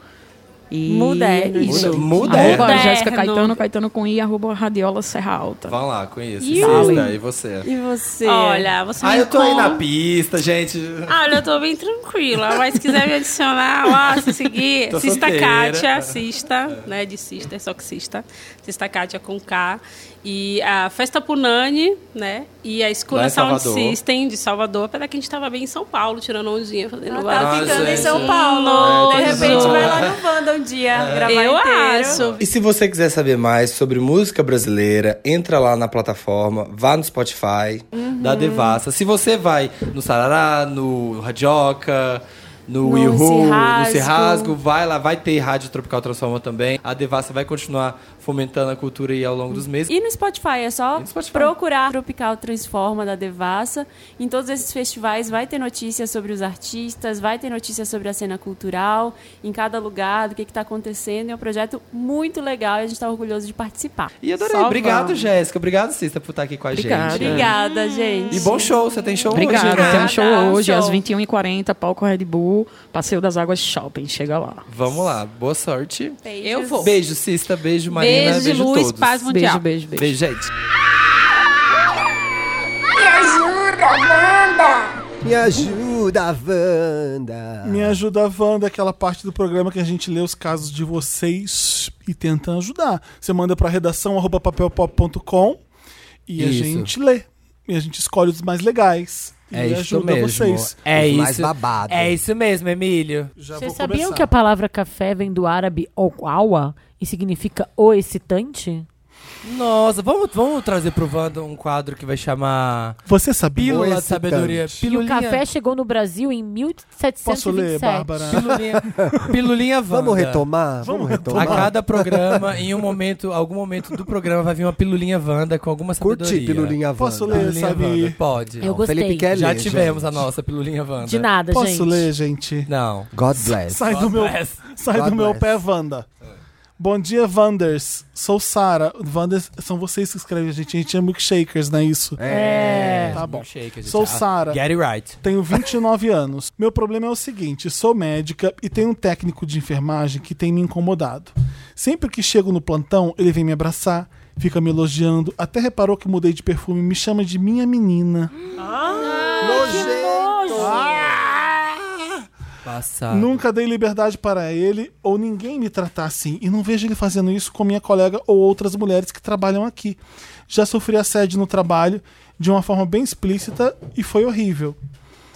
E Moderno, é isso. gente. Moderno. Arroba Jéssica Moderno. Caetano, Caetano com I, arroba Radiola Serra Alta. Vão lá, conheça. E Cista, o- e você? E você? Olha, você Ah, me eu tô aí na conta. pista, gente. Ah, olha, eu tô bem tranquila, mas se quiser me adicionar, ó, se seguir, Tô Sista solteira. Kátia, Sista, né, de Sista, é só que Sista, Sista Kátia com K, e a Festa Punani, né, e a Lá Escola em Sound Salvador. System de Salvador, apesar que a gente tava bem em São Paulo, tirando um ondinha, fazendo Ela barulho. tá ficando em São gente. Paulo. de Nossa. repente vai lá no Wanda um dia gravar É. Eu inteiro. acho. E se você quiser saber mais sobre música brasileira, entra lá na plataforma, vá no Spotify. Uhum. Da Devassa. Se você vai no Sarará, no Radioca, no No Will Who, no Serrasgo. Serrasgo, vai lá, vai ter Rádio Tropical Transforma também. A Devassa vai continuar fomentando a cultura aí ao longo dos meses. E no Spotify, é só procurar Tropical Transforma da Devassa. Em todos esses festivais vai ter notícias sobre os artistas, vai ter notícias sobre a cena cultural, em cada lugar, do que está acontecendo. É um projeto muito legal e a gente está orgulhoso de participar. E adorei. Obrigado, Jéssica. Obrigado, Cista, por estar aqui com a Obrigada. gente. Obrigada, gente. Hum. E bom show. Você tem show hoje, Obrigada, né? tem um show hoje, show. às 21h40, palco Red Bull, Passeio das Águas Shopping, chega lá. Vamos lá. Boa sorte. Beijos. Eu vou. Beijo, Cista. Beijo, Marina. Beijo, Beijo, luz, todos. paz mundial. Beijo, beijo, Beijo, gente. Me ajuda, Wanda! Me ajuda, Wanda. Me ajuda a Wanda, aquela parte do programa que a gente lê os casos de vocês e tenta ajudar. Você manda pra redação arroba papelpop.com e Isso. a gente lê. E a gente escolhe os mais legais. E É isso ajuda mesmo. vocês. É isso. babados. É isso mesmo, Emílio. Vocês sabiam que a palavra café vem do árabe okawa e significa o excitante? Nossa, vamos, vamos trazer pro Wanda um quadro que vai chamar. Você sabia? Pílula de Excitante. sabedoria. E o Pilulinha. café chegou no Brasil em 1727. Posso ler, Bárbara? Pilulinha, pilulinha Wanda. Vamos retomar? Vamos retomar. A cada programa, em um momento, algum momento do programa, vai vir uma pilulinha Wanda com alguma Curti sabedoria. Pilulinha Wanda. Posso ler, Pilulinha sabe? Wanda, Pode. Eu gostei. Felipe quer Já ler, tivemos gente. a nossa pilulinha Wanda. De nada, Posso gente. ler, gente? Não. God bless. Sai do God meu, bless. sai God do meu bless. pé, Wanda. Bom dia, Wanders. Sou Sara. Wanders, são vocês que escrevem a gente. A gente é milkshakers, não é isso? É. Tá bom. Milkshakers, Sou gente. Ah, Sara. get it right. Tenho 29 anos. Meu problema é o seguinte: sou médica e tenho um técnico de enfermagem que tem me incomodado. Sempre que chego no plantão, ele vem me abraçar, fica me elogiando, até reparou que mudei de perfume e me chama de minha menina. Nojento! Ah. Ah! Passado. Nunca dei liberdade para ele ou ninguém me tratar assim. E não vejo ele fazendo isso com minha colega ou outras mulheres que trabalham aqui. Já sofri assédio no trabalho de uma forma bem explícita e foi horrível.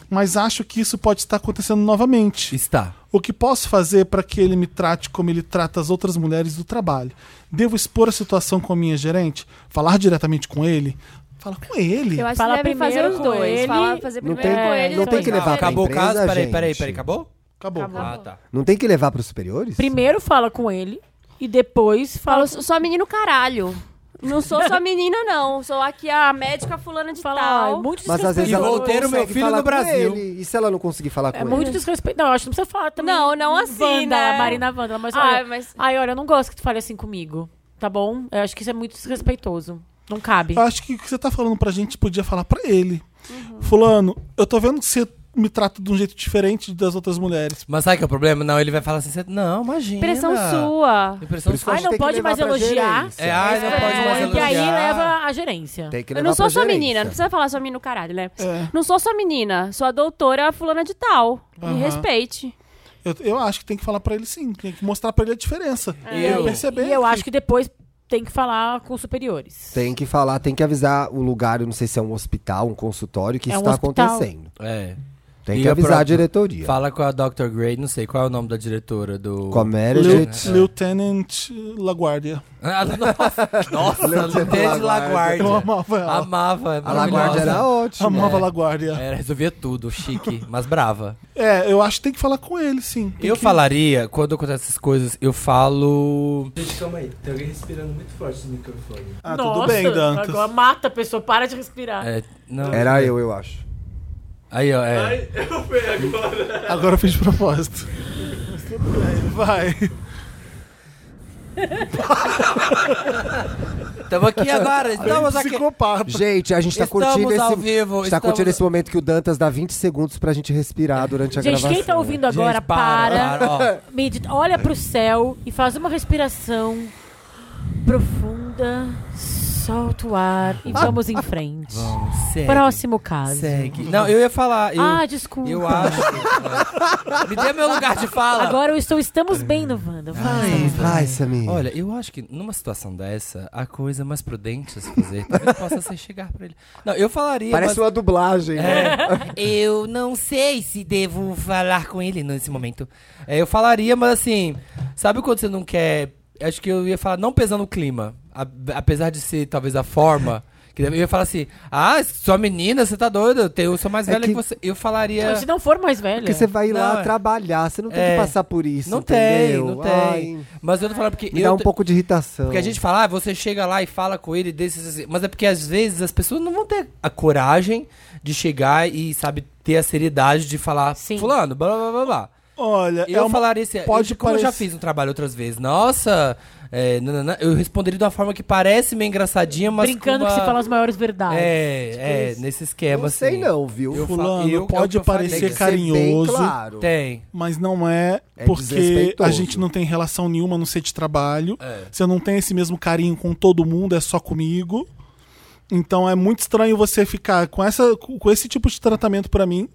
Mas acho que isso pode estar acontecendo novamente. Está. O que posso fazer para que ele me trate como ele trata as outras mulheres do trabalho? Devo expor a situação com a minha gerente? Falar diretamente com ele? Fala com ele. Eu acho Fala que devem primeiro fazer os com dois. ele. Falar, fazer Não primeiro tem- com ele. não tem depois que com levar ela. pra Acabou o caso? empresa, Peraí, gente. peraí, peraí. Acabou? Acabou. Ah, tá. Não tem que levar pros superiores? Primeiro fala com ele e depois fala... Fala, "Sou- sou a menino caralho. Não sou sua menina, não. Sou aqui a médica fulana de tal. "Ai, muito Mas às vezes é ela não voltei no meu consegue filho falar no com Brasil. ele. E se ela não conseguir falar com É ele? muito desrespeito. Não, eu acho que não precisa falar também. Não, não assim, Vanda, né? Marina Vanda. Mas, Ai, olha, mas- Ai, olha, eu não gosto que tu fale assim comigo, tá bom? Eu acho que isso é muito desrespeitoso. Não cabe. Eu acho que o que você tá falando pra gente podia falar pra ele. Fulano, eu tô vendo que você me trata de um jeito diferente das outras mulheres. Mas sabe que é o problema? Não, ele vai falar assim: "Cê- não, imagina. Impressão sua. Impressão sua. Ai, não pode mais elogiar. É, ai, não pode mais E elogiar. aí leva a gerência. Tem que Eu não sou sua menina, não precisa falar sua menina caralho, né? É. Não sou sua menina, sou a doutora fulana de tal. Aham. Me respeite. Eu, eu acho que tem que falar pra ele sim, tem que mostrar pra ele a diferença. É. E- Eu perceber. É. E eu acho que depois tem que falar com os superiores. Tem que falar, tem que avisar o lugar, eu não sei se é um hospital, um consultório, que É isso um tá hospital. acontecendo. É. Tem Liga que avisar pra- a diretoria. Fala com a Dr. Gray, não sei qual é o nome da diretora do. Comédia, Lieu- Lieutenant LaGuardia. Ah, nossa, nossa Lieutenant LaGuardia. Eu amava ela. Amava. é A LaGuardia era ótima. Amava a LaGuardia. Era, resolvia tudo, chique, mas brava. É, eu acho que tem que falar com ele, sim. Tem Eu que- falaria, quando acontecem essas coisas, eu falo. Gente, calma aí. Tem alguém respirando muito forte no microfone. Ah, Nossa, Agora mata a pessoa, para de respirar. É, não. Era eu, eu acho. Aí, ó, é. eu fui agora. Agora eu fiz de propósito. Vai. Estamos aqui agora, estamos aqui. Psicopata. Gente, a gente tá Estamos curtindo ao esse. vivo, a gente tá estamos- curtindo esse momento que o Dantas dá 20 segundos pra gente respirar durante a Gente, gravação. quem tá né? ouvindo agora, Gente, para. para, para, medita, olha pro céu e faz uma respiração profunda. Solta o ar e vamos em frente. Vamos, segue. Próximo caso. Segue. Não, eu ia falar. eu- ah, desculpa. Eu acho. Me dê meu lugar de fala. Agora eu estou. Estamos bem no Wanda. Vai. Ah, Vai, Samir. Olha, eu acho que numa situação dessa, a coisa mais prudente a se fazer talvez possa ser chegar pra ele. Não, eu falaria. Parece mas- uma dublagem. né? É. eu não sei se devo falar com ele nesse momento. É, eu falaria, mas assim, sabe quando você não quer. Acho que eu ia falar, não pesando o clima. A- apesar de ser talvez a forma Que eu ia falar assim: ah, sua menina, você tá doida, eu tenho- eu sou mais É velha que... que- você. Eu falaria. Se não for mais velha. Porque você vai lá Não, é. trabalhar, você não tem É. que passar por isso. Não entendeu? tem, não tem. Ai, Mas eu tô falando porque. me eu dá um te- pouco de irritação. Porque a gente fala, ah, você chega lá e fala com ele, desse, desse- mas é porque às vezes as pessoas não vão ter a coragem de chegar e, sabe, ter a seriedade de falar, fulano, blá blá blá blá. Olha, Eu é uma- falaria assim, pode eu, como eu já parecer- fiz um trabalho outras vezes, nossa, é, nananã, eu responderia de uma forma que parece meio engraçadinha, mas. Brincando com que uma- você fala as maiores verdades. É, Tipo é, isso. nesse esquema. Não sei assim. não, viu? Eu fa- Fulano, eu- é o que pode eu falei. parecer Tem que ser bem carinhoso. claro. Tem. Mas não é, É porque desrespeitoso. a gente não tem relação nenhuma no ser de trabalho. É. Você não tem esse mesmo carinho com todo mundo, é só comigo. Então é muito estranho você ficar com, essa, com esse tipo de tratamento pra mim.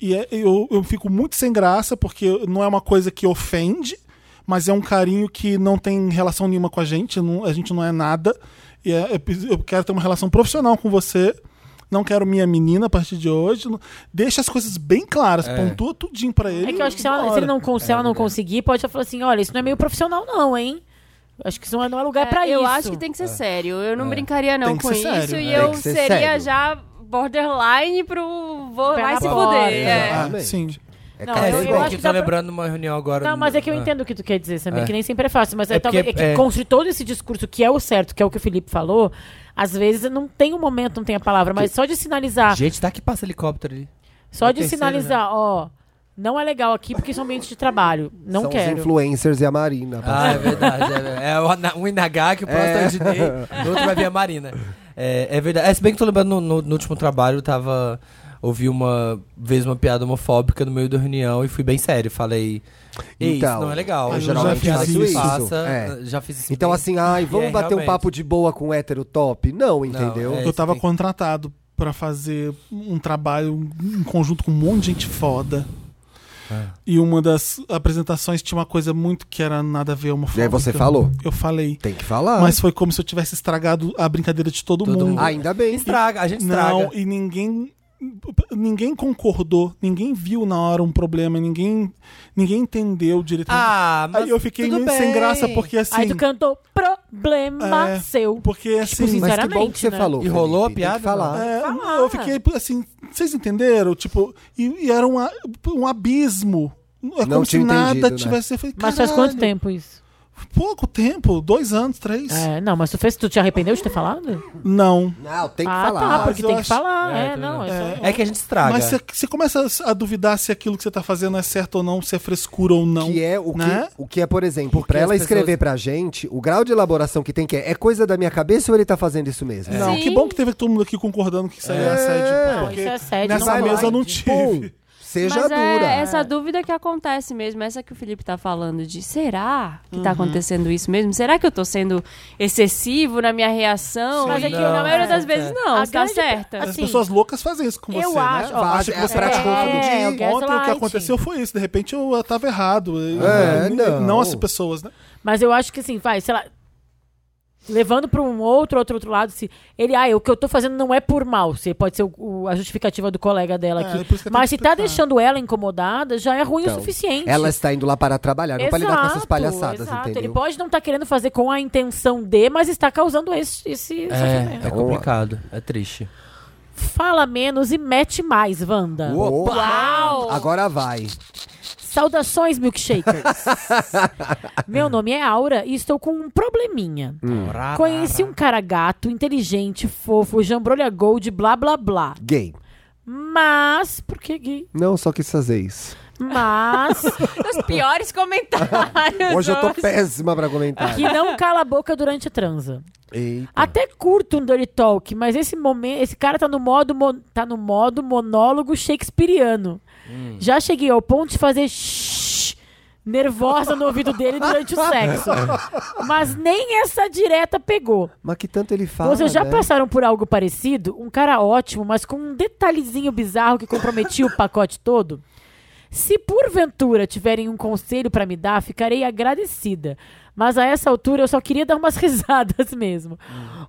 E é- eu, eu fico muito sem graça, porque não é uma coisa que ofende, mas é um carinho que não tem relação nenhuma com a gente, não- a gente não é nada. E é- eu preciso- eu quero ter uma relação profissional com você. Não quero minha menina a partir de hoje. Não- Deixa as coisas bem claras, É. pontua tudinho pra ele. É que eu acho que se ela, bora. se ele não, con- se ela não conseguir, pode já falar assim: olha, isso não é meio profissional, não, hein? Acho que isso não é, não é lugar pra isso. eu acho que tem que ser sério. Eu não brincaria não Tem que com ser isso sério, e né? É. Tem eu que ser seria sério. já borderline pro vou Pé vai na se porta. fuder. é. Ah, sim. É Não, assim. cacete. eu- eu Porque acho que tô dá pra- lembrando de uma reunião agora. Não, mas é que eu Ah. entendo o que tu quer dizer, Samir, É. que nem sempre é fácil, mas é, É porque- talvez, é que é. construir todo esse discurso que é o certo, que é o que o Felipe falou, às vezes não tem um momento, não tem a palavra, mas só de sinalizar, Gente, tá que passa helicóptero ali. só É o de terceiro, sinalizar, ó, não é legal aqui porque são ambientes de trabalho, não São os quero. influencers e a Marina. tá Ah, é passando. verdade. É, é o Ana- um Inagá que o próximo é o Dinei, o outro vai vir a Marina. É, é verdade. É, se bem que eu tô lembrando, no, no- no último trabalho, eu tava. Ouvi uma vez uma piada homofóbica no meio da reunião e fui bem sério. Falei. Ei, isso não é legal. Eu Não é uma Então, geralmente piada que faço me isso. Faça, é. Já fiz isso. Então, bem. assim, ai, vamos E é, bater um realmente. papo de boa com um hétero top? Não, entendeu? Eu tava contratado pra fazer um trabalho em conjunto com um monte de gente foda. E uma das apresentações tinha uma coisa muito que era nada a ver uma E aí você falou? Eu falei. Tem que falar. Ah, Mas foi como se eu tivesse estragado a brincadeira de todo, mundo. Ainda bem. Estraga, a gente Não, estraga. e ninguém ninguém concordou, ninguém viu na hora um problema, ninguém ninguém entendeu direito. Ah, mas Aí eu fiquei tudo muito sem bem. graça porque assim, Aí tu cantou problema É, seu. Porque assim, tipo, sinceramente, né? E rolou a piada? É, Eu fiquei assim, vocês entenderam? Tipo, e, e era um, a- um abismo. É Não como se tinha nada entendido, né? tivesse. eu falei, Mas faz quanto "Caralho, tempo isso? Pouco tempo, dois anos, três. É, não, mas tu fez, tu te arrependeu de ter falado? Não. Não, tem que Ah, falar. tá, porque eu tem que acho- falar, É, é, não, é só- É que a gente estraga. Mas você- você começa a duvidar se aquilo que você tá fazendo é certo ou não, se é frescura ou não. Que é o que, né? o que é, por exemplo, pra as ela pessoas- escrever pra gente, o grau de elaboração que tem que é, é coisa da minha cabeça ou ele tá fazendo isso mesmo? É. Não, que bom que teve todo mundo aqui concordando que isso aí é, assédio. Não, Porque isso é assédio, nessa não mesa eu não pode. tive. Seja Mas dura. é essa dúvida que acontece mesmo, essa que o Felipe tá falando de será que tá Uhum. acontecendo isso mesmo? Será que eu tô sendo excessivo na minha reação? Mas é que na não, maioria das é. vezes não, A você tá grande- certa. As pessoas loucas fazem isso com você, Eu né? acho, ó, Acha que é, você tá te falando é, de é, ontem o que gaslighting. aconteceu foi isso. De repente eu, eu tava errado. É, E- não. as pessoas, né? Mas eu acho que assim, vai, sei lá. Levando pra um outro, outro, outro lado, se ele, ah, o que eu tô fazendo não é por mal, se pode ser o- o- a justificativa do colega dela É, é aqui. por isso que eu Mas se tenho que tá explicar. deixando ela incomodada, já é ruim Então, o suficiente. Ela está indo lá para trabalhar, não para lidar com essas Exato, palhaçadas, exato. entendeu? Ele pode não estar querendo fazer com a intenção de, mas está causando esse, esse sofrimento. É, é complicado. É triste. Fala menos e mete mais, Wanda. Opa! Uau! Agora vai. Saudações, milkshakers. Meu nome é Aura e estou com um probleminha. Hum. Conheci um cara gato, inteligente, fofo, jambrolha gold, blá blá blá. Gay. Mas, por que gay? Não, só quis fazer isso. Mas. Os piores comentários. Hoje eu tô péssima pra comentar. Que não cala a boca durante a transa. Ei. Até curto um dirty talk, mas esse momento, esse cara tá no modo mon- tá no modo monólogo shakespeariano. Hum. Já cheguei ao ponto de fazer shhh, nervosa no ouvido dele durante o sexo. Mas nem essa direta pegou. Mas que tanto ele fala, Vocês já né? passaram por algo parecido? Um cara ótimo, mas com um detalhezinho bizarro que comprometia o pacote todo? Se porventura tiverem um conselho pra me dar, ficarei agradecida. Mas a essa altura eu só queria dar umas risadas mesmo.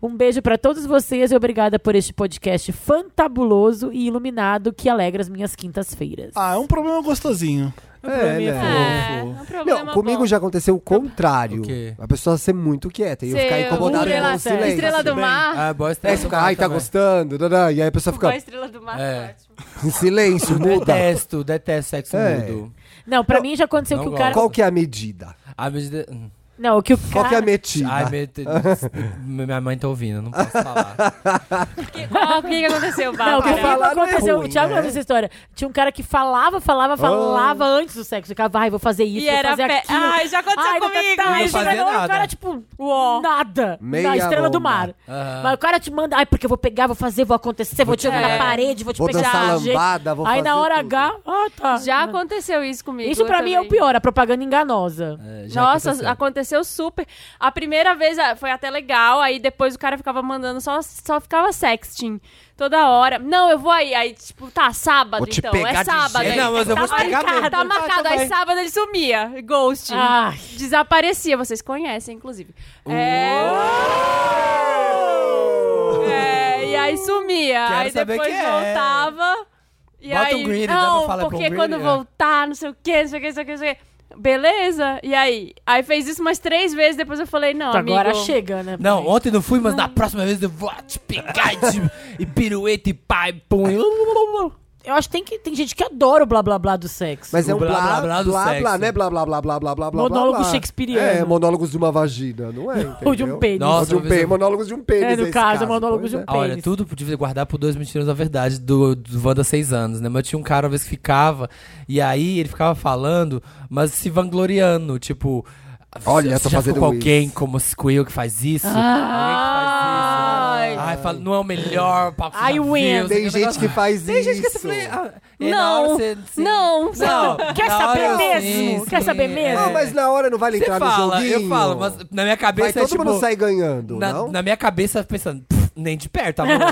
Um beijo pra todos vocês e obrigada por este podcast fantabuloso e iluminado que alegra as minhas quintas-feiras. Ah, é um problema gostosinho. É, né? É, é um problema Não, comigo bom. já aconteceu o contrário. quê? A pessoa ser muito quieta e eu Ser ficar incomodado estrela- com o silêncio. Estrela do mar. Ah, boa estrela É, do fica, mar ai, tá também. gostando, dadá", e aí a pessoa Com a fica estrela do mar. É. em silêncio, muda. Detesto, detesto sexo É. mudo. Não, pra mim já aconteceu não que o gosto. cara. Qual que é a medida? Ai, mas de- hum. Não, o que o Qual que é a cara. metida? Ai, meu Deus. minha mãe tá ouvindo, não posso falar. Qual- O que que aconteceu, Bárbara? Não, o que falar não é aconteceu? ruim, o Thiago né? Oh. contou essa história. Tinha um cara que falava, falava, falava antes do sexo. Ficava, ai, vou fazer isso, E vou era fazer pé. aquilo. Ai, já aconteceu Ai, comigo. tá, Não aí fazer chega lá, nada. O cara, tipo, Uó. nada. Meia na estrela do bomba. mar. Aham. Mas o cara te manda, ai, porque eu vou pegar, vou fazer, vou acontecer, vou te jogar É. É. na parede, vou te Vou pegar. dançar gente. lambada, vou Aí na fazer hora tudo. H, ah, tá. Já aconteceu isso comigo. Isso pra eu mim é o também. pior, a propaganda enganosa. É, já Nossa, aconteceu. aconteceu. super. A primeira vez ah, foi até legal, aí depois o cara ficava mandando, só, só ficava sexting toda hora. Não, eu vou aí. Aí, tipo, tá, sábado Vou te então. pegar É de sábado. jeito. aí. Não, mas eu tá vou te pegar marcado, mesmo. Tá marcado. Ah, tá aí bem. sábado ele sumia. Ghost. Ai. Desaparecia, vocês conhecem, inclusive. Uh! É. É, e aí sumia. Uh! Quero aí saber depois quem é. voltava. E Bota aí, um greedy, né? não, Não fala pra um porque greedy, quando é. tá, voltar, não sei o que, não sei o que, não sei o que, não sei o que. Beleza? E aí? Aí fez isso umas três vezes, depois eu falei, não, amigo. Agora chega, né? Não, ontem não fui, mas na próxima vez eu vou te pegar e, te- e pirueta e pai, pum. e- Eu acho que tem, que tem gente que adora o blá blá blá do sexo. Mas é O um blá blá, blá blá, blá blá do blá, sexo. né? Blá blá blá blá blá blá blá. Monólogo blá. shakespeariano. É, monólogos de uma vagina, não é? Ou de um entendeu? pênis. Nossa, Ou de um pênis, monólogos de um pênis. É, no nesse caso, é monólogo pois de um é. pênis. Olha, tudo podia guardar por dois mentiros na verdade do, do Wanda seis anos, né? Mas tinha um cara uma vez que ficava, e aí ele ficava falando, mas se vangloriando, tipo. Olha, "Você tô já fazendo ficou com alguém isso." como Squeal que faz isso. Ah. Ai. Ai, fala, não é o melhor papo que Ai, já win. viu, Tem você gente negócio- que faz Tem isso. gente que se falei. ah, e na hora Não, você- você- não, Não, Quer na saber hora eu- mesmo? sim, Quer sim, saber é. mesmo? Ah, mas na hora não vale Você entrar no fala, joguinho. eu falo, mas na minha cabeça Vai é todo tipo... mundo sai ganhando, na, não? na minha cabeça, tá pensando, "Pff, nem de perto, tá maluco?"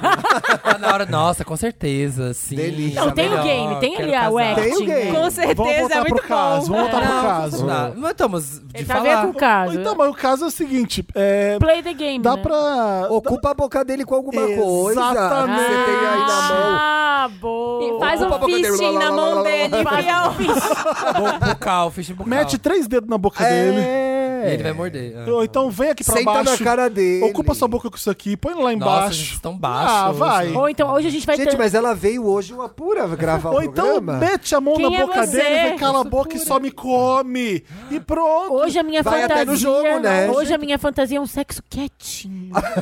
Mas na hora, nossa, com certeza, sim. Delícia, Não, tem o melhor, game, tem ali Ah, quero a o casar. Tem o acting. game. né? Com Vamos certeza, voltar é pro muito bom. caso, vamos voltar Não, pro caso. Não, mas então, mas de Ele tá falar... vendo com o caso. Então, mas o caso é o seguinte, é, Play the game. dá né? pra... Ocupa a boca dele com alguma coisa. Exatamente. Você tem aí na mão. Ah, E boa. faz um Opa, porque- fisting na mão dele. Faz um fist. bu- bucal, ficha bucal. Mete três dedos na boca dele. É. E ele vai morder. ah. Ou então vem aqui pra Senta baixo. na cara dele. Ocupa sua boca com isso aqui, põe lá Nossa, embaixo. vocês estão baixos. Ah, vai. Ou então, hoje a gente vai Gente, ter... mas ela veio hoje uma pura gravar Ou o então programa. mete a mão Quem na é boca você? dele, vem cala a boca e só me come. E pronto. Hoje a minha Vai fantasia... até no jogo, né? Hoje a minha fantasia é um sexo quietinho.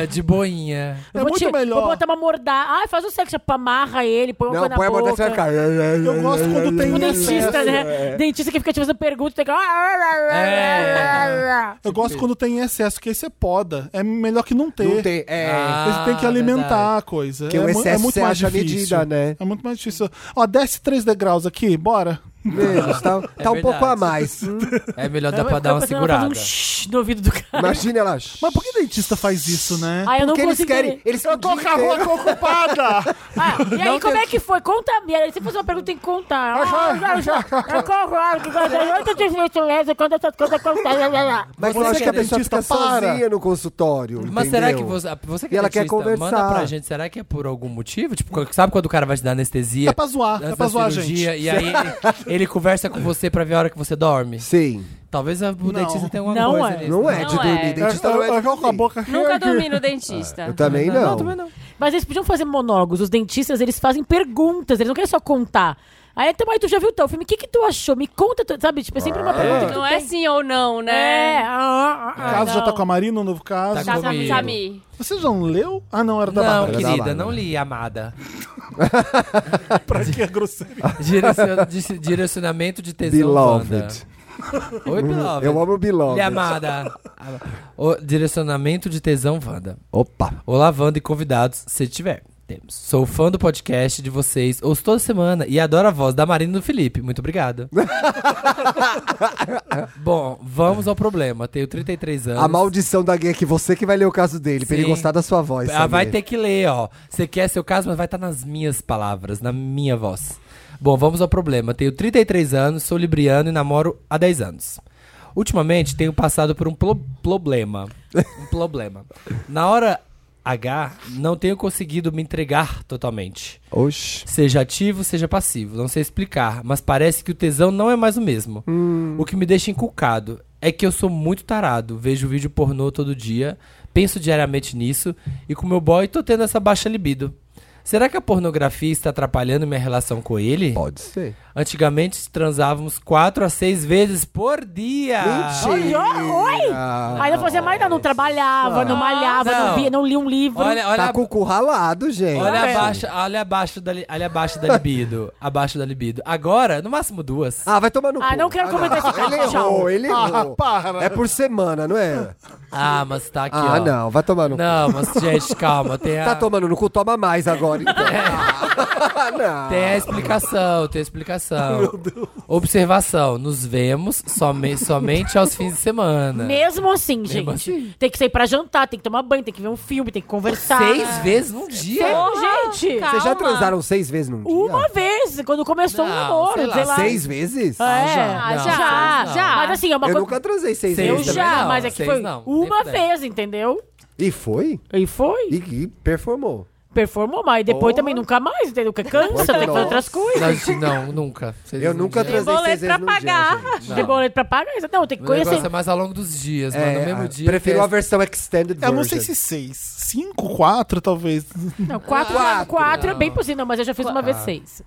É, de boinha. é Vou muito te- melhor. Vou botar uma mordada. Ai, faz um sexo. tipo, Amarra ele, põe uma Não, coisa na põe a boca. boca você vai ficar. Eu gosto quando tem um O Excesso, dentista, né? Dentista que fica "Ah, te fazendo pergunta. Tem que... ah, É. Eu gosto quando tem excesso, que aí você poda. É melhor que não ter. Não tem. É. Ah, Você tem que alimentar verdade. a coisa. É Porque o mu- excesso você acha a difícil. medida, né? É muito mais difícil. Ó, desce três degraus aqui, bora. Menos, tá, tá um É verdade. pouco a mais. É melhor dar pra dar uma Faz faz segurada. Um shhh no ouvido do cara. Imagina ela. Mas por que dentista faz isso, né? Ai, eu não Porque eles consigo querem. entender. Eles eu Tô com a boca ocupada! Ah, e aí, como é que foi? Conta a minha. Você fez uma pergunta, tem que contar. Ah, já, já, já, concordo, que quando eu te vejo lesa, quando essas coisas acontecem. Mas Você você acha quer que a pessoa dentista? fica sozinha no consultório? Mas entendeu? será que você, você que E é ela quer dentista, conversar. Manda pra gente, será que é por algum motivo? Tipo, sabe quando o cara vai te dar anestesia? É pra zoar, antes é pra da zoar, cirurgia, gente. E aí ele, ele conversa com você pra ver a hora que você dorme? Sim. Talvez a- o Não. dentista tenha alguma Não coisa é. nisso. Não é né? de Não dormir. é. Dentista eu não é eu de jogo com a dormir. Ah, boca Nunca aqui. dormi no dentista. Eu também não. Mas eles podiam fazer monólogos. Os dentistas, eles fazem perguntas, eles não querem só contar. Aí até mais, tu já viu tal filme? O que, que tu achou? Me conta, tu- sabe? Tipo, é sempre Ah, uma pergunta. que tu Não é tem. assim sim ou não, É. né? ah, ah, O ah, caso já não. tá com a Marina, o novo caso. Tá Já com- sabe, Comigo. sabe. Você já não leu? Ah, não, era da Não, Bárbara. querida, Bárbara. não li, amada. Pra que a grosseria? Direcion- dis- direcionamento de tesão. Wanda. Beloved. Oi, Beloved. Eu amo Li, Beloved. amada. Ah, O direcionamento de tesão, Wanda. Opa. Olá, Wanda e convidados, se tiver. Temos. Sou fã do podcast de vocês, ouço toda semana e adoro a voz da Marina e do Felipe. Muito obrigada. Bom, vamos ao problema. Tenho 33 anos. A maldição da gay é que você que vai ler o caso dele, pra ele Sim. gostar da sua voz. Ela Ah, vai Samir. ter que ler, ó. Você quer seu caso, mas vai estar nas minhas palavras, na minha voz. Bom, vamos ao problema. Tenho 33 anos, sou libriano e namoro há 10 anos. Ultimamente tenho passado por um plo- problema. Um problema. Na hora H, não tenho conseguido me entregar totalmente. Oxi. Seja ativo, seja passivo. Não sei explicar, mas parece que o tesão não é mais o mesmo. Hum. O que me deixa inculcado é que eu sou muito tarado. Vejo vídeo pornô todo dia, penso diariamente nisso e com meu boy tô tendo essa baixa libido. Será que a pornografia está atrapalhando minha relação com ele? Pode ser. Antigamente transávamos quatro a seis vezes por dia. Olha, oi! Aí assim, não fazia mais nada, não Ah. trabalhava, não malhava, não, Não. via, não lia um livro. Olha, olha Tá a- com o cu ralado, gente. Tá Olha abaixo, olha abaixo da, li- olha abaixo da libido. abaixo da libido. Agora, no máximo duas. Ah, vai tomar no Ah, cu. não quero Ah, comentar isso, Ele tchau. errou, ele Ah, errou. para. É por semana, não é? Ah, mas tá aqui, ah, ó. não, vai tomar no Não, cu. mas, gente, calma, tem a- Tá tomando no cu, toma mais agora, então. Tem a explicação, tem a explicação. Observação, nos vemos some- somente aos fins de semana. Mesmo assim, Mesmo gente, tem que sair pra jantar, tem que tomar banho, tem que ver um filme, tem que conversar. Seis vezes num dia? Porra, gente! Vocês já transaram seis vezes num dia? Uma vez, quando começou o Não, Um namoro, sei sei lá. lá. Seis vezes? É, Ah, já. já, Não, já, seis não. Mas assim, é uma Eu coisa... nunca transei seis Eu vezes também, já, não. mas é que Seis foi não, uma nem puder. vez, entendeu? E foi? E foi. E, performou. Performou mais, depois também nunca mais, entendeu? Porque Depois cansa, tem que fazer nossa. outras coisas. Não, gente, não, nunca. Seis Eu vezes num nunca dia. transei seis vezes num dia, gente. Não. Tem boleto pra pagar, exato. não, tem que O negócio conhecer. é mais ao longo dos dias, É, mas no mesmo ah, dia. prefiro tem- a versão extended Eu version. não sei se seis, cinco, quatro, talvez. Não, quatro, quatro, é bem possível, não, mas eu já fiz uma vez seis.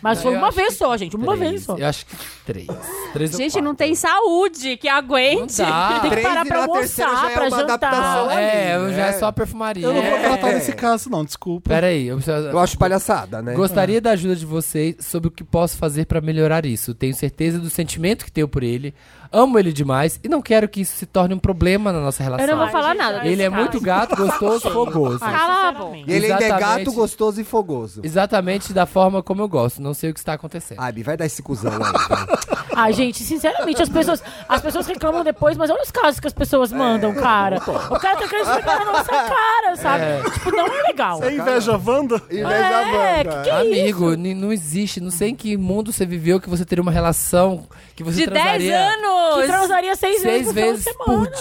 Mas Não, foi eu uma acho vez só, gente, uma vez só. Eu acho que três. Três ou Gente, não tem saúde que aguente. Não dá. Tem que Três parar e pra na terceira já almoçar, é pra uma jantar. adaptação É, ali, já é né? só perfumaria. Eu não vou tratar É. tá nesse caso, não, desculpa. Peraí, eu preciso... Eu acho palhaçada, né? Gostaria da ajuda de vocês sobre o que posso fazer pra melhorar isso. Tenho certeza do sentimento que tenho por ele. Amo ele demais e não quero que isso se torne um problema na nossa relação. Eu não vou falar nada Ele desse é cara. muito gato, gostoso, fogoso. Cala a boca. E ele ainda é Exatamente. gato, gostoso e fogoso. Exatamente da forma como eu gosto. Não sei o que está acontecendo. Abi, vai dar esse cuzão aí. Ah, gente, sinceramente, as pessoas, as pessoas reclamam depois, mas olha os casos que as pessoas mandam, cara. O cara tá querendo esfregar na nossa cara, sabe? É. Tipo, não é legal. Você inveja a Wanda? É, que que é Amigo, ni- não existe. Não sei em que mundo você viveu que você teria uma relação que você De 10 transaria... anos! Que transaria seis vezes por final de vezes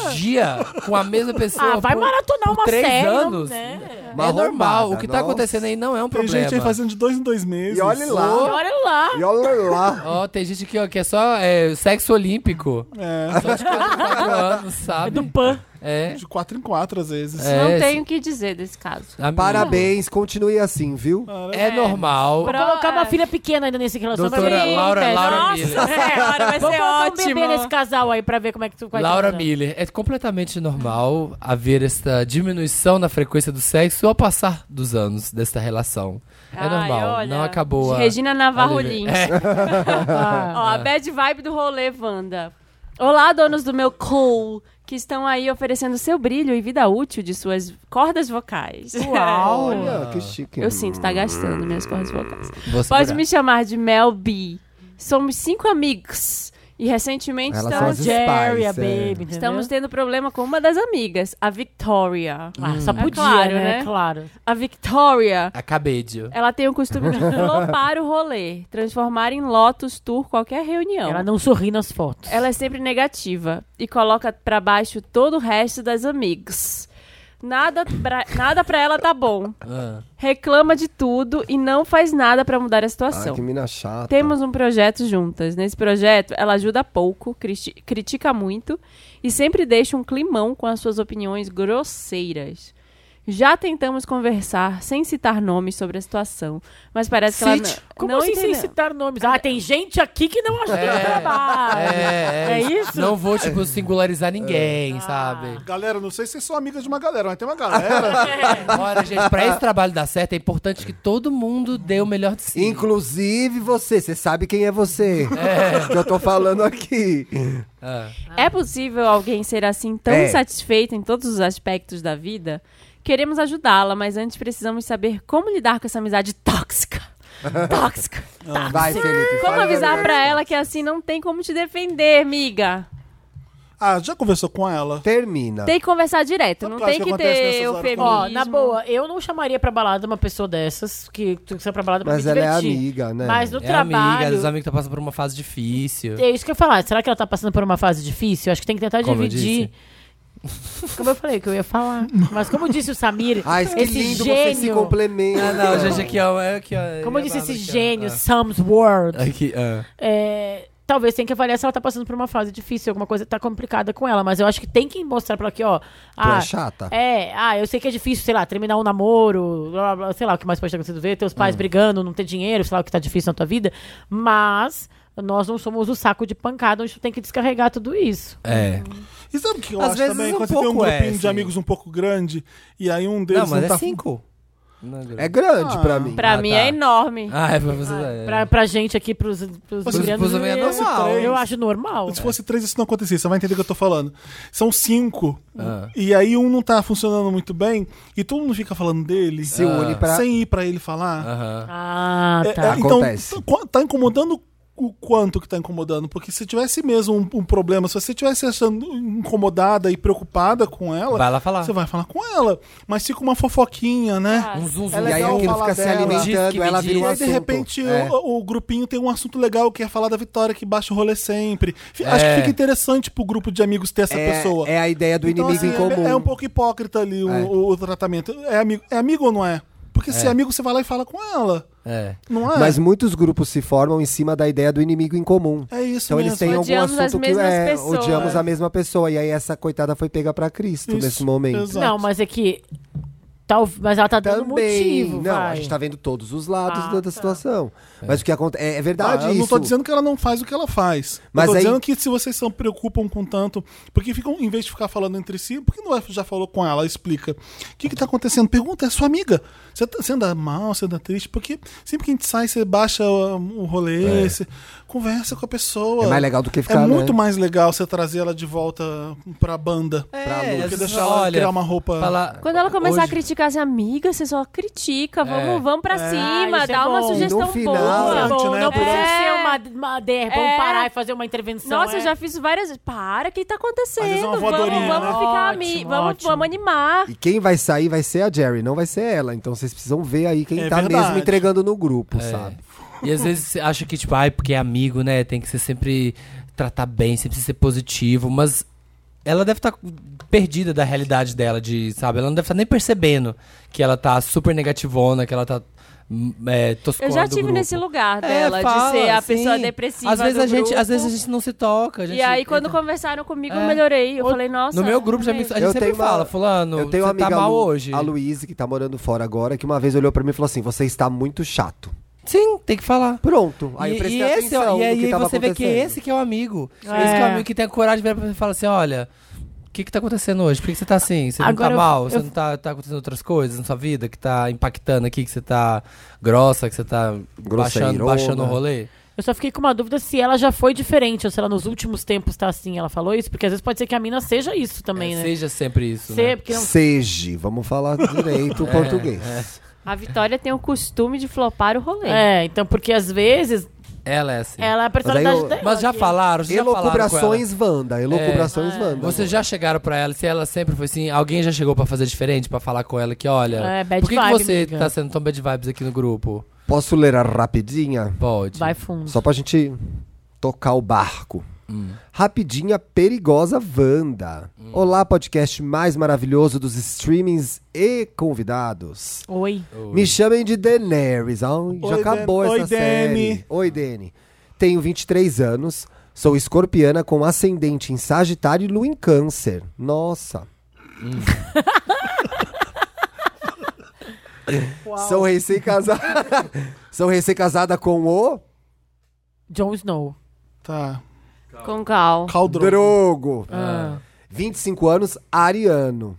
por dia com a mesma pessoa. Ah, vai por- maratonar por uma três série, não- anos. né? É Uma normal. arrombada, O que tá nossa. acontecendo aí não é um Tem problema. gente aí fazendo de dois em dois meses. E olha lá. Ô. E olha lá. E olha lá. Ó, tem gente aqui, ó, que é só é, sexo olímpico. É. Só de 4 anos, sabe? do PAN. É. De quatro em quatro, às vezes. É, Não se- tenho o que dizer desse caso. Amigo, Parabéns, continue assim, viu? É normal. Vou colocar uma filha pequena ainda nesse relacionamento. Doutora Sim, Laura- velho. Laura Nossa, Miller. é, Laura, vai Vou ser colocar um ótimo. Vou bebê bebê nesse nesse casal aí pra ver como é que tu vai Laura Miller, é completamente normal haver esta diminuição na frequência do sexo ao passar dos anos desta relação. Ai, é normal, olha, não acabou a... Regina Navarro a liber- Lins. É. Ó, a bad vibe do rolê, Wanda. Olá, donos do meu cool, que estão aí oferecendo seu brilho e vida útil de suas cordas vocais. Uau! Olha, que chique. Eu sinto, tá gastando minhas cordas vocais. Vou Pode segurar. me chamar de Mel B. Somos cinco amigos. E recentemente tá Elas são estamos, as Jerry, Spice, baby, é. entendeu? estamos tendo problema com uma das amigas, a Victoria. Ah, Hum. só É podia, claro, né? né? Claro. A Victoria A cabedeo. ela tem o costume de flopar o rolê, transformar em Lotus Tour qualquer reunião. Ela Ela, não sorri nas fotos. é sempre negativa e coloca pra baixo todo o resto das amigas. Nada pra, nada pra ela tá bom. Ah. Reclama de tudo e não faz nada pra mudar a Ai, situação. que mina Ah, tá. chata. Temos um projeto juntas. Nesse projeto, ela ajuda pouco, criti- critica muito e sempre deixa um climão com as suas opiniões grosseiras. Já tentamos conversar sem citar nomes sobre a situação, mas parece É que ela Cite. não, Como não assim sem entendeu. citar nomes? Ah, tem gente aqui que não ajuda É, no trabalho. É, é, isso? Não vou, tipo, singularizar ninguém, sabe? Galera, não sei se vocês são amigas de uma galera, mas tem uma galera. Olha, gente, pra esse trabalho dar certo é importante que todo mundo dê o melhor de si. Inclusive você, você sabe quem é você. É. Que eu tô falando aqui. Ah. É possível alguém ser assim tão É. insatisfeito em todos os aspectos da vida? Queremos ajudá-la, mas antes precisamos saber como lidar com essa amizade tóxica. É Ah. Tóxica. Vai, Felipe. Como fala avisar agora. pra ela que assim não tem como te defender, miga? ah, já conversou com ela? Termina. Tem que conversar direto, não Claro tem Tá. que que acontece ter nessas horas eufemismo. Ó, na boa, eu não chamaria pra balada uma pessoa dessas, que tu sai pra balada pra Mas me ela é divertir. amiga, né? Mas no É trabalho... amiga, os amigos estão passando por uma fase difícil. É isso que eu ia falar. Será que ela tá passando por uma fase difícil? Eu acho que tem que tentar Como eu dividir. disse. Como eu falei que eu ia falar. Mas como disse o Samir, Ai, que esse lindo, gênio. vocês se complementam. Ah, não, gente, aqui, ó. é Aqui, ó Como é eu disse a esse Bárbara aqui, ó. gênio, Sam's World. Aqui, ah. é, talvez tenha que avaliar se ela tá passando por uma fase difícil, alguma coisa tá complicada com ela, mas eu acho que tem que mostrar pra ela aqui, ó. ah, é chata. É, ah, eu sei que é difícil, sei lá, terminar um namoro, blá, blá, blá, sei lá o que mais pode ter acontecido, ver teus pais brigando, não ter dinheiro, sei lá o que tá difícil na tua vida, mas nós não somos o saco de pancada onde tu tem que descarregar tudo isso. É. E sabe o que eu Às acho vezes também? um quando você tem um pouco é, grupinho de sim. amigos um pouco grande e aí um deles. Não, mas é tá... cinco. É grande Ah. pra mim. Pra mim é enorme. Ah, é pra você. é. Pra, pra gente aqui, pros, pros, Mas se grandes, fosse é três, normal. três. Eu acho normal. Se fosse três, isso não acontecia. Você vai entender o que eu tô falando. São cinco. Ah. E aí um não tá funcionando muito bem e todo mundo fica falando dele. Se une pra- Ah. Sem ir pra ele falar. Ah, É, tá. é, então, tá- tá incomodando o quanto que tá incomodando? Porque se tivesse mesmo um, um problema, se você tivesse achando incomodada e preocupada com ela, Vai lá falar. você vai falar com ela. Mas fica uma fofoquinha, né? Um zum, zum. É E aí legal aquilo falar fica se dela. alimentando, Diz que me ela diz. vira um E aí, de assunto. repente, É. o, o grupinho tem um assunto legal que é falar da Vitória, que baixa o rolê sempre. Fi- Acho É. que fica interessante pro grupo de amigos ter essa É- pessoa. é a ideia do inimigo em é- comum. É, um pouco hipócrita ali o, É. o- o tratamento. É amigo, é amigo ou não é? Porque se É. é amigo, você vai lá e fala com ela. É. Não é? Mas muitos grupos se formam em cima da ideia do inimigo em comum. É isso Então eles mesmo. têm algum Odiamos as assunto que mesmas é, pessoas. odiamos a mesma pessoa. E aí essa coitada foi pega pra Cristo Isso, nesse momento. Não, mas é que. Tal, mas ela tá dando Também. motivo. Não, vai. a gente tá vendo todos os lados Ah, da, tá. da situação. Mas o que acontece. É, é verdade Ah, eu isso. não tô dizendo que ela não faz o que ela faz. Mas eu tô aí- dizendo que se vocês se preocupam com tanto. Porque ficam, em vez de ficar falando entre si, por que não é- já falou com ela? Explica. O que, que tá acontecendo? Pergunta, é sua amiga. Você, tá- você anda mal, você anda triste? Porque sempre que a gente sai, você baixa um, o rolê, É. você conversa com a pessoa. É mais legal do que ficar, É muito né? mais legal você trazer ela de volta pra banda. Pra luz. do que às deixar vezes, ela olha, criar uma roupa. falar- Quando ela começar a Hoje- criticar as amigas, você só critica. Vamos, É. vamos pra É. cima, Ah, isso é dá uma bom. sugestão No final, boa. é bom, né? Não Por precisa isso- ser uma, uma DR, vamos É. parar e fazer uma intervenção. Nossa, é. eu já fiz várias vezes. Para, o que tá acontecendo? vezes é uma vamos voadorinha, vamos né? ficar ami- Ótimo, vamos, ótimo. vamos animar. E quem vai sair vai ser a Jerry, não vai ser ela. Então vocês precisam ver aí quem É tá mesmo verdade. entregando no grupo, É. sabe? E às vezes você acha que, tipo, ai, porque é amigo, né? Tem que ser sempre tratar bem, sempre ser positivo, mas ela deve estar perdida da realidade dela, de, sabe? Ela não deve estar nem percebendo que ela tá super negativona, que ela tá hum, é, toscona Eu já do tive grupo. nesse lugar É, dela, fala, de ser a sim. pessoa depressiva. Às vezes do a gente- grupo. às vezes a gente não se toca. a gente- e aí, quando conversaram comigo, eu É. melhorei. Eu falei, nossa. é No meu grupo já me- realmente. a gente sempre fala, fulano, eu tenho você uma amiga tá mal Lu- hoje. A Luísa, que tá morando fora agora, que uma vez olhou pra mim e falou assim: Você está muito chato. Sim, tem que falar. Pronto. Aí eu E- prestei e esse, ó, atenção e aí no que tava você vê que é acontecendo. esse que é o amigo. É. Esse que é o amigo que tem a coragem de virar pra você e falar assim: olha, o que, que tá acontecendo hoje? Por que, que você tá assim? Você Agora não eu- tá mal? Você eu- não tá, tá acontecendo outras coisas na sua vida que tá impactando aqui, que você tá grossa, que você tá baixando, Grosseirona. baixando o rolê? Eu só fiquei com uma dúvida se ela já foi diferente, ou se ela nos últimos tempos tá assim. Ela falou isso, porque às vezes pode ser que a mina seja isso também, né? É, Seja sempre isso. Se- né? porque não- Seja, vamos falar direito o É, português. A Vitória tem o costume de flopar o rolê. É, então, porque às vezes Ela é assim. ela é a personalidade dela. Mas já falaram, já falaram com ela. Elocubrações Wanda, elocubrações É. Wanda. Vocês já chegaram pra ela, se ela sempre foi assim, alguém já chegou pra fazer diferente, pra falar com ela que, olha, É, bad por que, que vibe, você amiga. tá sendo tão bad vibes aqui no grupo? Posso ler a rapidinha? Pode. Vai fundo. Só pra gente tocar o barco. Hum. Rapidinha perigosa Wanda. Hum. Olá, podcast mais maravilhoso dos streamings e convidados. Oi. Me chamem de Daenerys. Ai, já Oi, acabou Dan- essa Oi, série. Dani. Oi, Dani. Tenho 23 anos, sou escorpiana com ascendente em Sagitário e lua em Câncer. Nossa. Sou recém-casada. sou recém-casada com o Jon Snow. Tá. Com cal. Caldrogo. Drogo. É. Ah. 25 anos, ariano.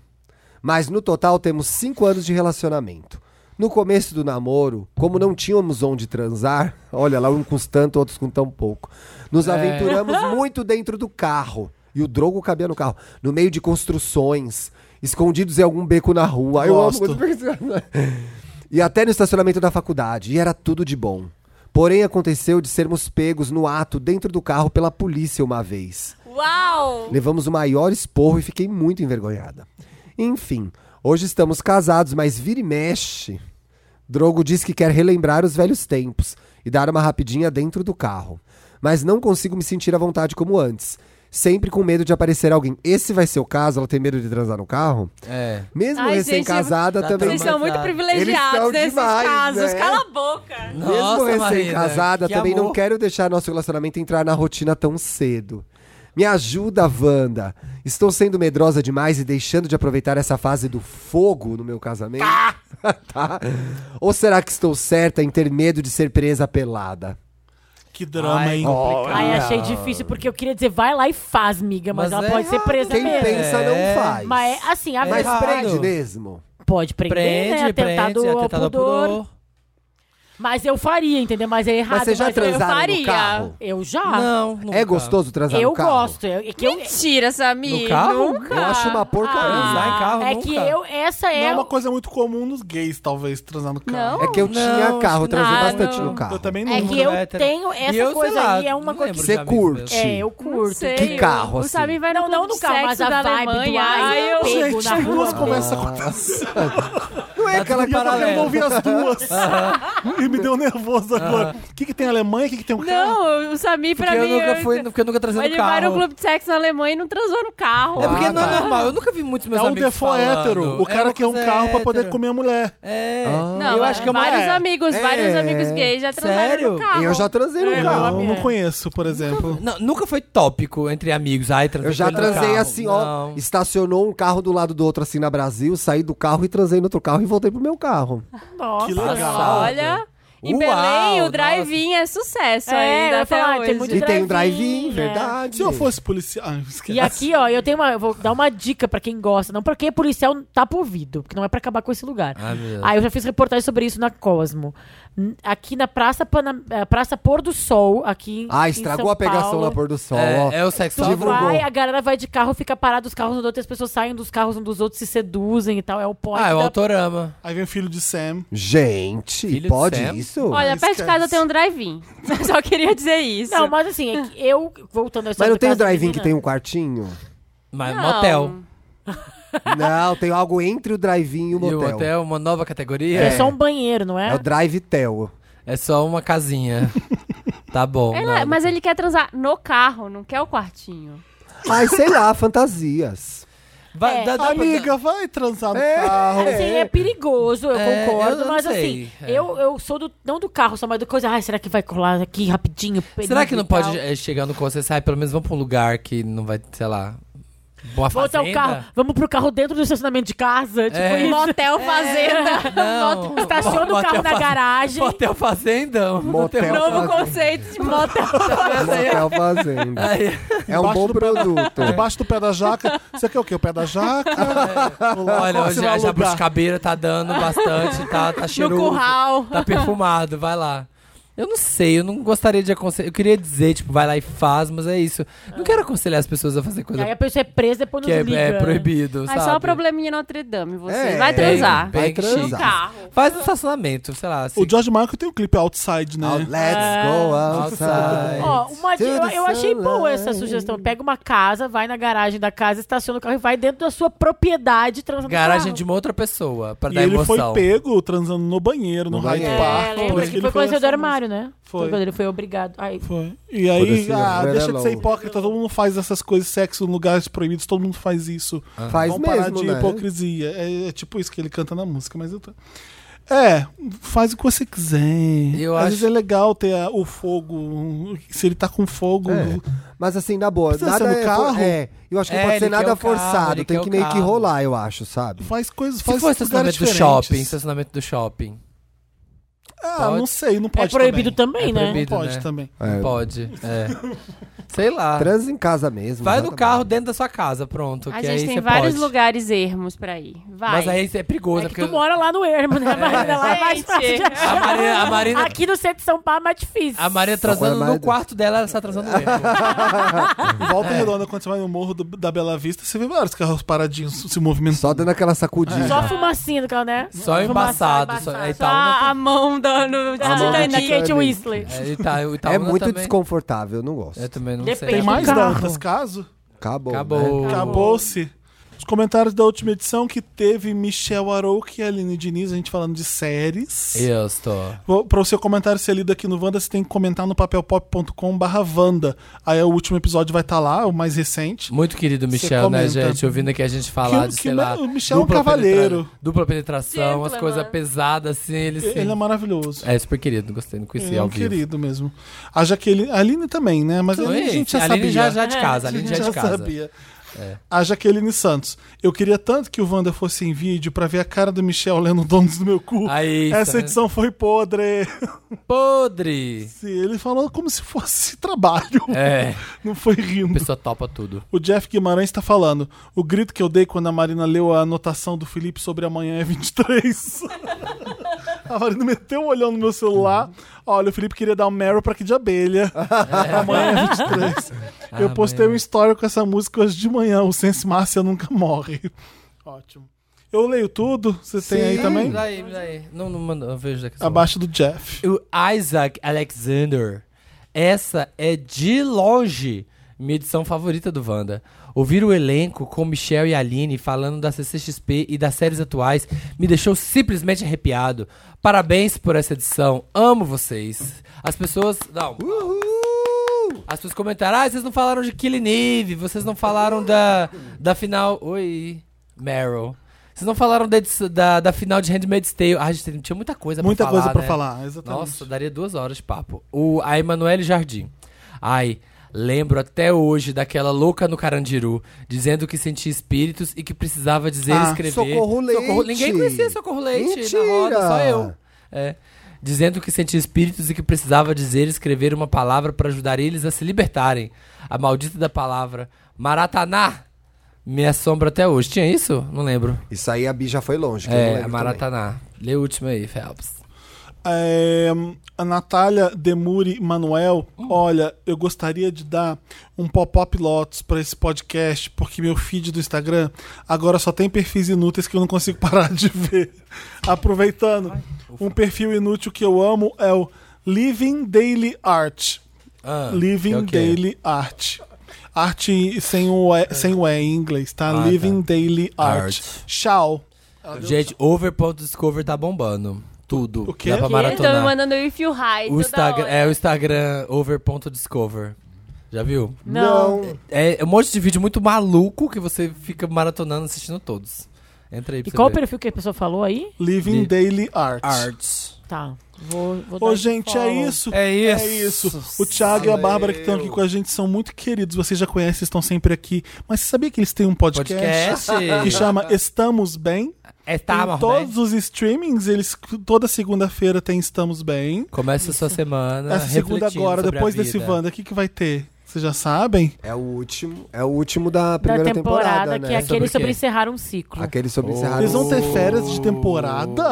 Mas no total temos 5 anos de relacionamento. No começo do namoro, como não tínhamos onde transar, olha lá, um com tanto, outros com tão pouco, nos É. aventuramos muito dentro do carro. E o drogo cabia no carro. No meio de construções, escondidos em algum beco na rua. Eu amo Gosto. quando e até no estacionamento da faculdade, e era tudo de bom. Porém, aconteceu de sermos pegos no ato dentro do carro pela polícia uma vez. Uau! Levamos o maior esporro e fiquei muito envergonhada. Enfim, hoje estamos casados, mas vira e mexe. Drogo diz que quer relembrar os velhos tempos e dar uma rapidinha dentro do carro. Mas não consigo me sentir à vontade como antes. sempre com medo de aparecer alguém. Esse vai ser o caso, ela tem medo de transar no carro? É. Mesmo Ai, recém-casada Tá Ah, tá, gente, também. Vocês são muito Eles privilegiados são nesses demais, casos. né? Cala a boca. Mesmo recém-casada, também não quer. quero deixar nosso relacionamento entrar na rotina tão cedo. Me ajuda, Wanda. Estou sendo medrosa demais e deixando de aproveitar essa fase do fogo no meu casamento? Ah! Tá? Ou será que estou certa em ter medo de ser presa pelada? Que drama, hein? Ai, achei difícil, porque eu queria dizer, vai lá e faz, miga, Mas mas, ela é pode ser errado. presa Quem mesmo. pensa não É. faz. Mas é assim, a Mas verdade- prende mesmo? Pode prender, né? Atentado ao pudor. Mas eu faria, entendeu? Mas é errado. Mas você já eu transaram no faria. carro? Eu já. Não, nunca. É gostoso transar Ah. eu no carro? Gosto. Eu é gosto. Mentira, Samir. No carro? Eu acho uma porcaria. Ah, Transar em carro, É nunca. que eu... Essa Não é é... uma coisa muito comum nos gays, talvez, transar no carro. Não? É que eu tinha Não. carro, eu transei Ah, bastante não. no carro. Eu também não. né? É que eu tenho essa coisa aí, é uma coisa que Você curte? É, eu curto. sei, Que eu- carro, o assim? Samir vai no não, não clube no de carro, sexo mas a da vibe do Alemanha. ai, Ai, eu eu- pego Gente, na rua. duas conversas acontecem. Não é aquela parada. Eu paralela. não ouvi as duas. Aham. e me deu nervoso agora. Aham. O que, que tem Alemanha? O que, que tem um carro? Não, o Samir pra Porque eu mim. é nunca fui- porque eu nunca transei no Ele vai no carro. clube de sexo na Alemanha e não transou no carro. É Ah, porque tá. não é normal. Eu nunca vi muitos meus É um amigos default falando. hétero. O É cara uma quer um coisa carro pra poder hétero. comer a mulher. É. Ah. Não, eu mas acho que é uma... vários é. amigos, vários amigos gays já transaram Sério? no carro. Eu já transei no É, carro. não, Eu não conheço, por exemplo. Não, nunca foi tópico entre amigos. Ai, transei Eu já com ele no transei carro. assim, ó. Estacionou um carro do lado do outro, assim, na Brasil. Saí do carro e transei no outro carro e voltei pro meu carro. Nossa, Que legal. olha. Em Uau, Belém, o drive-in é sucesso É, eu ainda ia até falar, tem hoje. muito E tem o drive-in, drive-in, né? verdade. Se eu fosse policial. Ah, esquece. E aqui, ó, eu tenho uma. Eu vou dar uma dica pra quem gosta, não pra quem é policial tapa o ouvido, porque não é pra acabar com esse lugar. Ah, meu Deus. Aí eu já fiz reportagem sobre isso na Cosmo. N- Aqui na Praça, Pana- eh, Praça Pôr do Sol, aqui. em- Ah, em estragou São a pegação Paulo. na pôr do sol, É, ó. é o sexo Tu Divulgou. vai, a galera vai de carro, fica parada os carros um do outro, e as pessoas saem dos carros um dos outros, se seduzem e tal. É o pó. Ah, é o autorama. Aí vem o filho de Sam. Gente, Filho de pode Sam? isso? Olha, perto de casa tem um drive-in. Só queria dizer isso. Não, mas assim, é que eu, voltando a Mas não tem o drive-in que um tem um quartinho? Mas tá Não. É motel. Não, tem algo entre o drive-in e o E o motel. hotel, uma nova categoria. É. só um banheiro, não é? É o drive-tel. É só uma casinha. tá bom. Ela- é nada. mas ele quer transar no carro, não quer o quartinho. Mas sei lá, fantasias. Vai, É. dá- dá pra- Amiga, vai transar no carro. Assim, é perigoso, eu É, concordo, eu não mas sei. assim, É. eu, eu sou do, não do carro, só mais do coisa. Ai, será que vai colar aqui rapidinho? Será que não e tal? pode eh, chegar no consenso? Ai, pelo menos vamos pra um lugar que não vai, sei lá. Uma Voltar o fazenda? um carro, vamos pro carro dentro do estacionamento de casa, tipo, É. isso. Um Motel É. fazenda. Não. Estaciona o Motel carro na fazenda. garagem. Motel fazenda? um Motel Novo é. fazenda. conceito de motel. Motel fazenda. Aí. É um Embaixo bom do pé da- produto. Embaixo do pé da jaca. Você quer o quê? O pé da jaca? Vou lá, Olha, qual você hoje vai a alugar? jabuticabeiras tá dando bastante, tá, tá cheiroso. curral. Tá perfumado, vai lá. Eu não sei, eu não gostaria de aconselhar. Eu queria dizer, tipo, vai lá e faz, mas é isso. Não quero aconselhar as pessoas a fazer E coisa aí a pessoa é presa depois que não é, liga. é proibido, Mas sabe? só o probleminha em Notre Dame, você. É, vai bem- transar. bem No chique. carro. Faz no estacionamento, sei lá. assim. Ah, O George Michael tem o clipe Outside, né? let's go outside. Ó, uma To dica, eu, the eu achei boa essa sunlight. sugestão. Pega uma casa, vai na garagem da casa, estaciona o carro e vai dentro da sua propriedade transando Garagem carro. de uma outra pessoa, pra E dar ele emoção. foi pego transando no banheiro, no, Hyde banheiro. Park. É, lembra Pois que ele foi quando saiu do lançado. armário, né? Foi. Foi. quando ele foi obrigado. Ai. Foi. E Por aí, esse ah, umbrella deixa de ser low. hipócrita, todo mundo faz essas coisas, sexo em lugares proibidos, todo mundo faz isso. Ah. Faz Vamos parar mesmo, de né? hipocrisia. É, é tipo isso que ele canta na música, mas eu tô... É, faz o que você quiser. Eu Às acho- vezes é legal ter a- o fogo, se ele tá com fogo... É. Mas assim, na boa, Precisa nada ser no é, carro? é, eu acho que É, pode ser ele quer nada o carro, forçado, ele tem quer que o é meio que carro. rolar, Ah, eu acho, sabe? Faz coisas, Se faz for lugares é estacionamento do diferentes. shopping, estacionamento do shopping. Ah, Pode? não sei, não pode proibido também, É né? proibido, Não pode né? também. Não É. pode, é. Sei lá. Trans em casa mesmo. Vai no exatamente. carro dentro da sua casa, pronto. A que gente aí tem você vários pode. lugares ermos pra ir. Vai. Mas aí é perigoso. É que porque tu mora lá no ermo, né? Marina? Lá é mais Gente. fácil de achar. A Marina- a Marina- Aqui no centro de São Paulo é mais difícil. A Maria transando no quarto dela, ela está É. transando no erro. É. Volta redonda, quando você vai no morro do- da Bela Vista, você vê vários carros paradinhos se movimentando. Só dando aquela sacudida. Só fumacinha do carro, né? Só embaçado. Só, é, Só a, a mão da, no, A mão Titanic. da Kate Winslet. É, Ita- o Itaúna É muito também. desconfortável, eu não gosto. Eu também não Depende sei. do carro. Nesse caso, Acabou. Acabou. né? acabou-se. Os comentários da última edição que teve Michel Arouque e Aline Diniz, a gente falando de séries. Eu estou. Para o seu comentário ser é lido aqui no Wanda, você tem que comentar no papelpop.com.br Wanda. Aí o último episódio vai estar lá, o mais recente. Muito querido Você Michel, né, comenta. gente? Ouvindo aqui a gente falar Que- de, que sei o- lá. o Michel é um dupla cavalheiro. penetra- Dupla penetração, as coisas pesadas, assim, ele sim. Ele é maravilhoso. É super querido, gostei, não conhecia é um ao vivo. querido mesmo. A Jaqueline. A Aline também, né? Mas a Oi, Aline a gente já a Aline sabia. já- já de casa, a a Aline gente já de casa. sabia. É. A Jaqueline Santos. Eu queria tanto que o Wanda fosse em vídeo pra ver a cara do Michel lendo Donos do Meu Cu. Aí, Essa tá. edição foi podre. Podre! Sim, ele falou como se fosse trabalho. É. Não foi rindo. A pessoa topa tudo. O Jeff Guimarães tá falando. O grito que eu dei quando a Marina leu a anotação do Felipe sobre amanhã é 23. a Marina meteu um olhão no meu celular. Olha, o Felipe queria dar um Meryl pra que de abelha. amanhã é 23. eu Ah, postei um story com essa música hoje de manhã. O Sense Márcia nunca morre. Ótimo. Eu leio tudo. Você tem aí também? Daí, daí. Não, não manda, eu vejo daqui a Abaixo do Jeff. O Isaac Alexander. Essa é de longe minha edição favorita do Wanda. Ouvir o elenco com Michel e Aline falando da CCXP e das séries atuais me deixou simplesmente arrepiado. Parabéns por essa edição. Amo vocês. As pessoas. Não. As pessoas comentaram: ah, vocês não falaram de Killing Eve, vocês não falaram da, da final. Oi, Meryl. Vocês não falaram da, edição- da, da final de Handmaid's Tale. Ah, gente, tinha muita coisa Muita pra falar. coisa pra né? falar, exatamente. Nossa, daria duas horas de papo. O, a Emanuele Jardim. Ai, lembro até hoje daquela louca no Carandiru, dizendo que sentia espíritos e que precisava dizer e Ah, escrever. Socorro Leite. Ninguém conhecia Socorro Leite Mentira. na roda, Ah. só eu. É. Dizendo que sentia espíritos e que precisava dizer e escrever uma palavra para ajudar eles a se libertarem. A maldita da palavra. Marataná! Me assombra até hoje. Tinha isso? Não lembro. Isso aí a Bi já foi longe. que eu não É, lembro Marataná. Lê o último aí, Phelps. É, a Natália Demuri Manuel, Hum. olha, eu gostaria de dar um pop-up lotus pra esse podcast, porque meu feed do Instagram agora só tem perfis inúteis que eu não consigo parar de ver. Aproveitando, um perfil inútil que eu amo é o Living Daily Art. Ah, Living é o quê? Daily Art. Arte sem o E, sem o e em inglês, tá? É. Ah, Living Daily Art. Art. Tchau. Gente, over.discover tá bombando. Tudo. O Dá pra Estão me maratonar. Então, mandando eu ir fio high. O toda Instagram, hora. é o Instagram over.discover. Já viu? Não. É, é um monte de vídeo muito maluco que você fica maratonando assistindo todos. Entra aí pra E você qual o ver. perfil que a pessoa falou aí? Living Li- Daily Art. Arts. Tá. Vou, vou Ô, dar gente, follow. é isso. É isso. O Thiago e a Bárbara que estão aqui com a gente são muito queridos. Vocês já conhecem, estão sempre aqui. Mas você sabia que eles têm um podcast, Podcast. É, tá, que chama Estamos Bem? Estamos em todos os streamings, eles toda segunda-feira tem Estamos Bem. Começa a sua semana. Essa segunda refletindo agora, sobre a depois desse vida. Wanda, o que, que vai ter? Vocês já sabem? É o último, é o último da Da primeira temporada, temporada, que né? é aquele sobre, encerrar um ciclo. Aquele Oh. sobre encerrar Eles vão um ter ciclo. férias de temporada?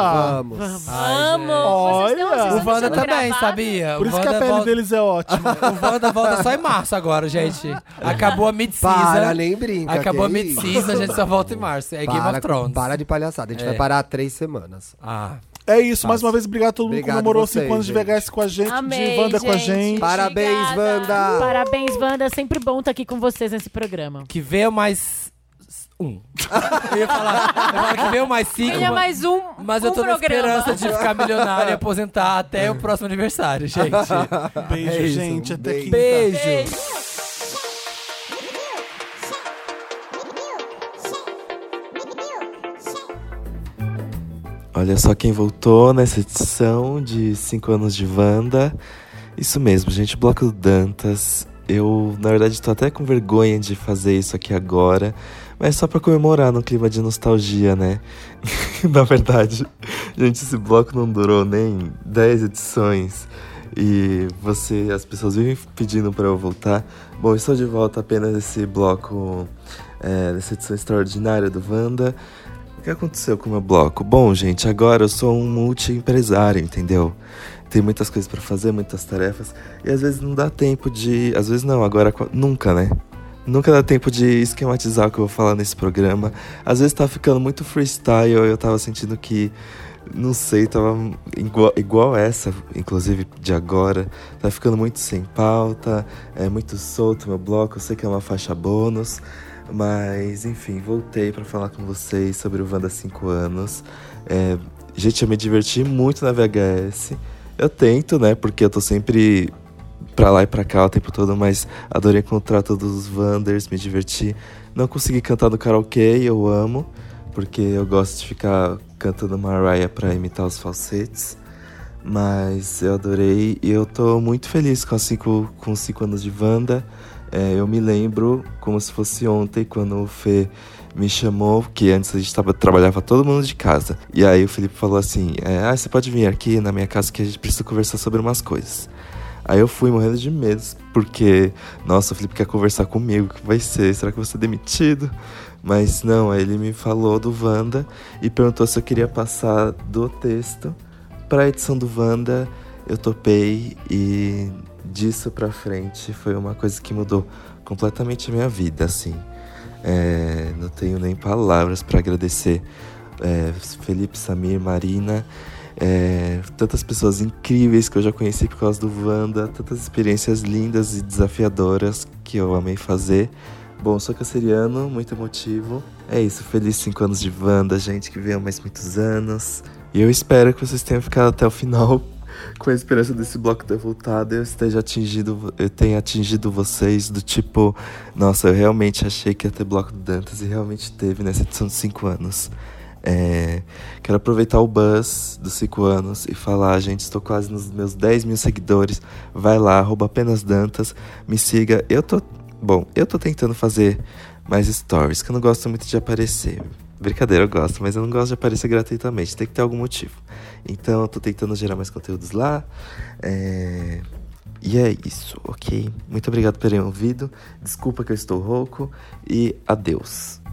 Vamos. Amo! Olha! O Wanda também, sabia? Por o isso que Wanda a pele volta- deles é ótima. O Wanda volta só em março agora, gente. Acabou a mid-season. Para, nem brinca, Acabou a que é mid-season, isso. a gente só volta em março. É Game Para- of Thrones. Para de palhaçada, a gente É. vai parar três semanas. Ah. É isso, mais uma vez, obrigado a todo mundo que Obrigado comemorou vocês, 5 anos de gente. VHS com a gente, Amei, de Wanda com a gente. gente. Parabéns, Wanda! Parabéns, Wanda. É Sempre bom estar aqui com vocês nesse programa. Que veio mais um. eu ia falar, eu ia falar que veio mais cinco. Venha mas- mais um- Mas eu tô um na programa. esperança de ficar milionário e aposentar até o próximo aniversário, gente. Beijo, É isso. gente. Até Beijo. quinta. Beijo. Olha só quem voltou nessa edição de 5 anos de Wanda. Isso mesmo, gente, o bloco do Dantas. Eu, na verdade, tô até com vergonha de fazer isso aqui agora, mas só pra comemorar no clima de nostalgia, né? na verdade, gente, esse bloco não durou nem 10 edições e você, as pessoas vivem pedindo pra eu voltar. Bom, eu estou de volta apenas nesse bloco, é, nessa edição extraordinária do Wanda. O que aconteceu com o meu bloco? Bom, gente, agora eu sou um multi-empresário, entendeu? Tem muitas coisas pra fazer, muitas tarefas, e às vezes não dá tempo de. Às vezes não, agora qua- nunca, né? Nunca dá tempo de esquematizar o que eu vou falar nesse programa. Às vezes tá ficando muito freestyle, eu tava sentindo que. Não sei, tava igual, igual essa, inclusive de agora. Tá ficando muito sem pauta, é muito solto meu bloco, eu sei que é uma faixa bônus. Mas, enfim, voltei pra falar com vocês sobre o Wanda 5 anos. É, gente, eu me diverti muito na VHS. Eu tento, né? Porque eu tô sempre pra lá e pra cá o tempo todo, mas adorei encontrar todos os Wanders, me diverti. Não consegui cantar no karaokê, eu amo, porque eu gosto de ficar cantando Mariah pra imitar os falsetes. Mas eu adorei e eu tô muito feliz com, as cinco, com os cinco anos de Wanda. É, eu me lembro como se fosse ontem, quando o Fê me chamou, que antes a gente tava, trabalhava todo mundo de casa. E aí o Felipe falou assim: é, Ah, você pode vir aqui na minha casa que a gente precisa conversar sobre umas coisas. Aí eu fui morrendo de medo, porque, nossa, o Felipe quer conversar comigo, o que vai ser? Será que eu vou ser demitido? Mas não, aí ele me falou do Wanda e perguntou se eu queria passar do texto pra edição do Wanda. Eu topei e disso pra frente foi uma coisa que mudou completamente a minha vida, assim. É, não tenho nem palavras pra agradecer. É, Felipe, Samir, Marina. É, tantas pessoas incríveis que eu já conheci por causa do Wanda, tantas experiências lindas e desafiadoras que eu amei fazer. Bom, sou canceriano, muito emotivo. É isso, feliz 5 anos de Wanda, gente, que venham mais muitos anos. E eu espero que vocês tenham ficado até o final com a esperança desse bloco ter voltado eu esteja atingido, eu tenha atingido vocês do tipo, nossa, eu realmente achei que ia ter bloco do Dantas e realmente teve nessa edição de 5 anos. É, quero aproveitar o buzz dos 5 anos e falar, gente, estou quase nos meus 10 mil seguidores. Vai lá, arroba apenas Dantas, me siga. Eu tô. Bom, eu tô tentando fazer mais stories, que eu não gosto muito de aparecer. Brincadeira, eu gosto, mas eu não gosto de aparecer gratuitamente, tem que ter algum motivo. Então eu tô tentando gerar mais conteúdos lá. É, E é isso, ok? Muito obrigado por terem ouvido. Desculpa que eu estou rouco e adeus.